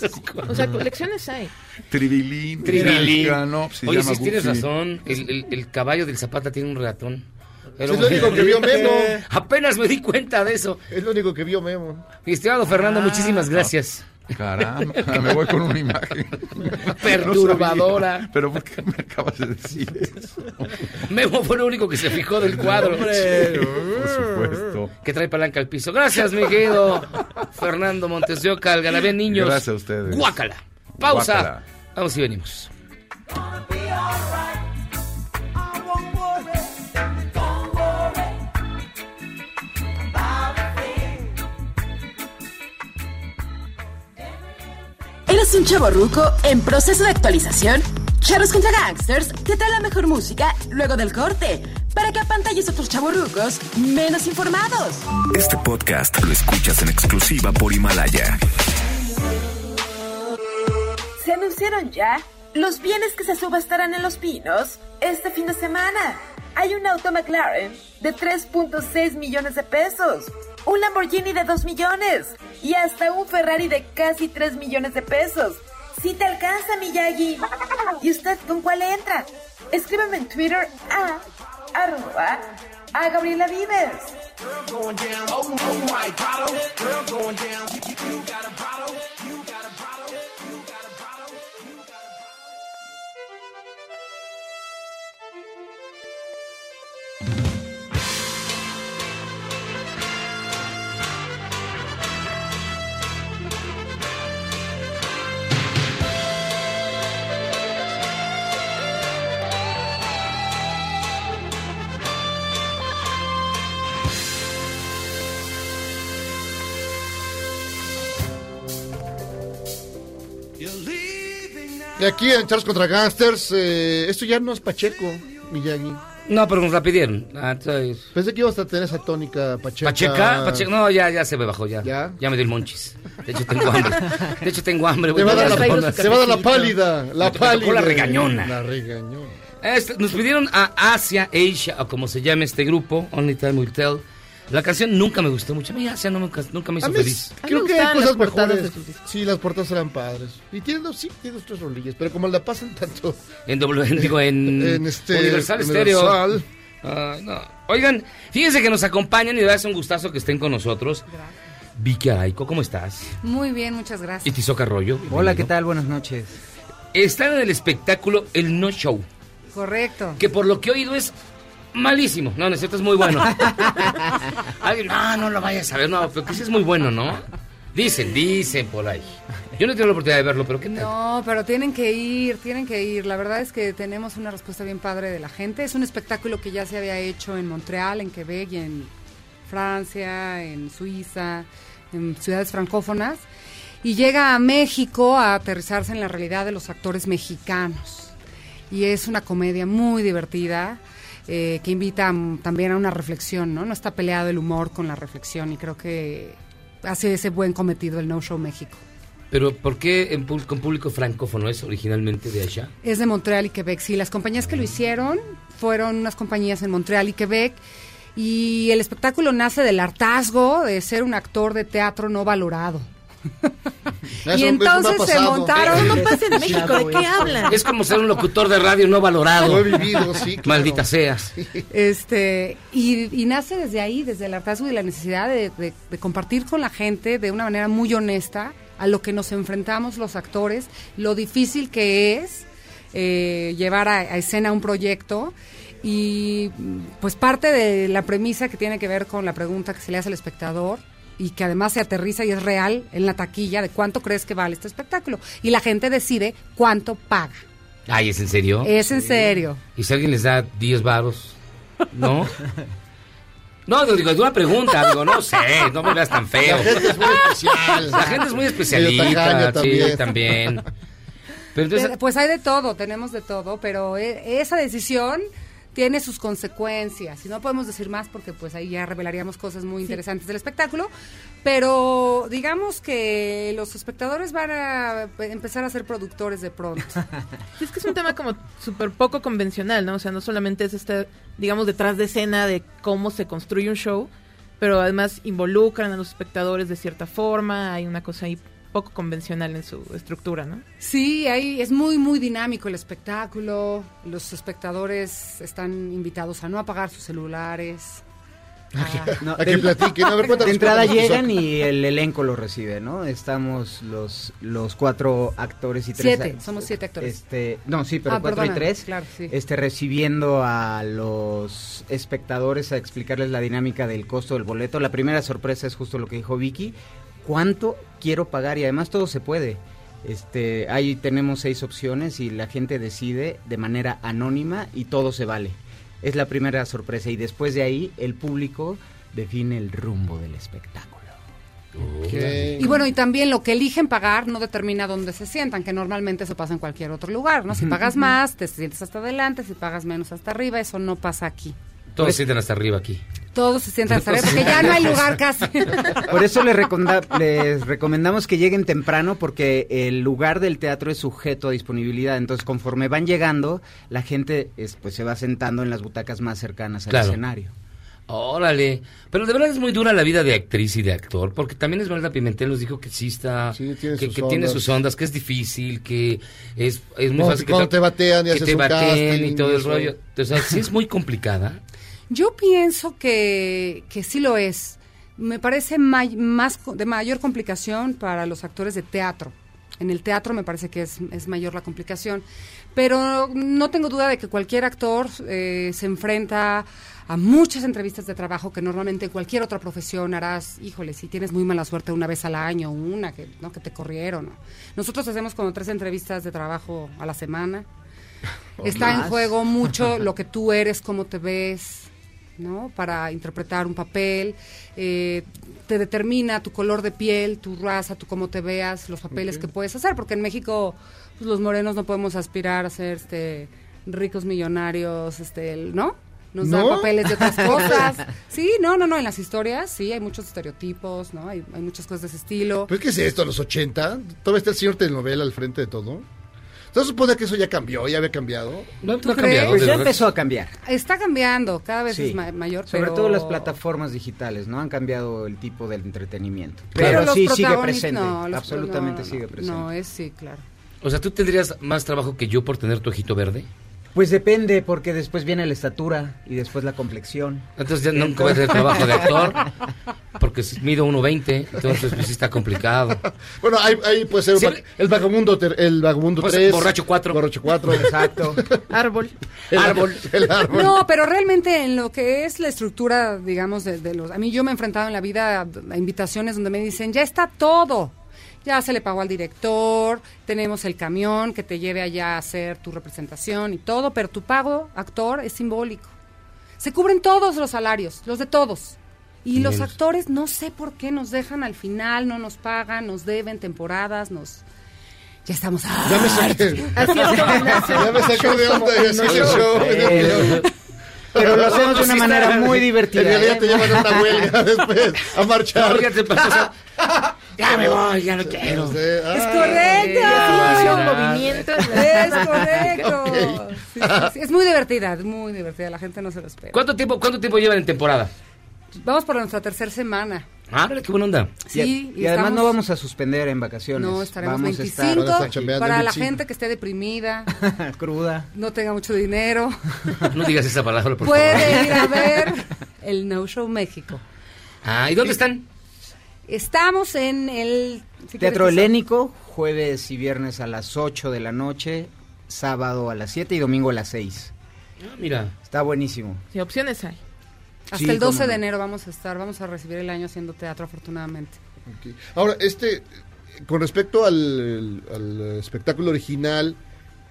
Speaker 1: Pascual.
Speaker 7: O sea, colecciones hay.
Speaker 15: Tribilín.
Speaker 1: Tribilín.
Speaker 15: Tribilín. No, pues, se
Speaker 1: Oye,
Speaker 15: llama
Speaker 1: si tienes
Speaker 15: Goofy.
Speaker 1: razón, el, el- el caballo del Zapata tiene un ratón. Era
Speaker 2: Es
Speaker 1: un-
Speaker 2: lo único que vio Memo.
Speaker 1: Apenas me di cuenta de eso.
Speaker 2: es lo único que vio Memo
Speaker 1: Mi estimado Fernando, muchísimas gracias.
Speaker 15: Caramba, me voy con una imagen.
Speaker 1: Perturbadora.
Speaker 15: No sabía, Pero ¿por qué me acabas de decir eso?
Speaker 1: Memo fue lo único que se fijó del cuadro.
Speaker 15: Hombre, por supuesto.
Speaker 1: Que trae palanca al piso. Gracias, mi querido Fernando Montesioca, Algarabía Niños.
Speaker 15: Gracias a ustedes.
Speaker 1: Guácala. Pausa.
Speaker 15: Guácala.
Speaker 1: Vamos y venimos.
Speaker 3: ¿Eres un chavo ruco en proceso de actualización? Charros contra Gangsters te trae la mejor música luego del corte para que apantalles a tus chavos rucos menos informados.
Speaker 10: Este podcast lo escuchas en exclusiva por Himalaya.
Speaker 3: ¿Se anunciaron ya? Los bienes que se subastarán en Los Pinos este fin de semana. Hay un auto McLaren de 3.6 millones de pesos, un Lamborghini de 2 millones y hasta un Ferrari de casi 3 millones de pesos. Si te alcanza, Miyagi. ¿Y usted con cuál entra? Escríbeme en Twitter a arroba a Gabriela Vives.
Speaker 2: y aquí en Charles contra Gangsters eh, esto ya no es Pacheco Miyagi
Speaker 1: No, pero nos la pidieron. Ah, entonces-
Speaker 2: Pensé que ibas a tener esa tónica pacheca.
Speaker 1: Pacheca, Pacheca, no, ya, ya se me bajó, ya. ya. me dio el monchis. De hecho, tengo hambre. De hecho, tengo hambre.
Speaker 2: Te
Speaker 1: güey.
Speaker 2: va a dar
Speaker 1: Ya
Speaker 2: la,
Speaker 1: las-
Speaker 2: te va a dar la pálida. La
Speaker 1: Me tocó
Speaker 2: pálida.
Speaker 1: la regañona.
Speaker 2: La regañona.
Speaker 1: Este, nos pidieron a Asia, Asia, o como se llame este grupo, Only Time Will Tell. La canción nunca me gustó mucho. A mí Asia no me- nunca me hizo
Speaker 2: A mí
Speaker 1: feliz.
Speaker 2: creo que hay
Speaker 7: gustaban las
Speaker 2: cosas
Speaker 7: portadas
Speaker 2: mejores.
Speaker 7: de
Speaker 2: Sí, las portadas eran padres. Y tiene dos, sí, tiene dos, tres rolillas. Pero como la pasan tanto.
Speaker 1: En, doble- digo, en,
Speaker 2: En este,
Speaker 1: Mm, Universal Stereo.
Speaker 2: Universal.
Speaker 1: Ay, no. Oigan, fíjense que nos acompañan y de verdad es un gustazo que estén con nosotros. Vicky Araico, ¿cómo estás?
Speaker 16: Muy bien, muchas gracias.
Speaker 1: Y Tizoca Arroyo.
Speaker 17: Hola,
Speaker 1: bienvenido.
Speaker 17: ¿qué tal? Buenas noches.
Speaker 1: Están en el espectáculo El No Show,
Speaker 16: Correcto.
Speaker 1: que por lo que he oído es malísimo. No, no es cierto, es muy bueno. Alguien, no, no lo vayas a ver, no, pero que sí es muy bueno, ¿no? Dicen, dicen por ahí. Yo no tengo la oportunidad de verlo, pero ¿qué tal?
Speaker 16: No, pero tienen que ir, tienen que ir. La verdad es que tenemos una respuesta bien padre de la gente. Es un espectáculo que ya se había hecho en Montreal, en Quebec y en Francia, en Suiza, en ciudades francófonas. Y llega a México a aterrizarse en la realidad de los actores mexicanos. Y es una comedia muy divertida. eh, que invita mm, también a una reflexión, ¿no? No está peleado el humor con la reflexión y creo que hace ese buen cometido el No Show México.
Speaker 1: Pero ¿por qué en público, con público francófono es originalmente de allá?
Speaker 16: Es de Montreal y Quebec. Sí, las compañías que lo hicieron fueron unas compañías en Montreal y Quebec. Y el espectáculo nace del hartazgo de ser un actor de teatro no valorado. y entonces se montaron.
Speaker 7: Pero no pasa en México, ¿de qué hablan?
Speaker 1: Es como ser un locutor de radio no valorado.
Speaker 2: Lo he vivido, sí, claro.
Speaker 1: Maldita seas.
Speaker 16: Este, y, y nace desde ahí, desde el hartazgo y la necesidad de, de- de compartir con la gente de una manera muy honesta a lo que nos enfrentamos los actores, lo difícil que es eh, llevar a, a escena un proyecto. Y mm, pues parte de la premisa que tiene que ver con la pregunta que se le hace al espectador y que además se aterriza y es real en la taquilla de cuánto crees que vale este espectáculo. Y la gente decide cuánto paga.
Speaker 1: Ay, ¿es en serio?
Speaker 16: Es en serio.
Speaker 1: ¿Y si alguien les da 10 varos? ¿No? No, digo, es una pregunta, digo, no sé, no me veas tan feo.
Speaker 2: La gente es muy especial.
Speaker 1: La gente es muy
Speaker 2: Medio
Speaker 1: especialita,
Speaker 2: tacaña
Speaker 1: sí,
Speaker 2: también.
Speaker 1: también. Pero entonces,
Speaker 16: Pero, pues hay de todo, tenemos de todo, pero e- esa decisión tiene sus consecuencias. Y no podemos decir más porque pues ahí ya revelaríamos cosas muy interesantes del espectáculo. Pero digamos que los espectadores van a pues, empezar a ser productores de pronto.
Speaker 7: Es que es un tema como súper poco convencional, ¿no? O sea, no solamente es este, digamos, detrás de escena de cómo se construye un show, pero además involucran a los espectadores de cierta forma, hay una cosa ahí poco convencional en su estructura, ¿no?
Speaker 16: Sí, ahí es muy, muy dinámico el espectáculo. Los espectadores están invitados a no apagar sus celulares. Ah,
Speaker 17: No,
Speaker 2: A que platiquen. A ver,
Speaker 17: de
Speaker 2: cuéntanos
Speaker 17: entrada
Speaker 2: cómo nos
Speaker 17: llegan y el elenco lo recibe, ¿no? Estamos los, los cuatro actores y tres...
Speaker 16: Siete, somos siete actores.
Speaker 17: Este, no, sí, pero
Speaker 16: Ah,
Speaker 17: cuatro
Speaker 16: perdona,
Speaker 17: y tres.
Speaker 16: claro, sí.
Speaker 17: Este, recibiendo a los espectadores a explicarles la dinámica del costo del boleto. La primera sorpresa es justo lo que dijo Vicky. ¿Cuánto quiero pagar? Y además todo se puede. Este, ahí tenemos seis opciones y la gente decide de manera anónima y todo se vale. Es la primera sorpresa y después de ahí el público define el rumbo del espectáculo.
Speaker 16: Y bueno, y también lo que eligen pagar no determina dónde se sientan, que normalmente eso pasa en cualquier otro lugar, ¿no? Si pagas más, te sientes hasta adelante, si pagas menos hasta arriba, eso no pasa aquí.
Speaker 1: todos se sienten hasta arriba aquí.
Speaker 16: Todos se sientan hasta arriba, porque ya no hay lugar casi.
Speaker 17: Por eso les, reconda- les recomendamos que lleguen temprano porque el lugar del teatro es sujeto a disponibilidad. Entonces, conforme van llegando, la gente es- pues, se va sentando en las butacas más cercanas al
Speaker 1: Claro.
Speaker 17: escenario.
Speaker 1: Órale. Pero de verdad es muy dura la vida de actriz y de actor, porque también Esmeralda Pimentel nos dijo que sí está, que,
Speaker 2: sus
Speaker 1: que tiene
Speaker 2: ondas.
Speaker 1: sus ondas, que es difícil, que es, es muy
Speaker 2: No,
Speaker 1: fácil.
Speaker 2: que cuando
Speaker 1: tra-
Speaker 2: te batean y
Speaker 1: que
Speaker 2: haces
Speaker 1: te
Speaker 2: un
Speaker 1: bateen
Speaker 2: casting
Speaker 1: y todo
Speaker 2: y
Speaker 1: el
Speaker 2: eso.
Speaker 1: rollo. O sea, sí es muy complicada.
Speaker 16: Yo pienso que, que sí lo es. Me parece may- más co- de mayor complicación para los actores de teatro. En el teatro me parece que es, es mayor la complicación. Pero no tengo duda de que cualquier actor eh, se enfrenta a muchas entrevistas de trabajo que normalmente en cualquier otra profesión harás, híjole, si tienes muy mala suerte una vez al año, una que, ¿no? que te corrieron. Nosotros hacemos como tres entrevistas de trabajo a la semana.
Speaker 2: Oh,
Speaker 16: Está en
Speaker 18: Más.
Speaker 16: juego mucho lo que tú eres, cómo te ves, ¿no? Para interpretar un papel. eh, te determina tu color de piel, tu raza, tu cómo te veas, los papeles
Speaker 18: Ok.
Speaker 16: que puedes hacer, porque en México pues, los morenos no podemos aspirar a ser este, ricos millonarios, este, ¿no? nos
Speaker 2: ¿No?
Speaker 16: dan papeles de otras cosas. Sí, no, no, no, en las historias sí hay muchos estereotipos, ¿no? Hay, hay muchas cosas de ese estilo.
Speaker 2: ¿Pues qué es esto, a los 80? Todavía está el señor telenovela al frente de todo. ¿Se supone que eso ya cambió, ya había cambiado?
Speaker 1: No,
Speaker 16: ¿Tú no ha crees? cambiado,
Speaker 17: Pues
Speaker 16: de
Speaker 17: ya
Speaker 16: verdad.
Speaker 17: empezó a cambiar.
Speaker 16: Está cambiando, cada vez
Speaker 17: Sí.
Speaker 16: es ma- mayor,
Speaker 17: Sobre
Speaker 16: pero-
Speaker 17: todo las plataformas digitales, ¿no? Han cambiado el tipo del entretenimiento.
Speaker 16: Pero
Speaker 17: Pero,
Speaker 16: los
Speaker 17: sí, sigue
Speaker 16: protagonistas-
Speaker 17: presente.
Speaker 16: no, los-
Speaker 17: absolutamente
Speaker 16: no, no,
Speaker 17: sigue
Speaker 16: no,
Speaker 17: presente.
Speaker 16: No, es sí, claro.
Speaker 1: O sea, ¿tú tendrías más trabajo que yo por tener tu ojito verde?
Speaker 17: Pues depende, porque después viene la estatura y después la complexión.
Speaker 1: Entonces ya nunca voy a tener trabajo de actor, porque si mido 1.20, entonces pues sí está complicado.
Speaker 2: Bueno, ahí, ahí puede ser un
Speaker 1: Sí.
Speaker 2: vac- el vagabundo, ter- el vagabundo
Speaker 1: Pues,
Speaker 2: 3.
Speaker 1: borracho
Speaker 2: 4. Borracho 4.
Speaker 17: Exacto.
Speaker 7: Árbol.
Speaker 2: El árbol. El árbol.
Speaker 16: No, pero realmente en lo que es la estructura, digamos, de, de los... A mí yo me he enfrentado en la vida a, a invitaciones donde me dicen, ya está todo. Ya se le pagó al director, tenemos el camión que te lleve allá a hacer tu representación y todo, pero tu pago, actor, es simbólico. Se cubren todos los salarios, los de todos. Y los
Speaker 4: Menos.
Speaker 16: actores no sé por qué nos dejan al final, no nos pagan, nos deben temporadas, nos... Ya estamos...
Speaker 2: Ya me saqué.
Speaker 16: Así es, Ignacio.
Speaker 2: ya me saqué de onda. Ya sé que el show.
Speaker 17: Eh. Pero lo hacemos de una manera muy divertida,
Speaker 2: En realidad
Speaker 17: ¿eh?
Speaker 2: te llevan a una huelga después a marchar.
Speaker 1: ya me voy, ya no quiero.
Speaker 16: Es correcto.
Speaker 2: Ya, ya.
Speaker 16: Sí, son movimientos. Es correcto.
Speaker 1: Ok.
Speaker 16: Sí, sí, sí. Es muy divertida, es muy divertida. La gente no se lo espera.
Speaker 1: ¿Cuánto tiempo, ¿Cuánto tiempo llevan en temporada?
Speaker 16: Vamos por nuestra tercera semana.
Speaker 1: Ah, qué buena onda.
Speaker 16: Sí,
Speaker 17: y,
Speaker 16: y
Speaker 17: además
Speaker 16: estamos-
Speaker 17: no vamos a suspender en vacaciones.
Speaker 16: No, estaremos
Speaker 17: vamos
Speaker 16: 25
Speaker 17: a estar
Speaker 16: para la gente que esté deprimida,
Speaker 17: cruda.
Speaker 16: no tenga mucho dinero,
Speaker 1: No digas esa palabra, por favor.
Speaker 16: puede ir a ver el No Show México.
Speaker 1: Ah, ¿y dónde están?
Speaker 16: Estamos en el si
Speaker 17: Teatro
Speaker 16: quieres que
Speaker 17: Helénico, jueves y viernes a las 8 de la noche, sábado a las 7 y domingo a las 6.
Speaker 1: Mira.
Speaker 17: Está buenísimo.
Speaker 7: Sí, opciones hay.
Speaker 16: sea. Hasta
Speaker 17: Sí,
Speaker 16: el 12
Speaker 17: cómo
Speaker 16: de
Speaker 17: no.
Speaker 16: enero vamos a estar, vamos a recibir el año haciendo teatro afortunadamente.
Speaker 2: Ahora, este, con respecto al, al espectáculo original,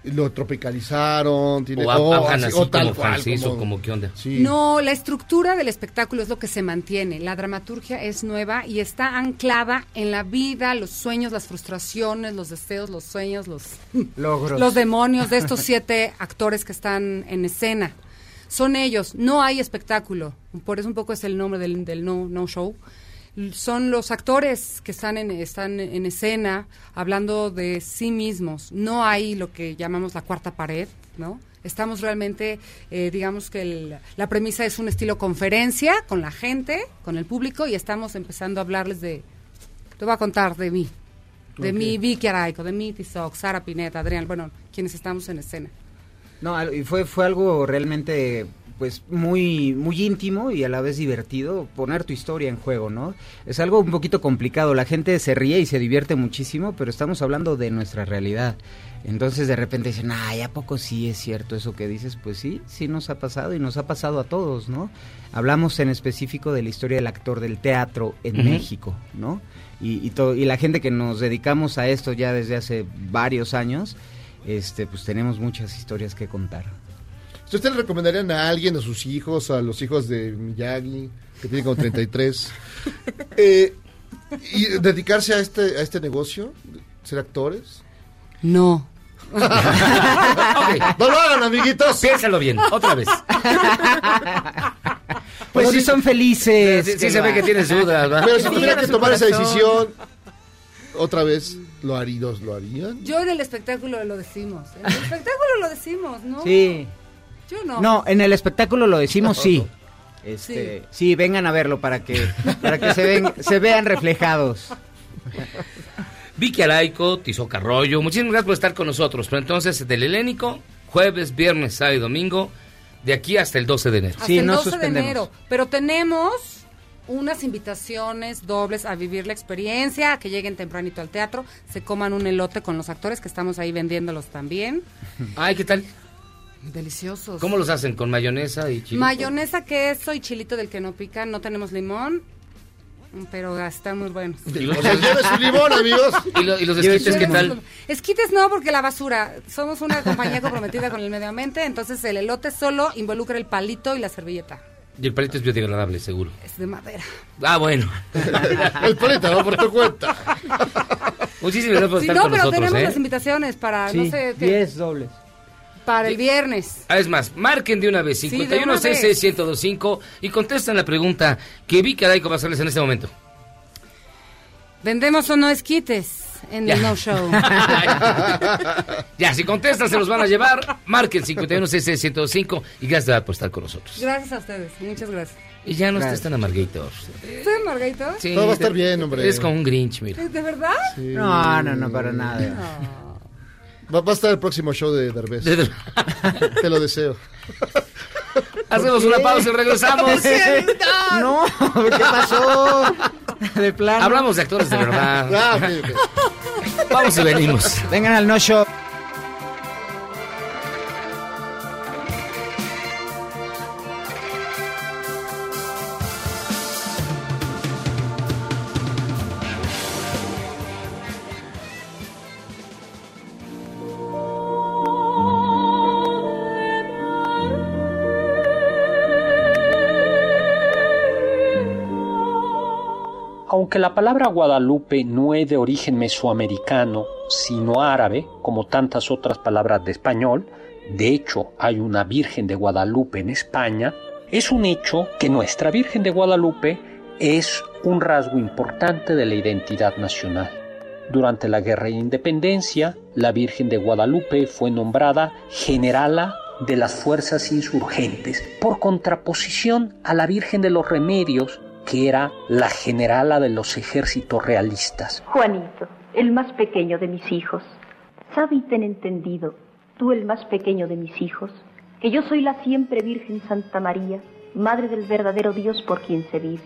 Speaker 2: lo tropicalizaron, tiene
Speaker 1: O ha-
Speaker 2: o
Speaker 1: hablan
Speaker 2: así,
Speaker 1: así
Speaker 2: o tal
Speaker 1: como
Speaker 2: cual,
Speaker 1: Francis, o como qué onda.
Speaker 2: Sí.
Speaker 16: No, la estructura del espectáculo es lo que se mantiene. La dramaturgia es nueva y está anclada en la vida, los sueños, las frustraciones, los deseos, los sueños, los,
Speaker 17: Logros.
Speaker 16: los demonios de estos siete actores que están en escena. Son ellos, no hay espectáculo. Por eso un poco es el nombre del, del no, no show. L- Son los actores que están en, están en escena hablando de sí mismos. No hay lo que llamamos la cuarta pared, ¿no? Estamos realmente, eh, digamos que el- la premisa es un estilo conferencia con la gente, con el público, y estamos empezando a hablarles de, te voy a contar de mí, de
Speaker 17: Ok.
Speaker 16: mí Vicky Araico, de mí Tizoc, Sara Pineta, Adrián, bueno, quienes estamos en escena.
Speaker 17: No, al- y fue, fue algo realmente pues muy muy íntimo y a la vez divertido poner tu historia en juego, ¿no? Es algo un poquito complicado, la gente se ríe y se divierte muchísimo, pero estamos hablando de nuestra realidad. Entonces de repente dicen, ay, ¿a poco sí es cierto eso que dices? Pues sí, sí nos ha pasado y nos ha pasado a todos, ¿no? Hablamos en específico de la historia del actor del teatro en
Speaker 1: Ujú.
Speaker 17: México, ¿no? Y, y, todo- y la gente que nos dedicamos a esto ya desde hace varios años, este, pues tenemos muchas historias que contar.
Speaker 2: ¿Ustedes le recomendarían a alguien, a sus hijos, a los hijos de Miyagi, que tiene como 33, eh, y dedicarse a este, a este negocio? ¿Ser actores?
Speaker 16: No.
Speaker 2: No lo hagan, amiguitos.
Speaker 1: Piénsalo bien, otra vez.
Speaker 17: Pues sí son felices.
Speaker 1: Sí, sí se ve que tienes dudas, ¿verdad?
Speaker 2: Pero si
Speaker 1: Que
Speaker 2: tuviera
Speaker 1: sigan
Speaker 2: que
Speaker 1: su
Speaker 2: tomar esa
Speaker 1: corazón.
Speaker 2: decisión, otra vez, ¿lo harían? ¿Lo harían?
Speaker 16: Yo en el espectáculo lo decimos, en el espectáculo lo decimos, ¿no?
Speaker 17: Sí.
Speaker 16: Yo no.
Speaker 17: No, en el espectáculo lo decimos sí. Este, sí. vengan a verlo para que, para que se, ven- se vean reflejados.
Speaker 1: Vicky Araico, Tizoc Arroyo, muchísimas gracias por estar con nosotros. Pero entonces, del Helénico, jueves, viernes, sábado y domingo, de aquí hasta el 12 de enero.
Speaker 16: Hasta el 12 de enero. Pero tenemos unas invitaciones dobles a vivir la experiencia, a que lleguen tempranito al teatro, se coman un elote con los actores que estamos ahí vendiéndolos también.
Speaker 1: Ay, ¿qué tal?
Speaker 16: Deliciosos.
Speaker 1: ¿Cómo los hacen? ¿Con mayonesa y chile?
Speaker 16: Mayonesa, queso y chilito del que no pica, no tenemos limón, pero están muy buenos.
Speaker 2: O sea, lleve su limón, amigos.
Speaker 1: ¿Y, lo- y los esquites qué tal?
Speaker 16: Esquites no, porque la basura. Somos una compañía comprometida con el medio ambiente, entonces el elote solo involucra el palito y la servilleta.
Speaker 1: Y el palito es biodegradable, seguro.
Speaker 16: Es de madera.
Speaker 1: Ah, bueno.
Speaker 2: el palito, va por tu cuenta.
Speaker 1: Muchísimas gracias por
Speaker 16: Sí,
Speaker 1: estar
Speaker 16: no,
Speaker 1: con
Speaker 16: pero
Speaker 1: nosotros,
Speaker 16: tenemos
Speaker 1: ¿eh?
Speaker 16: las invitaciones para, no sé, que-
Speaker 17: dobles.
Speaker 16: Para el viernes.
Speaker 1: Ah, Es más, marquen de una vez
Speaker 16: Sí, de una
Speaker 1: 51661025 y contesten la pregunta que vi Caraico va a hacerles en este momento.
Speaker 16: ¿Vendemos o no esquites en
Speaker 1: Ya.
Speaker 16: el No Show?
Speaker 1: Ya, si contestan se los van a llevar. Marquen 51661025 y gracias por estar con nosotros.
Speaker 16: gracias a ustedes, muchas gracias.
Speaker 1: Y ya no
Speaker 16: Gracias.
Speaker 1: estés tan amargator.
Speaker 16: ¿Estoy amargadito?
Speaker 1: Sí,
Speaker 2: Todo va a estar
Speaker 1: te-
Speaker 2: bien, hombre.
Speaker 1: Es como un Grinch, mira.
Speaker 16: ¿De verdad?
Speaker 17: No, no, no, para nada.
Speaker 2: Va, va a estar el próximo show de Derbez. Te lo deseo.
Speaker 1: Hacemos una pausa y regresamos.
Speaker 17: No, ¿qué pasó? De plano.
Speaker 1: Hablamos de actores de verdad.
Speaker 17: Ah,
Speaker 1: Vamos y venimos.
Speaker 17: Vengan al No Show.
Speaker 18: Aunque la palabra Guadalupe no es de origen mesoamericano, sino árabe, como tantas otras palabras de español, de hecho hay una Virgen de Guadalupe en España, es un hecho que nuestra Virgen de Guadalupe es un rasgo importante de la identidad nacional. Durante la Guerra de Independencia, la Virgen de Guadalupe fue nombrada generala de las fuerzas insurgentes, por contraposición a la Virgen de los Remedios, que era la generala de los ejércitos realistas.
Speaker 19: Juanito, el más pequeño de mis hijos. Sabe y ten entendido, tú el más pequeño de mis hijos, que yo soy la siempre Virgen Santa María, Madre del verdadero Dios por quien se vive.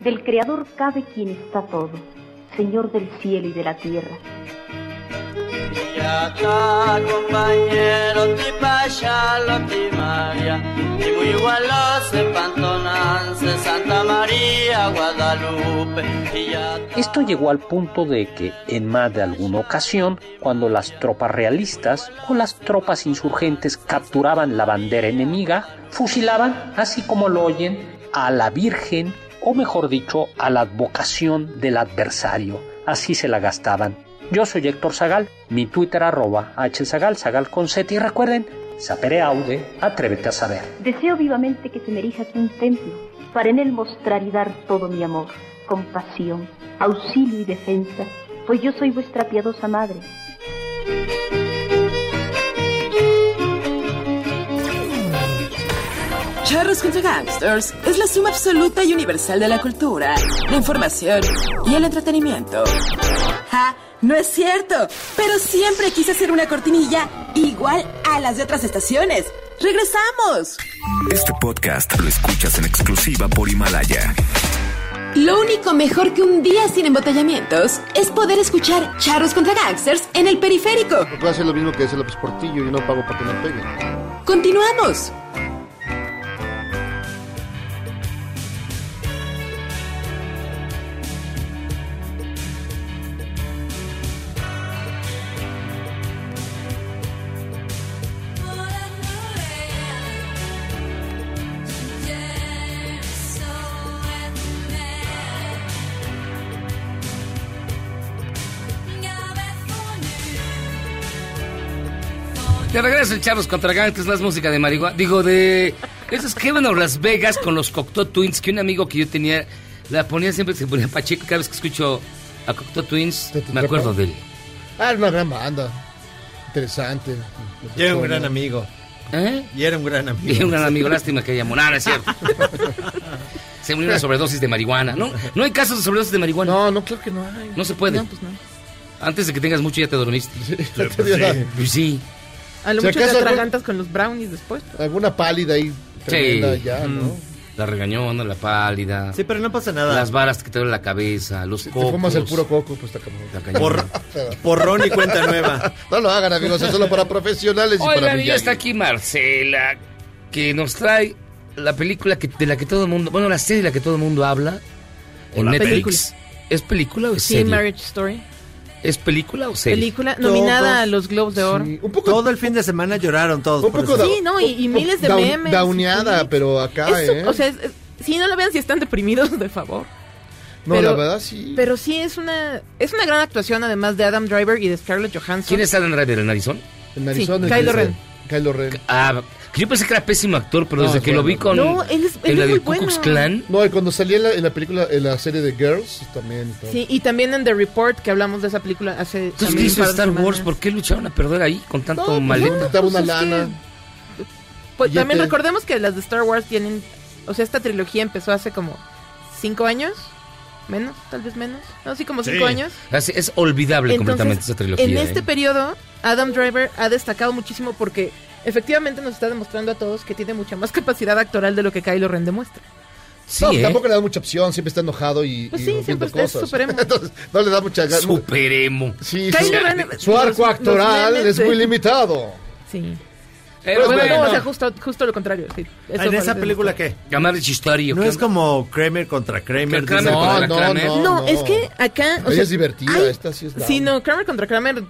Speaker 19: Del Creador cabe quien está todo, Señor del cielo y de la tierra.
Speaker 9: Y acá, compañero, ti paya, lo ti María, y muy igualos en Pantonance, Santa María, Guadalupe, y ya.
Speaker 18: Esto llegó al punto de que, en más de alguna ocasión, cuando las tropas realistas o las tropas insurgentes capturaban la bandera enemiga, fusilaban, así como lo oyen, a la Virgen, o mejor dicho, a la advocación del adversario. Así se la gastaban. Yo soy Héctor Zagal, mi Twitter arroba hzagal, zagal con Z, y recuerden, sapere aude, atrévete a saber.
Speaker 19: Deseo vivamente que se me erija aquí un templo, para en él mostrar y dar todo mi amor, compasión, auxilio y defensa, pues yo soy vuestra piadosa madre.
Speaker 3: Charros contra Gangsters es la suma absoluta y universal de la cultura, la información y el entretenimiento. ¡Ja! No es cierto, pero siempre quise hacer una cortinilla igual a las de otras estaciones. ¡Regresamos!
Speaker 10: Este podcast lo escuchas en exclusiva por Himalaya.
Speaker 20: Lo único mejor que un día sin embotellamientos es poder escuchar charros contra gangsters en el periférico.
Speaker 2: Puedo hacer lo mismo que hace López Portillo. Yo no pago para que me peguen.
Speaker 20: Continuamos.
Speaker 1: De regreso en Charlos contra Gangsters, más música de marihuana. Digo, de. Eso es Kevin o Las Vegas con los Cocteau Twins, que un amigo que yo tenía la ponía siempre, se ponía Pacheco. Cada vez que escucho a Cocteau Twins, me acuerdo de él.
Speaker 2: Ah, era una gran banda. Interesante.
Speaker 6: Y era un gran amigo.
Speaker 1: ¿Eh?
Speaker 6: Y era un gran amigo.
Speaker 1: Y un gran amigo, lástima que llamó. No, no es cierto. Se murió una sobredosis de marihuana. No, no hay casos de sobredosis de marihuana.
Speaker 2: No, no, claro que no hay.
Speaker 1: No se puede.
Speaker 7: No, pues no.
Speaker 1: Antes de que tengas mucho ya te dormiste.
Speaker 2: ya te dio la-
Speaker 1: Pues sí.
Speaker 7: A lo
Speaker 2: Si
Speaker 7: mucho te
Speaker 2: acaso algún-
Speaker 7: atragantas con los brownies después.
Speaker 2: Alguna pálida ahí tremenda
Speaker 1: Sí.
Speaker 2: ya,
Speaker 1: Mm.
Speaker 2: ¿no?
Speaker 1: La regañona, la pálida.
Speaker 6: Sí, pero no pasa nada.
Speaker 1: Las varas que te duele la cabeza, los
Speaker 2: Te
Speaker 1: cocos.
Speaker 2: fumas el puro coco, pues está cabrón.
Speaker 1: Está cañón.
Speaker 2: Ah,
Speaker 6: Porrón y cuenta nueva.
Speaker 2: No lo hagan, amigos, es solo para profesionales y para
Speaker 1: Oigan, y ya
Speaker 2: Miyagi.
Speaker 1: está aquí Marcela, que nos trae la película que, de la que todo el mundo, bueno, la serie de la que todo el mundo habla en
Speaker 7: la
Speaker 1: Netflix.
Speaker 7: película.
Speaker 1: ¿Es película o es
Speaker 7: Sí,
Speaker 1: serie?
Speaker 7: Marriage Story.
Speaker 1: ¿Es película o serie?
Speaker 7: Película nominada a los Globos de Oro.
Speaker 2: un poco,
Speaker 6: todo el fin de semana lloraron todos.
Speaker 2: Un
Speaker 6: por
Speaker 2: poco
Speaker 6: eso.
Speaker 7: Sí, no, y, y miles de
Speaker 2: Down-
Speaker 7: memes.
Speaker 2: Downeada, pero
Speaker 6: ah,
Speaker 2: acá,
Speaker 7: Es su-
Speaker 2: ¿eh?
Speaker 7: O sea, es- es- sí, no la vean si están deprimidos, de favor.
Speaker 2: no,
Speaker 7: pero-
Speaker 2: la verdad sí.
Speaker 7: Pero sí es una es una gran actuación además de Adam Driver y de Scarlett Johansson.
Speaker 1: ¿Quién es Adam Driver? ¿El narizón?
Speaker 2: El
Speaker 7: narizón, Sí, el Kylo que- Ren.
Speaker 2: Kylo Ren.
Speaker 1: Ah, yo pensé que era pésimo actor, pero
Speaker 2: No,
Speaker 1: desde
Speaker 2: es
Speaker 1: que lo
Speaker 2: bueno.
Speaker 1: vi con. en la de Ku Klux Klan.
Speaker 2: No, y cuando salía en la, en la película, en la serie de Girls, también. todo.
Speaker 7: Sí, y también en The Report que hablamos de esa película hace.
Speaker 1: Entonces, ¿qué
Speaker 7: también
Speaker 1: hizo
Speaker 7: un par de
Speaker 1: Star
Speaker 7: semanas.
Speaker 1: Wars? ¿Por qué lucharon a perder ahí con tanto
Speaker 7: No, pues,
Speaker 1: maleta?
Speaker 7: no, Necesitaba una pues, es que- lana. Pues,
Speaker 1: Ya
Speaker 7: también
Speaker 1: te-
Speaker 7: recordemos que las de Star Wars tienen. O sea, esta trilogía empezó hace como cinco años. Menos, tal vez menos. No, sí, como cinco años.
Speaker 1: Así, es olvidable
Speaker 7: Entonces,
Speaker 1: completamente esa trilogía.
Speaker 7: En
Speaker 1: ¿eh?
Speaker 7: este periodo, Adam Driver ha destacado muchísimo porque efectivamente nos está demostrando a todos que tiene mucha más capacidad actoral de lo que Kylo Ren demuestra.
Speaker 2: No,
Speaker 7: ¿eh?
Speaker 2: tampoco le da mucha opción, siempre está enojado y,
Speaker 7: Pues
Speaker 2: y
Speaker 7: sí,
Speaker 2: rompiendo
Speaker 7: siempre es
Speaker 2: cosas.
Speaker 7: súper emo.
Speaker 2: Entonces, no le da mucha gana.
Speaker 1: Superemo.
Speaker 2: Sí,
Speaker 7: Kylo
Speaker 2: su,
Speaker 7: Ren-
Speaker 2: su
Speaker 7: los-
Speaker 2: arco
Speaker 7: los
Speaker 2: actoral
Speaker 7: memes
Speaker 2: es
Speaker 7: de-
Speaker 2: muy limitado.
Speaker 7: Sí.
Speaker 2: Pero
Speaker 7: Pero bueno,
Speaker 2: bueno.
Speaker 7: no, o sea, justo, justo lo contrario. sí. Eso
Speaker 6: ¿En
Speaker 7: fue
Speaker 6: esa
Speaker 7: lo que
Speaker 6: película
Speaker 7: demostró.
Speaker 6: qué?
Speaker 1: Llamar de historia.
Speaker 6: No es como Kramer contra Kramer.
Speaker 1: Que Kramer
Speaker 6: dicen por
Speaker 1: contra
Speaker 6: ahí.
Speaker 1: Kramer.
Speaker 7: No, es que acá. o
Speaker 2: Ella
Speaker 7: sea,
Speaker 2: es divertida,
Speaker 7: ay,
Speaker 2: esta sí es la
Speaker 7: Sí, no, Kramer contra Kramer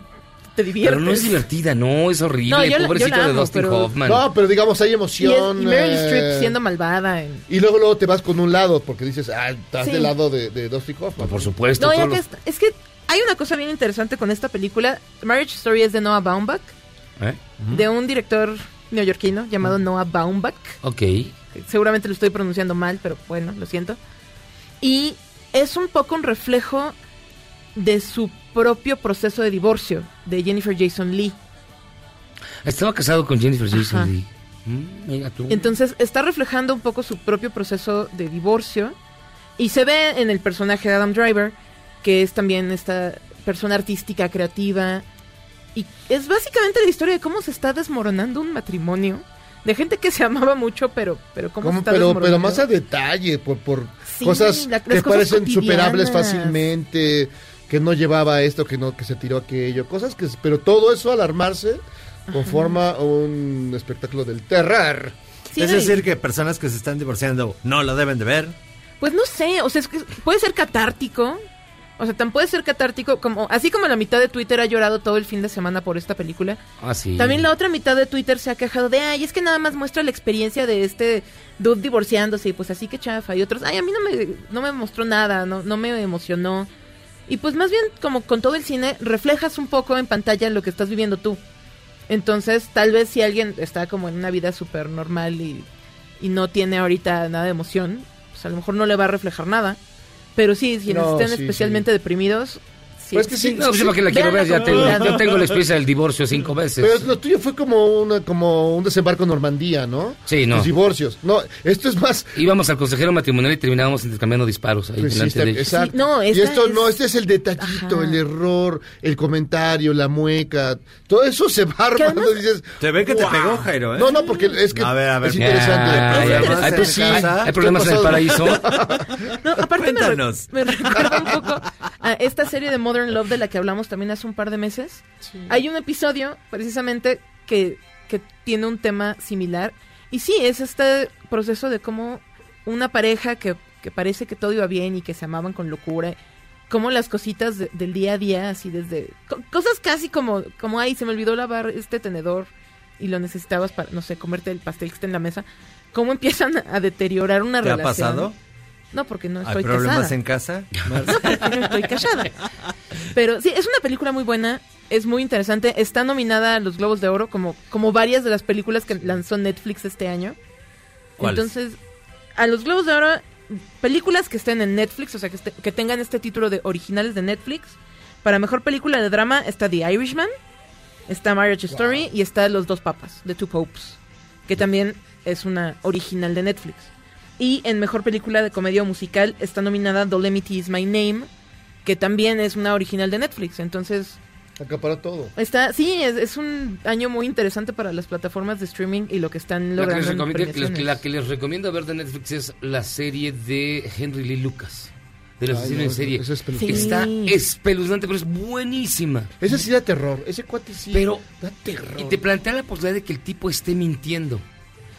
Speaker 7: te divierte.
Speaker 1: Pero no es divertida, no, es horrible.
Speaker 7: No, yo la- yo
Speaker 1: Pobrecito
Speaker 7: la
Speaker 1: de
Speaker 7: amo,
Speaker 1: Dustin
Speaker 7: pero-
Speaker 1: Hoffman.
Speaker 2: No, pero digamos, hay
Speaker 7: Y, es-
Speaker 2: emoción.
Speaker 7: y Meryl
Speaker 2: eh,
Speaker 7: Streep siendo malvada. en-
Speaker 2: y luego, luego te vas con un lado, porque dices, ah, estás
Speaker 7: Sí.
Speaker 2: del lado de, de Dustin Hoffman.
Speaker 1: por supuesto.
Speaker 7: No, ya que es, es que hay una cosa bien interesante con esta película. Marriage Story es de Noah Baumbach,
Speaker 1: ¿Eh?
Speaker 2: Mm.
Speaker 7: de un director neoyorquino llamado Noah Baumbach.
Speaker 1: Ok.
Speaker 7: Seguramente lo estoy pronunciando mal, pero bueno, lo siento. Y es un poco un reflejo de su propio proceso de divorcio de Jennifer Jason Lee.
Speaker 1: Estaba casado con Jennifer Jason
Speaker 7: Ajá.
Speaker 1: Leigh. Mm, mira tú.
Speaker 7: Entonces está reflejando un poco su propio proceso de divorcio y se ve en el personaje de Adam Driver, que es también esta persona artística, creativa, y es básicamente la historia de cómo se está desmoronando un matrimonio, de gente que se amaba mucho, pero, pero cómo, se
Speaker 2: Como-
Speaker 7: está
Speaker 2: pero, pero
Speaker 7: desmoronando.
Speaker 2: más a detalle, por, por
Speaker 7: Sí,
Speaker 2: cosas
Speaker 7: la- las
Speaker 2: que
Speaker 7: cosas
Speaker 2: parecen
Speaker 7: cotidianas.
Speaker 2: superables fácilmente, que no llevaba esto, que no que se tiró aquello, cosas que... Pero todo eso alarmarse conforma un espectáculo del terror.
Speaker 7: Sí,
Speaker 6: es
Speaker 7: no, y-
Speaker 6: decir, que personas que se están divorciando no la deben de ver.
Speaker 7: Pues no sé, o sea, es que puede ser catártico. O sea, tan puede ser catártico como así como la mitad de Twitter ha llorado todo el fin de semana por esta película.
Speaker 1: Ah, sí.
Speaker 7: También la otra mitad de Twitter se ha quejado de, ay, es que nada más muestra la experiencia de este dude divorciándose y pues así que chafa. Y otros, ay, a mí no me, no me mostró nada, no, no me emocionó. Y pues más bien, como con todo el cine, reflejas un poco en pantalla lo que estás viviendo tú. Entonces, tal vez si alguien está como en una vida súper normal y, y no tiene ahorita nada de emoción, pues a lo mejor no le va a reflejar nada. Pero sí, quienes
Speaker 1: No,
Speaker 7: estén
Speaker 1: sí,
Speaker 7: especialmente deprimidos...
Speaker 2: Pues que sí,
Speaker 1: No, pues, ¿para qué la quiero ver?
Speaker 7: vean
Speaker 1: Ya
Speaker 7: la
Speaker 1: tengo,
Speaker 7: comunidad.
Speaker 1: yo tengo la experiencia del divorcio cinco veces.
Speaker 2: Pero lo tuyo fue como una como un desembarco en Normandía, ¿no?
Speaker 1: Sí, no.
Speaker 2: Los divorcios. No, esto es más...
Speaker 1: Íbamos al consejero matrimonial y terminábamos intercambiando disparos ahí
Speaker 2: Pues sí,
Speaker 1: delante
Speaker 2: está-
Speaker 1: de ellos.
Speaker 2: exacto.
Speaker 7: no,
Speaker 2: y
Speaker 7: esta
Speaker 2: esto
Speaker 7: es-
Speaker 2: no, este es el detallito, el error, el comentario, la mueca, todo eso se va armando y dices.
Speaker 6: Te ve que te
Speaker 2: "Guau".
Speaker 6: pegó, Jairo, ¿eh?
Speaker 2: No, no, porque es que
Speaker 6: A ver, a ver.
Speaker 2: es interesante.
Speaker 6: Ya,
Speaker 2: Hay
Speaker 6: ya,
Speaker 2: problemas
Speaker 6: hay
Speaker 2: en
Speaker 6: pro-
Speaker 2: sí.
Speaker 6: hay- hay
Speaker 1: problemas en el paraíso.
Speaker 7: No, aparte me, re-
Speaker 6: Cuéntanos.
Speaker 7: me recuerda un poco a esta serie de Modern Love de la que hablamos también hace un par de meses. Hay un episodio precisamente que, que tiene un tema similar. Y sí, es este proceso de cómo una pareja que, que parece que todo iba bien y que se amaban con locura, cómo las cositas de- del día a día, así desde... co- cosas casi como, como, ay, se me olvidó lavar este tenedor y lo necesitabas para, no sé, comerte el pastel que está en la mesa. ¿Cómo empiezan a deteriorar una
Speaker 6: ¿Te ha
Speaker 7: relación?
Speaker 6: pasado?
Speaker 7: No, porque no
Speaker 6: ¿Hay
Speaker 7: estoy
Speaker 6: problemas
Speaker 7: casada.
Speaker 6: en casa?
Speaker 7: No, porque no estoy casada. Pero sí, es una película muy buena, es muy interesante. Está nominada a los Globos de Oro como, como varias de las películas que lanzó Netflix este año.
Speaker 6: ¿Cuáles?
Speaker 7: Entonces, a los Globos de Oro, películas que estén en Netflix, o sea, que, este- que tengan este título de originales de Netflix. Para mejor película de drama está The Irishman, está Marriage Story y está Los Dos Papas, The Two Popes, que también es una original de Netflix. Y en mejor película de comedia o musical está nominada Dolemity is My Name, que también es una original de Netflix. Entonces,
Speaker 2: Acaparó todo.
Speaker 7: está, sí, es, es un año muy interesante para las plataformas de streaming y lo que están
Speaker 1: La que, les
Speaker 7: logrando. en
Speaker 1: recomiendo,
Speaker 7: premiaciones.
Speaker 1: la que les recomiendo ver de Netflix es la serie de Henry Lee Lucas, del
Speaker 2: Ay,
Speaker 1: asesino
Speaker 2: no,
Speaker 1: en serie.
Speaker 2: eso es espeluznante.
Speaker 1: Está
Speaker 2: Sí.
Speaker 1: espeluznante, pero es buenísima.
Speaker 2: Ese sí da terror, ese cuate sí.
Speaker 1: Pero-
Speaker 2: da terror.
Speaker 1: Y te plantea la posibilidad de que el tipo esté mintiendo.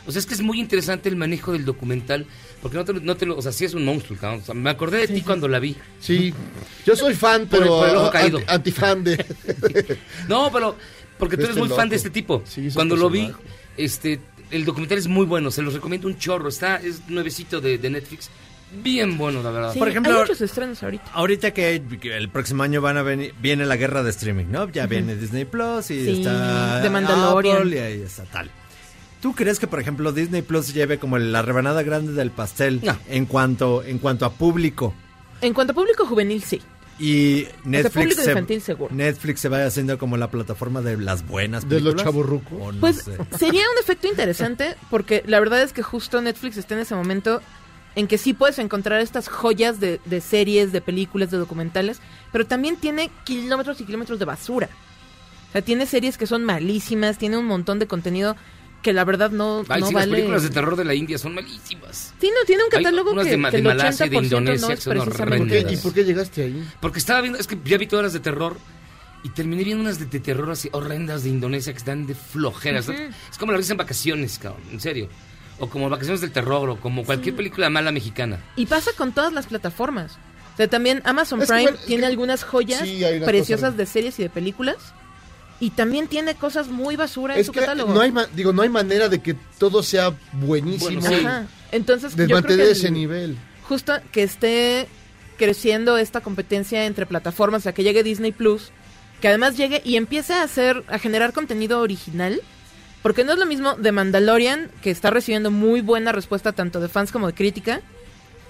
Speaker 1: O sea, es que es muy interesante el manejo del documental, porque no te, lo- no te lo... O sea, sí es un monstruo, cabrón. O sea, me acordé de ti cuando la vi.
Speaker 2: Sí, yo soy fan,
Speaker 1: Por el-
Speaker 2: pero
Speaker 1: por el ojo
Speaker 2: ah,
Speaker 1: caído.
Speaker 2: anti- antifan de.
Speaker 1: No, pero porque tú
Speaker 2: De
Speaker 1: eres
Speaker 2: este
Speaker 1: muy fan
Speaker 2: loco.
Speaker 1: de este tipo.
Speaker 2: es un
Speaker 1: Cuando lo vi,
Speaker 2: personaje.
Speaker 1: este, el documental es muy bueno, se los recomiendo un chorro. Está, es nuevecito de, de Netflix bien bueno, la verdad.
Speaker 7: Sí,
Speaker 6: Por ejemplo,
Speaker 7: hay muchos estrenos ahorita.
Speaker 6: Ahorita que que el próximo año van a venir, viene la guerra de streaming, ¿no? Ya viene Disney Plus y
Speaker 7: Sí,
Speaker 6: está
Speaker 7: The Mandalorian.
Speaker 6: Apple y ahí está tal. ¿Tú crees que, por ejemplo, Disney Plus lleve como la rebanada grande del pastel en cuanto en cuanto a público
Speaker 7: En cuanto a público juvenil, sí.
Speaker 6: y
Speaker 7: o sea,
Speaker 6: Netflix
Speaker 7: público
Speaker 6: se,
Speaker 7: infantil seguro.
Speaker 6: Netflix se vaya haciendo como la plataforma de las buenas
Speaker 2: De los
Speaker 6: películas?
Speaker 2: chavorrucos.
Speaker 6: O no
Speaker 7: Pues
Speaker 6: sé.
Speaker 7: sería un efecto interesante porque la verdad es que justo Netflix está en ese momento en que sí puedes encontrar estas joyas de, de series, de películas, de documentales, pero también tiene kilómetros y kilómetros de basura. O sea, tiene series que son malísimas, tiene un montón de contenido que la verdad no,
Speaker 1: Ay,
Speaker 7: no
Speaker 1: sí,
Speaker 7: vale.
Speaker 1: las películas de terror de la India son malísimas.
Speaker 7: Sí, no, tiene un
Speaker 1: Hay
Speaker 7: catálogo
Speaker 1: unas
Speaker 7: que,
Speaker 1: de Ma-
Speaker 7: que
Speaker 1: de
Speaker 7: el
Speaker 1: Malasia,
Speaker 7: 80%
Speaker 1: de Indonesia,
Speaker 7: no
Speaker 1: que
Speaker 7: es
Speaker 1: son
Speaker 7: precisamente...
Speaker 1: horrendas.
Speaker 2: ¿Y por qué llegaste ahí?
Speaker 1: Porque estaba viendo, es que ya vi todas las de terror y terminé viendo unas de, de terror así horrendas de Indonesia que están de flojeras.
Speaker 7: Ujú.
Speaker 1: Es como la risa en vacaciones, cabrón, en serio. O como vacaciones del terror, o como cualquier película mala mexicana.
Speaker 7: Y pasa con todas las plataformas. O sea, también Amazon
Speaker 2: Es que
Speaker 7: Prime
Speaker 2: igual- es
Speaker 7: tiene
Speaker 2: que-
Speaker 7: algunas joyas
Speaker 2: Sí, hay unas
Speaker 7: preciosas
Speaker 2: cosas.
Speaker 7: de series y de películas. Y también tiene cosas muy basura en
Speaker 2: Es
Speaker 7: su
Speaker 2: que
Speaker 7: catálogo.
Speaker 2: no hay, ma- digo, no hay manera de que todo sea buenísimo.
Speaker 7: Ajá. Entonces, yo
Speaker 2: De
Speaker 7: creo
Speaker 2: mantener
Speaker 7: que
Speaker 2: ese
Speaker 7: el-
Speaker 2: nivel.
Speaker 7: Justo que esté creciendo esta competencia entre plataformas, o sea, que llegue Disney Plus, que además llegue y empiece a hacer, a generar contenido original. Porque no es lo mismo de Mandalorian, que está recibiendo muy buena respuesta tanto de fans como de crítica,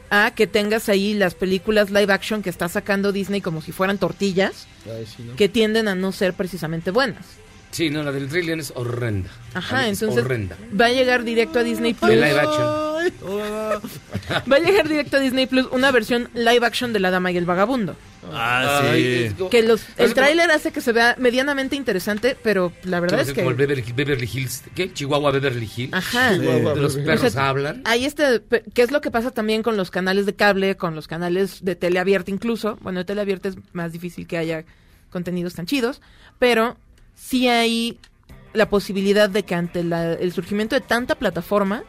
Speaker 7: a que tengas ahí las películas live action que está sacando Disney como si fueran tortillas,
Speaker 2: Ay, sí, ¿no?
Speaker 7: que tienden a no ser precisamente buenas.
Speaker 1: Sí, no, la del Rey León es horrenda.
Speaker 7: Ajá,
Speaker 1: Es
Speaker 7: entonces
Speaker 1: Horrenda.
Speaker 7: va a llegar directo a Disney Plus.
Speaker 1: De live action.
Speaker 7: Va a llegar directo a Disney Plus una versión live action de La Dama y el Vagabundo.
Speaker 6: Ah, sí.
Speaker 1: Ay, es como-
Speaker 7: Que los,
Speaker 1: Parece
Speaker 7: el
Speaker 1: como-
Speaker 7: tráiler hace que se vea medianamente interesante, pero la verdad es que...
Speaker 1: Como el Beverly, Beverly Hills. ¿Qué? Chihuahua Beverly Hills.
Speaker 7: Ajá.
Speaker 1: De los
Speaker 7: O sea,
Speaker 1: perros hablan.
Speaker 7: Hay este, pe- ¿qué es lo que pasa también con los canales de cable, con los canales de tele abierta incluso? Bueno, de tele abierta es más difícil que haya contenidos tan chidos, pero sí hay la posibilidad de que ante la- el surgimiento de tanta plataforma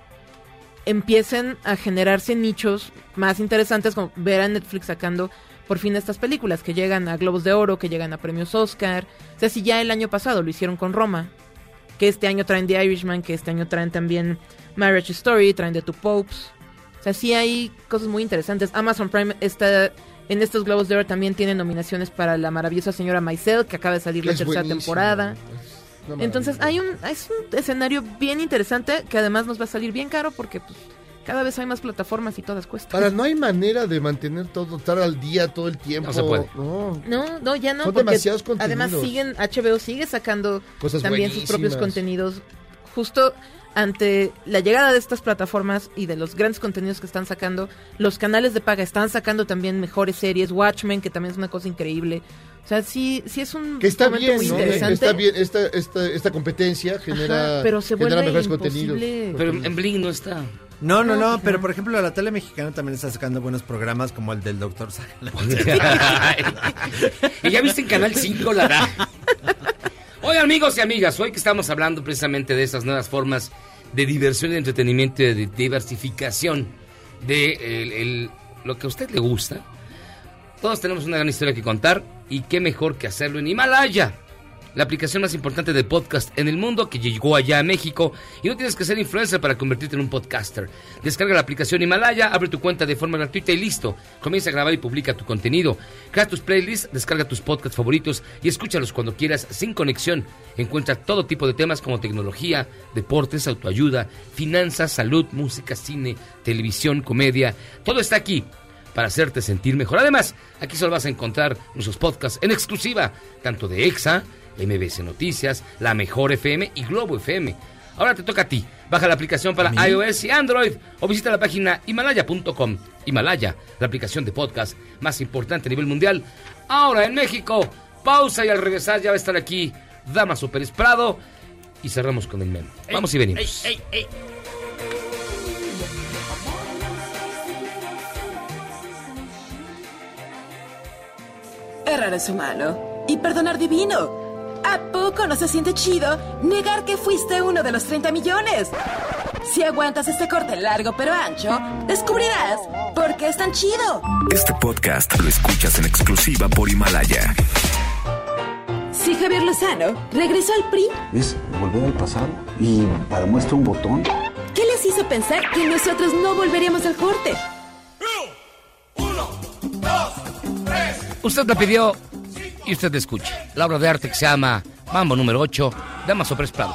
Speaker 7: empiecen a generarse nichos más interesantes, como ver a Netflix sacando por fin estas películas que llegan a Globos de Oro, que llegan a premios Oscar. O sea, si ya el año pasado lo hicieron con Roma, que este año traen The Irishman, que este año traen también Marriage Story, traen The Two Popes. O sea, sí hay cosas muy interesantes. Amazon Prime está en estos Globos de Oro también tiene nominaciones para la maravillosa señora Maisel, que acaba de salir la
Speaker 2: Es
Speaker 7: tercera
Speaker 2: buenísimo,
Speaker 7: temporada.
Speaker 2: Una maravilla.
Speaker 7: Entonces hay un, es un escenario bien interesante que además nos va a salir bien caro porque pues, cada vez hay más plataformas y todas cuestan.
Speaker 2: Ahora, no hay manera de mantener todo, estar al día todo el tiempo.
Speaker 1: No se puede.
Speaker 2: No.
Speaker 7: No, no, ya no.
Speaker 2: Son
Speaker 7: porque
Speaker 2: demasiados contenidos.
Speaker 7: Además siguen, HBO sigue sacando
Speaker 2: Cosas
Speaker 7: también sus propios
Speaker 2: buenísimas.
Speaker 7: contenidos. Justo ante la llegada de estas plataformas y de los grandes contenidos que están sacando, los canales de paga están sacando también mejores series, Watchmen, que también es una cosa increíble. O sea, sí, sí es un
Speaker 2: Que está
Speaker 7: momento
Speaker 2: bien,
Speaker 7: muy
Speaker 2: ¿no?
Speaker 7: interesante.
Speaker 2: Está bien, esta, esta, esta competencia genera,
Speaker 7: Ajá, pero se
Speaker 2: genera
Speaker 7: vuelve
Speaker 2: mejores
Speaker 7: imposible.
Speaker 2: contenidos.
Speaker 1: Pero en Blink no está.
Speaker 6: No, no, no, pero por ejemplo la tele mexicana también está sacando buenos programas como el del doctor
Speaker 1: Y ya viste en Canal 5 la... Oigan amigos y amigas, hoy que estamos hablando precisamente de esas nuevas formas de diversión, de entretenimiento y de diversificación de el- el- lo que a usted le gusta, todos tenemos una gran historia que contar y qué mejor que hacerlo en Himalaya. La aplicación más importante de podcast en el mundo que llegó allá a México y no tienes que ser influencer para convertirte en un podcaster. Descarga la aplicación Himalaya, abre tu cuenta de forma gratuita y listo. Comienza a grabar y publica tu contenido. Crea tus playlists, descarga tus podcasts favoritos y escúchalos cuando quieras sin conexión. Encuentra todo tipo de temas como tecnología, deportes, autoayuda, finanzas, salud, música, cine, televisión, comedia. Todo está aquí para hacerte sentir mejor. Además, aquí solo vas a encontrar nuestros podcasts en exclusiva, tanto de EXA, MBC Noticias, La Mejor FM y Globo FM. Ahora te toca a ti. Baja la aplicación para iOS y Android o visita la página himalaya.com. Himalaya, la aplicación de podcast más importante a nivel mundial. Ahora en México. Pausa y al regresar ya va a estar aquí Damaso Pérez Prado y cerramos con el meme. Vamos y venimos.
Speaker 3: Errar es humano y perdonar divino. ¿A poco no se siente chido negar que fuiste uno de los 30 millones? Si aguantas este corte largo pero ancho, descubrirás por qué es tan chido.
Speaker 10: Este podcast lo escuchas en exclusiva por Himalaya.
Speaker 3: Si Javier Lozano regresó al PRI,
Speaker 21: Es volver al pasado y para muestra un botón.
Speaker 3: ¿qué les hizo pensar que nosotros no volveríamos al corte?
Speaker 1: Usted la pidió y usted la escucha. La obra de arte que se llama Mambo número 8, Damaso Pérez Prado.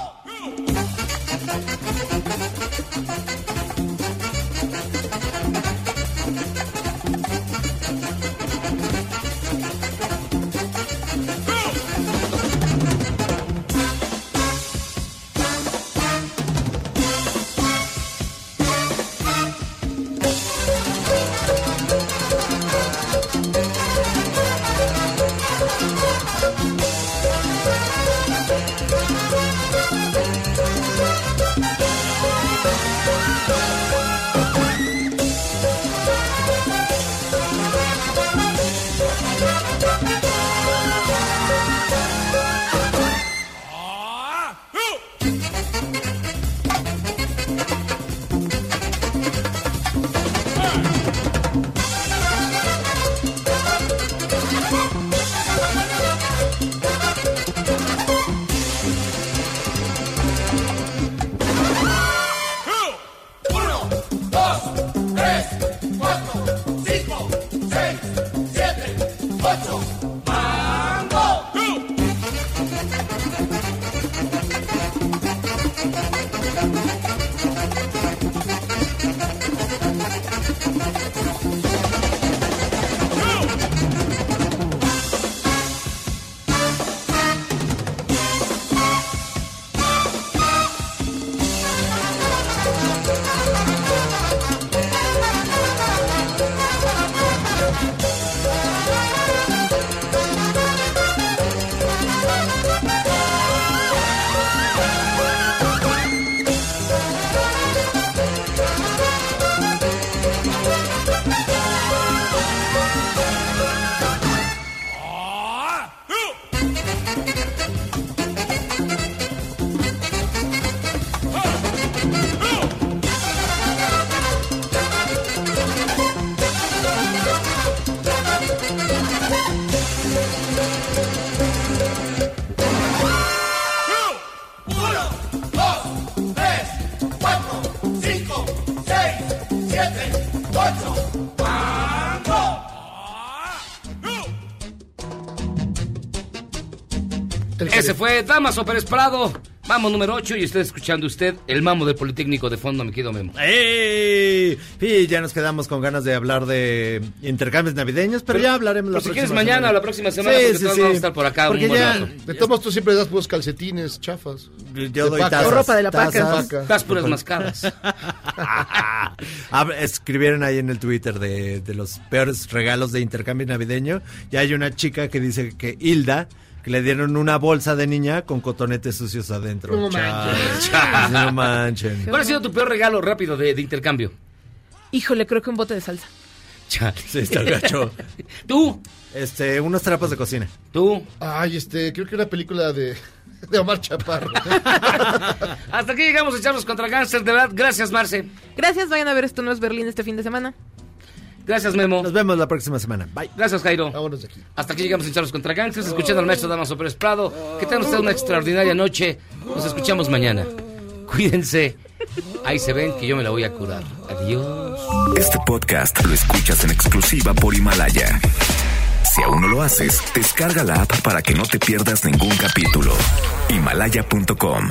Speaker 5: Uno, dos, tres, cuatro, cinco, seis, siete, ocho. ¡Mango! Uno, dos, tres, cuatro, cinco, seis, siete, ocho. ¡Mango!
Speaker 1: Ese fue Damaso Pérez Prado, Mambo número 8 y está escuchando usted el Mambo del Politécnico de fondo, mi querido Memo.
Speaker 6: ¡Ey! Y ya nos quedamos con ganas de hablar de intercambios navideños, pero, ya hablaremos la
Speaker 1: Pues si
Speaker 6: próxima
Speaker 1: quieres mañana
Speaker 6: semana.
Speaker 1: o la próxima semana, porque todos vamos a estar por acá
Speaker 6: Porque
Speaker 1: un buen
Speaker 6: ya-
Speaker 1: rato.
Speaker 2: De todos modos, tú siempre das puros calcetines, chafas.
Speaker 6: Yo
Speaker 2: De
Speaker 6: doy
Speaker 2: paca.
Speaker 6: tazas,
Speaker 2: O ropa de la paca.
Speaker 6: tazas.
Speaker 2: Paca.
Speaker 1: Estás puras mascadas.
Speaker 6: Ah, Escribieron ahí en el Twitter de, de los peores regalos de intercambio navideño. Y hay una chica que dice que Hilda, que le dieron una bolsa de niña con cotonetes sucios adentro.
Speaker 1: No
Speaker 6: Chale,
Speaker 1: manches.
Speaker 6: chale, no manchen.
Speaker 1: ¿Cuál ha sido tu peor regalo rápido de, de intercambio?
Speaker 7: Híjole, creo que un bote de salsa.
Speaker 6: Sí, está gacho.
Speaker 1: ¿Tú?
Speaker 6: Este, unos trapos de cocina.
Speaker 1: ¿Tú?
Speaker 2: Ay, este, creo que una película de, de Omar Chaparro.
Speaker 1: Hasta aquí llegamos a echarnos contra Gánster, de verdad. Gracias, Marce.
Speaker 7: Gracias, vayan a ver esto no es Berlín este fin de semana.
Speaker 1: Gracias, Memo.
Speaker 6: Nos vemos la próxima semana. Bye.
Speaker 1: Gracias, Jairo.
Speaker 2: Vámonos de aquí.
Speaker 1: Hasta aquí llegamos a echarnos contra Gánster, escuchando al maestro Damaso Pérez Prado. Que tengan ustedes una extraordinaria noche. Nos escuchamos mañana. Cuídense. Ahí se ven que yo me la voy a curar. Adiós.
Speaker 10: Este podcast lo escuchas en exclusiva por Himalaya. Si aún no lo haces, descarga la app para que no te pierdas ningún capítulo. Himalaya.com